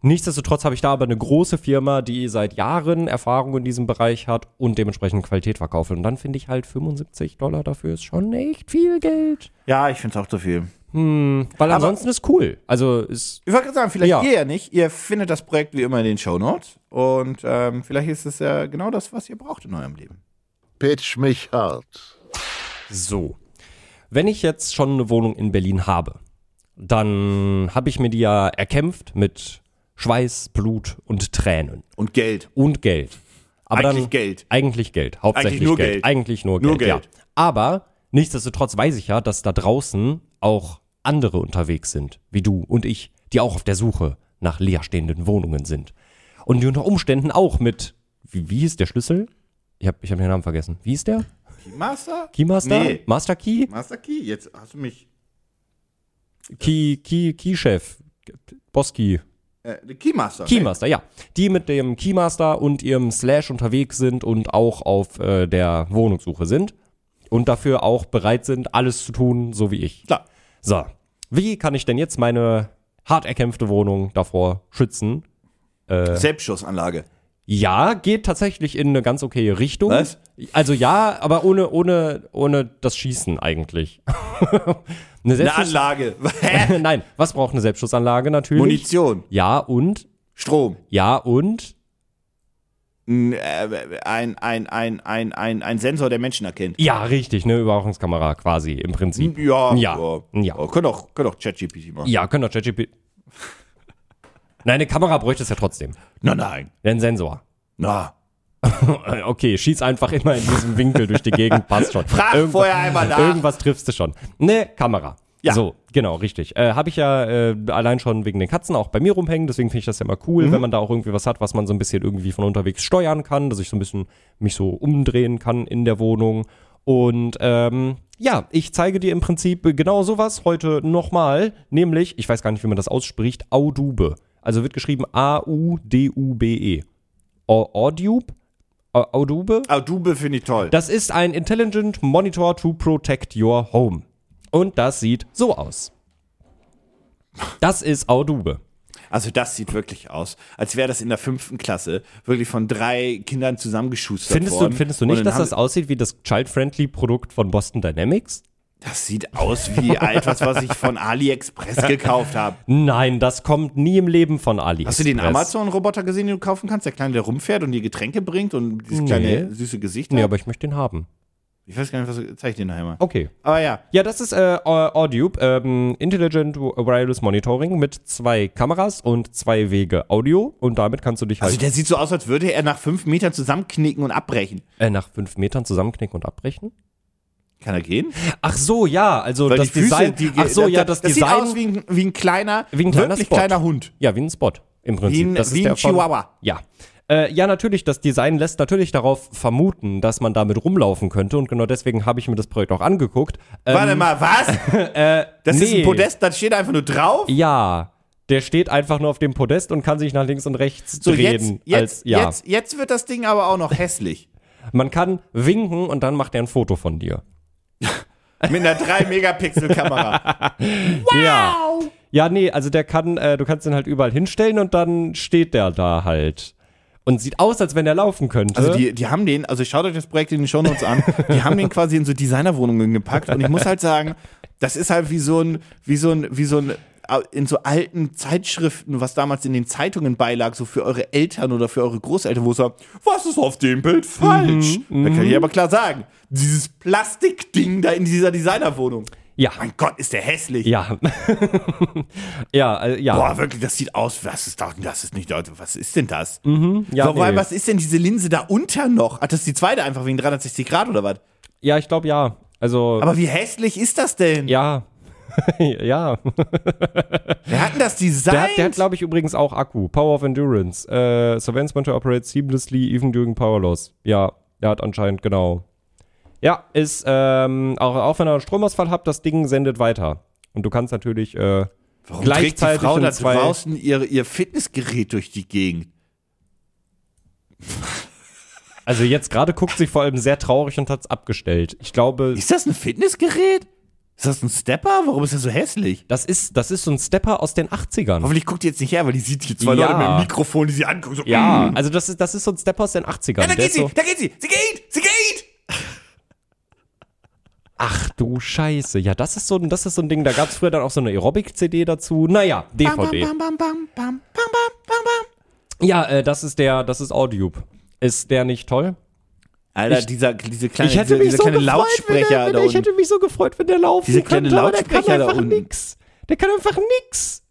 Speaker 3: Nichtsdestotrotz habe ich da aber eine große Firma, die seit Jahren Erfahrung in diesem Bereich hat und dementsprechend Qualität verkauft. Und dann finde ich halt 75 Dollar dafür ist schon echt viel Geld.
Speaker 2: Ja, ich finde es auch zu viel.
Speaker 3: Weil ansonsten ist cool. Also ist
Speaker 2: Ich wollte gerade sagen, vielleicht
Speaker 3: Ja.
Speaker 2: ihr ja nicht. Ihr findet das Projekt wie immer in den Show Notes. Und ähm, vielleicht ist es ja genau das, was ihr braucht in eurem Leben.
Speaker 1: Pitch mich hart.
Speaker 3: so. wenn ich jetzt schon eine Wohnung in Berlin habe, dann habe ich mir die ja erkämpft mit Schweiß, Blut und Tränen
Speaker 2: Und Geld.
Speaker 3: und Geld. Aber
Speaker 2: Eigentlich
Speaker 3: dann,
Speaker 2: Geld.
Speaker 3: Eigentlich Geld. Hauptsächlich
Speaker 2: Eigentlich nur
Speaker 3: Geld.
Speaker 2: Geld.
Speaker 3: Eigentlich nur Geld.
Speaker 2: Nur
Speaker 3: Ja.
Speaker 2: Geld.
Speaker 3: Aber nichtsdestotrotz weiß ich ja, dass da draußen auch andere unterwegs sind, wie du und ich, die auch auf der Suche nach leerstehenden Wohnungen sind. Und die unter Umständen auch mit, wie, wie hieß der Schlüssel? Ich habe ich hab den Namen vergessen. Wie hieß der?
Speaker 2: Master?
Speaker 3: Keymaster?
Speaker 2: Nee.
Speaker 3: Master Key?
Speaker 2: Master Key, jetzt hast du mich.
Speaker 3: Key, Key, Key-Chef. Boss Key.
Speaker 2: Äh, Keymaster.
Speaker 3: Keymaster, ja. Die mit dem Keymaster und ihrem Slash unterwegs sind und auch auf äh, der Wohnungssuche sind und dafür auch bereit sind, alles zu tun, so wie ich.
Speaker 2: Klar.
Speaker 3: So, wie kann ich denn jetzt meine hart erkämpfte Wohnung davor schützen? Äh.
Speaker 2: Selbstschussanlage.
Speaker 3: Ja, geht tatsächlich in eine ganz okay Richtung.
Speaker 2: Was?
Speaker 3: Also ja, aber ohne, ohne, ohne das Schießen eigentlich. eine
Speaker 2: Eine
Speaker 3: Selbstschuss
Speaker 2: Anlage.
Speaker 3: Nein, was braucht eine Selbstschussanlage natürlich?
Speaker 2: Munition.
Speaker 3: Ja und?
Speaker 2: Strom.
Speaker 3: Ja und?
Speaker 2: Ein, äh, ein, ein, ein, ein, ein, ein Sensor, der Menschen erkennt.
Speaker 3: Ja, richtig, eine Überwachungskamera quasi im Prinzip.
Speaker 2: Ja.
Speaker 3: Ja. Ja.
Speaker 2: Oh, Können auch, können auch ChatGPT machen.
Speaker 3: Ja, können doch ChatGPT. Nein, eine Kamera bräuchte es ja trotzdem.
Speaker 2: Nein, nein.
Speaker 3: Ein Sensor.
Speaker 2: Na.
Speaker 3: Äh, Okay, schieß einfach immer in diesem Winkel durch die Gegend, passt schon.
Speaker 2: Frag vorher einmal nach.
Speaker 3: Irgendwas triffst du schon. Ne, Kamera.
Speaker 2: Ja.
Speaker 3: So, genau, richtig. Äh, Habe ich ja äh, allein schon wegen den Katzen auch bei mir rumhängen, deswegen finde ich das ja immer cool, wenn man da auch irgendwie was hat, was man so ein bisschen irgendwie von unterwegs steuern kann, dass ich so ein bisschen mich so umdrehen kann in der Wohnung. Und ähm, ja, ich zeige dir im Prinzip genau sowas heute nochmal, nämlich, ich weiß gar nicht, wie man das ausspricht, Audube. Also wird geschrieben A-U-D-U-B-E. E. Au- Audube? Au- Audube?
Speaker 2: Adobe finde ich toll.
Speaker 3: Das ist ein Intelligent Monitor to Protect Your Home. Und das sieht so aus. Das ist Audube.
Speaker 2: Also das sieht wirklich aus, als wäre das in der fünften Klasse wirklich von drei Kindern zusammengeschustert
Speaker 3: Findest
Speaker 2: worden.
Speaker 3: du, findest du
Speaker 2: Und
Speaker 3: nicht,
Speaker 2: dann
Speaker 3: dass
Speaker 2: haben
Speaker 3: das aussieht wie das Child-Friendly Produkt von Boston Dynamics?
Speaker 2: Das sieht aus wie etwas, was ich von AliExpress gekauft habe.
Speaker 3: Nein, das kommt nie im Leben von Ali.
Speaker 2: Hast du den Amazon-Roboter gesehen, den du kaufen kannst? Der Kleine, der rumfährt und dir Getränke bringt und dieses
Speaker 3: Nee.
Speaker 2: kleine süße Gesicht
Speaker 3: Nee,
Speaker 2: hat?
Speaker 3: aber ich möchte den haben.
Speaker 2: Ich weiß gar nicht, was zeige ich dir nachher mal.
Speaker 3: Okay.
Speaker 2: Aber ja,
Speaker 3: Ja, das ist äh, Audube, ähm, Intelligent Wireless Monitoring mit zwei Kameras und zwei Wege Audio und damit kannst du dich halt
Speaker 2: also der sieht so aus, als würde er nach fünf Metern zusammenknicken und abbrechen.
Speaker 3: äh, nach fünf Metern zusammenknicken und abbrechen.
Speaker 2: Kann er gehen?
Speaker 3: Ach so, ja, also
Speaker 2: Weil
Speaker 3: das
Speaker 2: die Füße,
Speaker 3: Design.
Speaker 2: die,
Speaker 3: ach so,
Speaker 2: das,
Speaker 3: ja, das,
Speaker 2: das, das
Speaker 3: Design.
Speaker 2: sieht aus wie ein, wie ein kleiner,
Speaker 3: Wie ein kleiner
Speaker 2: wirklich
Speaker 3: Spot.
Speaker 2: kleiner Hund.
Speaker 3: ja, wie ein Spot im Prinzip.
Speaker 2: Wie ein-
Speaker 3: das
Speaker 2: wie ein
Speaker 3: der von-
Speaker 2: Chihuahua.
Speaker 3: Ja. Äh, ja, natürlich, das Design lässt natürlich darauf vermuten, dass man damit rumlaufen könnte und genau deswegen habe ich mir das Projekt auch angeguckt. Ähm,
Speaker 2: Warte mal, was? das ist
Speaker 3: nee.
Speaker 2: ein Podest, das steht einfach nur drauf?
Speaker 3: ja, der steht einfach nur auf dem Podest und kann sich nach links und rechts
Speaker 2: So,
Speaker 3: drehen.
Speaker 2: jetzt,
Speaker 3: als,
Speaker 2: jetzt,
Speaker 3: ja.
Speaker 2: jetzt, jetzt wird das Ding aber auch noch hässlich.
Speaker 3: Man kann winken und dann macht er ein Foto von dir.
Speaker 2: Mit einer 3-Megapixel-Kamera.
Speaker 3: Ja. Ja, nee, also der kann, äh, du kannst ihn halt überall hinstellen und dann steht der da halt. Und sieht aus, als wenn er laufen könnte.
Speaker 2: Also die, die haben den, also schaut euch das Projekt in den Shownotes an, die haben den quasi in so Designerwohnungen gepackt und ich muss halt sagen, das ist halt wie so ein, wie so ein, wie so ein, äh, in so alten Zeitschriften, was damals in den Zeitungen beilag, so für eure Eltern oder für eure Großeltern, wo es sagt, was ist auf dem
Speaker 3: Mhm,
Speaker 2: Bild falsch? da kann ich aber klar sagen, dieses Plastikding da in dieser Designerwohnung.
Speaker 3: ja.
Speaker 2: Mein Gott, ist der hässlich.
Speaker 3: Ja. ja, äh, ja.
Speaker 2: Boah, wirklich, das sieht aus, was ist da, das ist nicht, Leute, was ist denn das?
Speaker 3: ja,
Speaker 2: Vor allem,
Speaker 3: nee.
Speaker 2: was ist denn diese Linse da unter noch? Ach, das ist die zweite einfach wegen 360 Grad oder was?
Speaker 3: ja ich glaube ja. Also
Speaker 2: Aber wie hässlich ist das denn?
Speaker 3: ja. ja.
Speaker 2: Wer hat denn das Design?
Speaker 3: Der hat, der hat glaube ich übrigens auch Akku. Power of Endurance. Äh, Surveillance Monitor operates seamlessly even during power loss. Ja, der hat anscheinend genau. Ja, ist ähm, auch, auch wenn ihr einen Stromausfall habt, das Ding sendet weiter. Und du kannst natürlich äh,
Speaker 2: Warum trägt die
Speaker 3: gleichzeitig
Speaker 2: Frau
Speaker 3: in
Speaker 2: da
Speaker 3: zwei
Speaker 2: draußen ihr, ihr Fitnessgerät durch die Gegend?
Speaker 3: Also jetzt gerade guckt sie vor allem sehr traurig und hat's abgestellt. Ich glaube,
Speaker 2: Ist das ein Fitnessgerät? Ist das ein Stepper? Warum ist das so hässlich?
Speaker 3: das ist das ist so ein Stepper aus den 80ern.
Speaker 2: Hoffentlich guckt die jetzt nicht her, weil die sieht hier zwei
Speaker 3: Ja.
Speaker 2: Leute mit dem Mikrofon, die sie angucken. So,
Speaker 3: Ja,
Speaker 2: mm.
Speaker 3: also das ist das ist so ein Stepper aus den 80ern.
Speaker 2: Ja, da
Speaker 3: Der
Speaker 2: geht
Speaker 3: ist
Speaker 2: sie,
Speaker 3: so,
Speaker 2: da geht sie, sie geht, sie geht!
Speaker 3: Ach du Scheiße. Ja, das ist so ein, das ist so ein Ding. Da gab's früher dann auch so eine Aerobic-CD dazu. Naja, DVD.
Speaker 2: Bam, bam, bam, bam, bam, bam, bam, bam, bam.
Speaker 3: Ja, äh, das ist der, das ist Audiub. Ist der nicht toll?
Speaker 2: Alter,
Speaker 3: Ich-
Speaker 2: dieser, diese kleine, dieser, dieser kleine Lautsprecher da
Speaker 3: ich
Speaker 2: unten.
Speaker 3: hätte mich so gefreut, wenn der laufen
Speaker 2: Diese kleine
Speaker 3: könnte, aber der
Speaker 2: Lautsprecher
Speaker 3: kann
Speaker 2: da
Speaker 3: einfach
Speaker 2: unten.
Speaker 3: nix. Der kann einfach nix.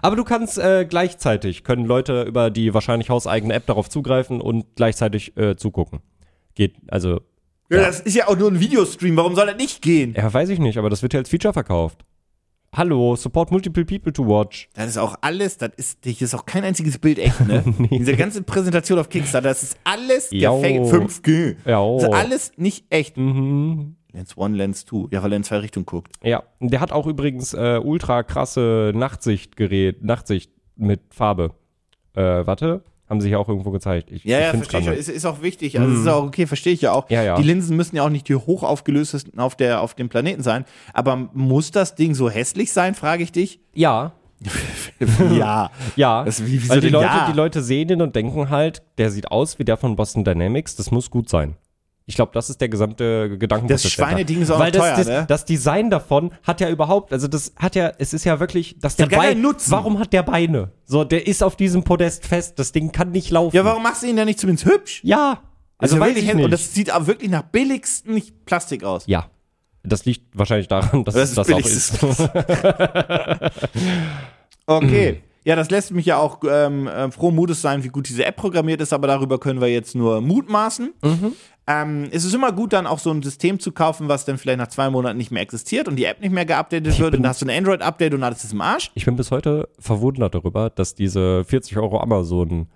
Speaker 3: Aber du kannst äh, gleichzeitig, können Leute über die wahrscheinlich hauseigene App darauf zugreifen und gleichzeitig äh, zugucken. Geht, also,
Speaker 2: Ja, das ist ja auch nur ein Videostream, warum soll das nicht gehen?
Speaker 3: ja, weiß ich nicht, aber das wird ja als Feature verkauft. Hallo, support multiple people to watch.
Speaker 2: Das ist auch alles, das ist, das ist auch kein einziges Bild echt, ne? Diese ganze Präsentation auf Kickstarter, das ist alles
Speaker 3: Jo.
Speaker 2: gefaked. 5G.
Speaker 3: Jo.
Speaker 2: Das ist alles nicht echt.
Speaker 3: Mhm.
Speaker 2: Lens 1, Lens 2. Ja, weil er in zwei Richtungen guckt.
Speaker 3: Ja, und der hat auch übrigens äh, ultra krasse Nachtsichtgerät, Nachtsicht mit Farbe. Äh, warte, haben sie hier auch irgendwo gezeigt. Ich,
Speaker 2: Ja,
Speaker 3: ich
Speaker 2: ja,
Speaker 3: find's
Speaker 2: verstehe ich.
Speaker 3: grad
Speaker 2: Ist, ist auch wichtig. Also, ist auch okay, verstehe ich ja auch.
Speaker 3: Ja, ja.
Speaker 2: Die Linsen müssen ja auch nicht die hochaufgelöstesten auf, der, auf dem Planeten sein. Aber muss das Ding so hässlich sein, frage ich dich?
Speaker 3: nicht. Ja,
Speaker 2: ja.
Speaker 3: ja.
Speaker 2: Das- Also wie- wieso
Speaker 3: Weil die
Speaker 2: denn
Speaker 3: Leute,
Speaker 2: ja?
Speaker 3: die Leute sehen den und denken halt, der sieht aus wie der von Boston Dynamics, das muss gut sein. Ich glaube, das ist der gesamte Gedankenprozess.
Speaker 2: Das Schweineding
Speaker 3: dahinter.
Speaker 2: ist auch
Speaker 3: Weil
Speaker 2: noch
Speaker 3: das,
Speaker 2: teuer,
Speaker 3: das,
Speaker 2: ne?
Speaker 3: das Design davon hat ja überhaupt, also das hat ja, es ist ja wirklich, dass der
Speaker 2: hat gar
Speaker 3: Bein-
Speaker 2: keinen Nutzen.
Speaker 3: Warum hat der Beine? So, der ist auf diesem Podest fest, das Ding kann nicht laufen.
Speaker 2: Ja, warum machst du ihn denn nicht zumindest hübsch?
Speaker 3: Ja.
Speaker 2: Das ist
Speaker 3: Also,
Speaker 2: ja
Speaker 3: weiß
Speaker 2: wirklich
Speaker 3: ich
Speaker 2: hässlich.
Speaker 3: nicht.
Speaker 2: Und das sieht aber wirklich nach billigsten Plastik aus.
Speaker 3: Ja. Das liegt wahrscheinlich daran, dass
Speaker 2: Das
Speaker 3: das,
Speaker 2: ist
Speaker 3: das auch ist.
Speaker 2: billigstes.
Speaker 3: Mhm.
Speaker 2: okay. Ja, das lässt mich ja auch ähm, äh, froh Mutes sein, wie gut diese App programmiert ist, aber darüber können wir jetzt nur mutmaßen.
Speaker 3: Mhm.
Speaker 2: Ähm, es ist immer gut, dann auch so ein System zu kaufen, was dann vielleicht nach zwei Monaten nicht mehr existiert und die App nicht mehr geupdatet wird. Und dann hast du ein Android-Update und alles ist im Arsch.
Speaker 3: Ich bin bis heute verwundert darüber, dass diese 40 Euro Amazon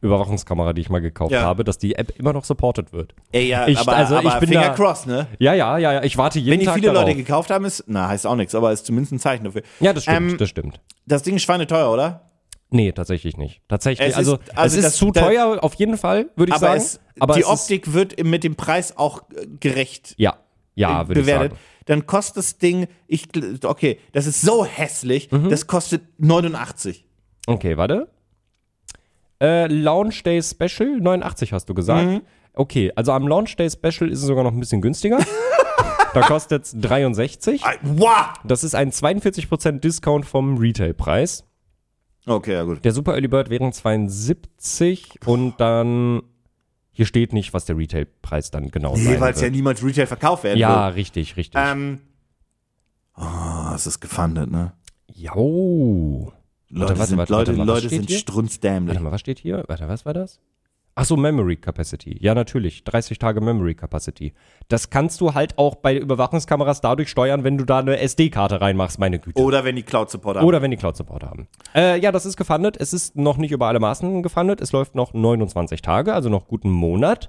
Speaker 3: Überwachungskamera, die ich mal gekauft
Speaker 2: Ja.
Speaker 3: habe, dass die App immer noch supported wird.
Speaker 2: Ey, ja,
Speaker 3: Ich-
Speaker 2: aber,
Speaker 3: also ich
Speaker 2: aber
Speaker 3: bin
Speaker 2: Finger
Speaker 3: da-
Speaker 2: crossed, ne?
Speaker 3: Ja, ja, ja, ja. Ich warte jeden
Speaker 2: Wenn die
Speaker 3: Tag
Speaker 2: viele
Speaker 3: darauf.
Speaker 2: Leute gekauft haben, ist, na, heißt auch nichts, aber ist zumindest ein Zeichen dafür.
Speaker 3: ja, das stimmt,
Speaker 2: Ähm,
Speaker 3: das stimmt.
Speaker 2: das Ding ist schweineteuer, oder?
Speaker 3: Nee, tatsächlich nicht. Tatsächlich,
Speaker 2: es
Speaker 3: also,
Speaker 2: ist- also
Speaker 3: es ist
Speaker 2: das-
Speaker 3: zu
Speaker 2: das-
Speaker 3: teuer auf jeden Fall, würde ich
Speaker 2: aber
Speaker 3: sagen.
Speaker 2: es, die
Speaker 3: es ist,
Speaker 2: Optik wird mit dem Preis auch äh, gerecht
Speaker 3: ja, ja, würde ich
Speaker 2: bewertet.
Speaker 3: sagen.
Speaker 2: Dann kostet das Ding, ich gl- okay, das ist so hässlich,
Speaker 3: Mhm.
Speaker 2: das kostet 89.
Speaker 3: Okay, warte. Äh, Launch Day Special 89 hast du gesagt.
Speaker 2: Mhm.
Speaker 3: Okay, also am Launch Day Special ist es sogar noch ein bisschen günstiger. da kostet es 63.
Speaker 2: Ey, Wow!
Speaker 3: Das ist ein 42% Discount vom Retailpreis.
Speaker 2: Okay, ja gut.
Speaker 3: Der Super Early Bird wären 72 und dann hier steht nicht, was der Retailpreis dann genau sein
Speaker 2: Nee, weil es ja
Speaker 3: wird.
Speaker 2: niemals Retail verkauft werden
Speaker 3: Ja,
Speaker 2: wird.
Speaker 3: richtig, richtig.
Speaker 2: Ähm, oh, es ist gefundet, ne?
Speaker 3: Jo.
Speaker 2: Leute
Speaker 3: warte,
Speaker 2: sind,
Speaker 3: warte,
Speaker 2: Leute,
Speaker 3: warte mal, was
Speaker 2: Leute
Speaker 3: steht
Speaker 2: sind
Speaker 3: hier?
Speaker 2: strunzdämlich.
Speaker 3: oh. Warte mal, was steht hier? Warte, was war das? Ach so, Memory Capacity. Ja, natürlich. 30 Tage Memory Capacity. Das kannst du halt auch bei Überwachungskameras dadurch steuern, wenn du da eine SD-Karte reinmachst, meine Güte.
Speaker 2: Oder wenn die Cloud-Supporter
Speaker 3: Oder wenn die Cloud Support haben. Äh, ja, das ist gefundet. Es ist noch nicht über alle Maßen gefundet. Es läuft noch 29 Tage, also noch guten Monat.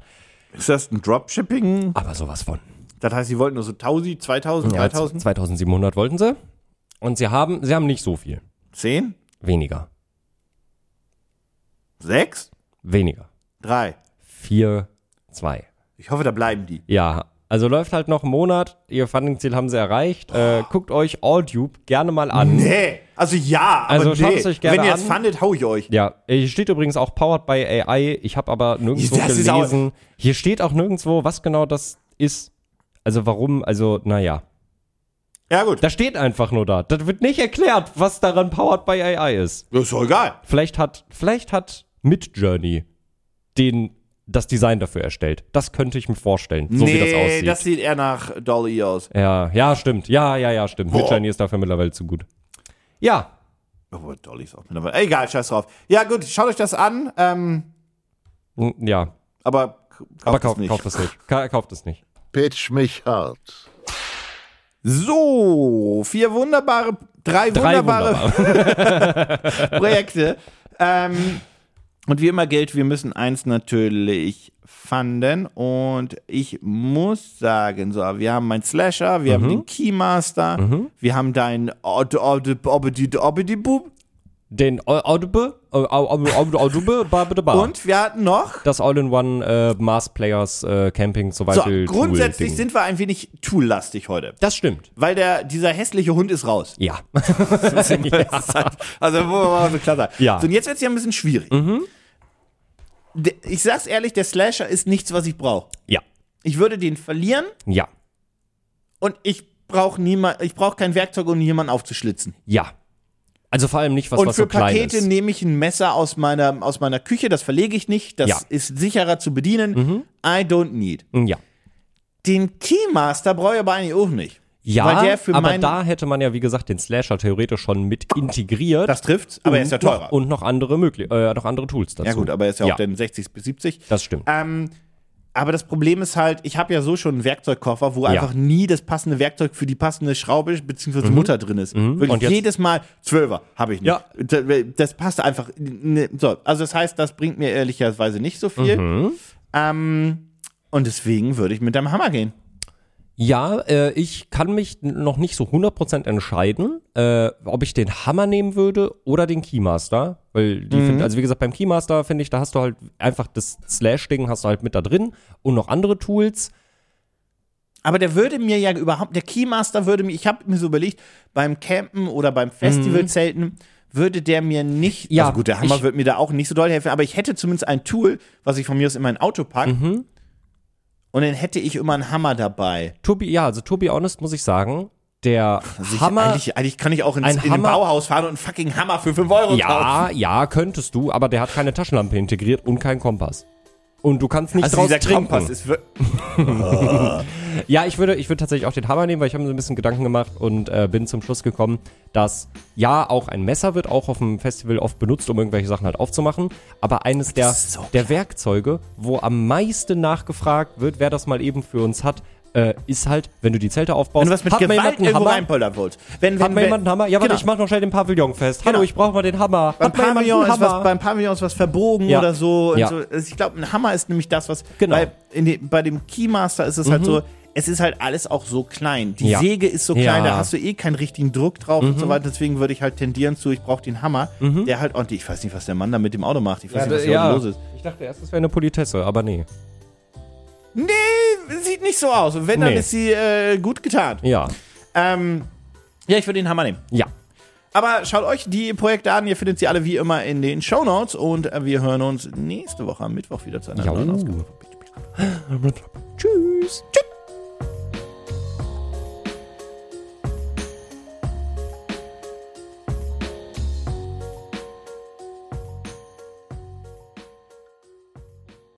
Speaker 2: Ist das ein Dropshipping?
Speaker 3: Aber sowas von.
Speaker 2: Das heißt, sie wollten nur so 1000, 2000,
Speaker 3: Ja,
Speaker 2: 3000,
Speaker 3: 2700 wollten sie. Und sie haben, sie haben nicht so viel.
Speaker 2: 10,
Speaker 3: Weniger.
Speaker 2: 6,
Speaker 3: Weniger.
Speaker 2: 3.
Speaker 3: Vier, zwei.
Speaker 2: Ich hoffe, da bleiben die.
Speaker 3: Ja, also läuft halt noch einen Monat. Ihr Funding-Ziel haben sie erreicht. Äh, guckt euch AllDube gerne mal an.
Speaker 2: Oh. Nee, also ja, aber
Speaker 3: Also
Speaker 2: nee.
Speaker 3: schaut's euch gerne
Speaker 2: Wenn ihr das
Speaker 3: an.
Speaker 2: fandet, hau ich euch.
Speaker 3: Ja, hier steht übrigens auch Powered by AI. Ich habe aber nirgendwo
Speaker 2: Das ist auch-
Speaker 3: gelesen. Hier steht auch nirgendwo, was genau das ist. Also warum, also naja.
Speaker 2: Ja, gut.
Speaker 3: Da steht einfach nur da. Das wird nicht erklärt, was daran Powered by AI ist.
Speaker 2: Das ist doch egal.
Speaker 3: Vielleicht hat, vielleicht hat Midjourney den, das Design dafür erstellt. Das könnte ich mir vorstellen, so wie das aussieht.
Speaker 2: sieht eher nach Dolly aus.
Speaker 3: ja, ja, stimmt. Ja, ja, ja, stimmt.
Speaker 2: Boah.
Speaker 3: Midjourney ist dafür mittlerweile zu gut. Ja,
Speaker 2: Aber Dolly ist auch mit dabei. Egal, scheiß drauf. Ja, gut, schaut euch das an. Ähm,
Speaker 3: N- ja.
Speaker 2: aber k- kauft
Speaker 3: Aber
Speaker 2: aber
Speaker 3: kauft,
Speaker 2: nicht.
Speaker 3: kauft es nicht. Ka kauft es nicht.
Speaker 1: Pitch mich hart.
Speaker 2: So, vier wunderbare, drei,
Speaker 3: Drei
Speaker 2: wunderbare
Speaker 3: wunderbare.
Speaker 2: Projekte. ähm, und wie immer gilt, wir müssen eins natürlich fanden. Und ich muss sagen, so, wir haben meinen Slasher, wir haben den Keymaster, wir haben deinen Od- Od- Obedi- Obedi-Bub
Speaker 3: Den Au- Audible, äh, Au- Au- Au- Audible, Babadabar.
Speaker 2: und wir hatten noch.
Speaker 3: Das All-in-One äh, Mars Players äh, Camping
Speaker 2: So,
Speaker 3: Survival Tool
Speaker 2: grundsätzlich
Speaker 3: Ding.
Speaker 2: sind wir ein wenig toollastig heute.
Speaker 3: Das stimmt.
Speaker 2: Weil der, dieser hässliche Hund ist raus.
Speaker 3: Ja.
Speaker 2: Das ist halt- Also, wo war so klar sein.
Speaker 3: Ja. Mhm.
Speaker 2: So, und jetzt wird es ja ein bisschen schwierig. Der- Ich sag's ehrlich, der Slasher ist nichts, was ich brauche.
Speaker 3: Ja.
Speaker 2: Ich würde den verlieren
Speaker 3: Ja.
Speaker 2: und ich brauche niemand, ich brauche kein Werkzeug, um jemanden aufzuschlitzen.
Speaker 3: Ja. Also vor allem nicht was,
Speaker 2: Und
Speaker 3: was
Speaker 2: für
Speaker 3: so klein
Speaker 2: Pakete
Speaker 3: ist.
Speaker 2: nehme ich ein Messer aus meiner, aus meiner Küche, das verlege ich nicht, das
Speaker 3: Ja. Mhm.
Speaker 2: ist sicherer zu bedienen. I don't need.
Speaker 3: Hm, Ja.
Speaker 2: Den Keymaster brauche ich aber eigentlich auch nicht.
Speaker 3: Ja,
Speaker 2: Weil der für
Speaker 3: aber
Speaker 2: meinen-
Speaker 3: da hätte man ja, wie gesagt, den Slasher theoretisch schon mit integriert.
Speaker 2: Das trifft, aber er ist ja
Speaker 3: Und noch-
Speaker 2: teurer.
Speaker 3: Und noch andere, möglich äh, noch andere Tools dazu.
Speaker 2: ja gut, aber er ist ja, auch dann 60 bis 70.
Speaker 3: Das stimmt.
Speaker 2: Ähm, aber das Problem ist halt, ich habe ja so schon einen Werkzeugkoffer, wo einfach nie das passende Werkzeug für die passende Schraube bzw. Mutter drin ist. Wirklich
Speaker 3: Mhm. Und jetzt-
Speaker 2: jedes Mal Zwölfer habe ich nicht.
Speaker 3: Ja.
Speaker 2: D- Das passt einfach. ne, So, also das heißt, das bringt mir ehrlicherweise nicht so viel.
Speaker 3: Mhm.
Speaker 2: Ähm, und deswegen würde ich mit deinem Hammer gehen.
Speaker 3: Ja, äh, ich kann mich n- noch nicht so 100% entscheiden, äh, ob ich den Hammer nehmen würde oder den Keymaster. Weil die
Speaker 2: Mhm.
Speaker 3: find, also wie gesagt, beim Keymaster finde ich, da hast du halt einfach das Slash-Ding hast du halt mit da drin und noch andere Tools.
Speaker 2: Aber der würde mir ja überhaupt, der Keymaster würde mir, ich habe mir so überlegt, beim Campen oder beim Festivalzelten würde der mir nicht,
Speaker 3: Mhm. Ja,
Speaker 2: also gut, der Hammer
Speaker 3: ich-
Speaker 2: würde mir da auch nicht so doll helfen, aber ich hätte zumindest ein Tool, was ich von mir aus in mein Auto packe.
Speaker 3: Mhm.
Speaker 2: Und dann hätte ich immer einen Hammer dabei.
Speaker 3: To be, ja, also to be honest muss ich sagen, der
Speaker 2: Also ich,
Speaker 3: Hammer.
Speaker 2: eigentlich, eigentlich kann ich auch ins,
Speaker 3: ein
Speaker 2: in ein
Speaker 3: Hammer-
Speaker 2: Bauhaus fahren und einen fucking Hammer für 5 Euro kaufen.
Speaker 3: Ja, ja, könntest du, aber der hat keine Taschenlampe integriert und keinen Kompass. Und du kannst nicht
Speaker 2: Also
Speaker 3: draus
Speaker 2: dieser
Speaker 3: trinken.
Speaker 2: Kompass ist wir-
Speaker 3: Ja, ich würde, ich würde tatsächlich auch den Hammer nehmen, weil ich habe mir so ein bisschen Gedanken gemacht und äh, bin zum Schluss gekommen, dass ja, auch ein Messer wird auch auf dem Festival oft benutzt, um irgendwelche Sachen halt aufzumachen. Aber eines der, der Werkzeuge, wo am meisten nachgefragt wird, wer das mal eben für uns hat, äh, ist halt, wenn du die Zelte aufbaust,
Speaker 2: wenn du was mit
Speaker 3: hat mir
Speaker 2: Gewalt
Speaker 3: jemand einen
Speaker 2: irgendwo
Speaker 3: Hammer?
Speaker 2: reinpollern wollt. Wenn, wenn,
Speaker 3: Hat mir
Speaker 2: wenn-
Speaker 3: jemand einen Hammer? Ja, warte,
Speaker 2: genau.
Speaker 3: ich mach noch schnell den Pavillon fest. Hallo,
Speaker 2: Genau.
Speaker 3: ich brauche mal den Hammer.
Speaker 2: beim
Speaker 3: hat mir jemand
Speaker 2: Pavillon,
Speaker 3: einen
Speaker 2: ist
Speaker 3: Hammer?
Speaker 2: was, beim Pavillon ist was verbogen
Speaker 3: Ja.
Speaker 2: oder so. Und
Speaker 3: Ja.
Speaker 2: so. Also Ich glaube, ein Hammer ist nämlich das, was
Speaker 3: Genau. Mhm.
Speaker 2: bei, in de, bei dem Keymaster ist es halt so, es ist halt alles auch so klein. Die
Speaker 3: Ja.
Speaker 2: Säge ist so klein,
Speaker 3: Ja. Mhm.
Speaker 2: da hast du eh keinen richtigen Druck drauf und so weiter. Deswegen würde ich halt tendieren zu, ich brauche den Hammer, der halt ordentlich, ich weiß nicht, was der Mann da mit dem Auto macht. Ich weiß nicht, was hier unten los ist.
Speaker 3: Ich dachte erst, das wäre eine Politesse, aber nee.
Speaker 2: Nee, sieht nicht so aus. Und wenn, dann
Speaker 3: Nee.
Speaker 2: ist sie äh, gut getan.
Speaker 3: Ja.
Speaker 2: Ähm, ja, ich würde den Hammer nehmen.
Speaker 3: Ja.
Speaker 2: Aber schaut euch die Projekte an. Ihr findet sie alle wie immer in den Shownotes. Und äh, wir hören uns nächste Woche am Mittwoch wieder zu einer
Speaker 3: Ja.
Speaker 2: neuen Ausgabe.
Speaker 3: Tschüss. Tschüss.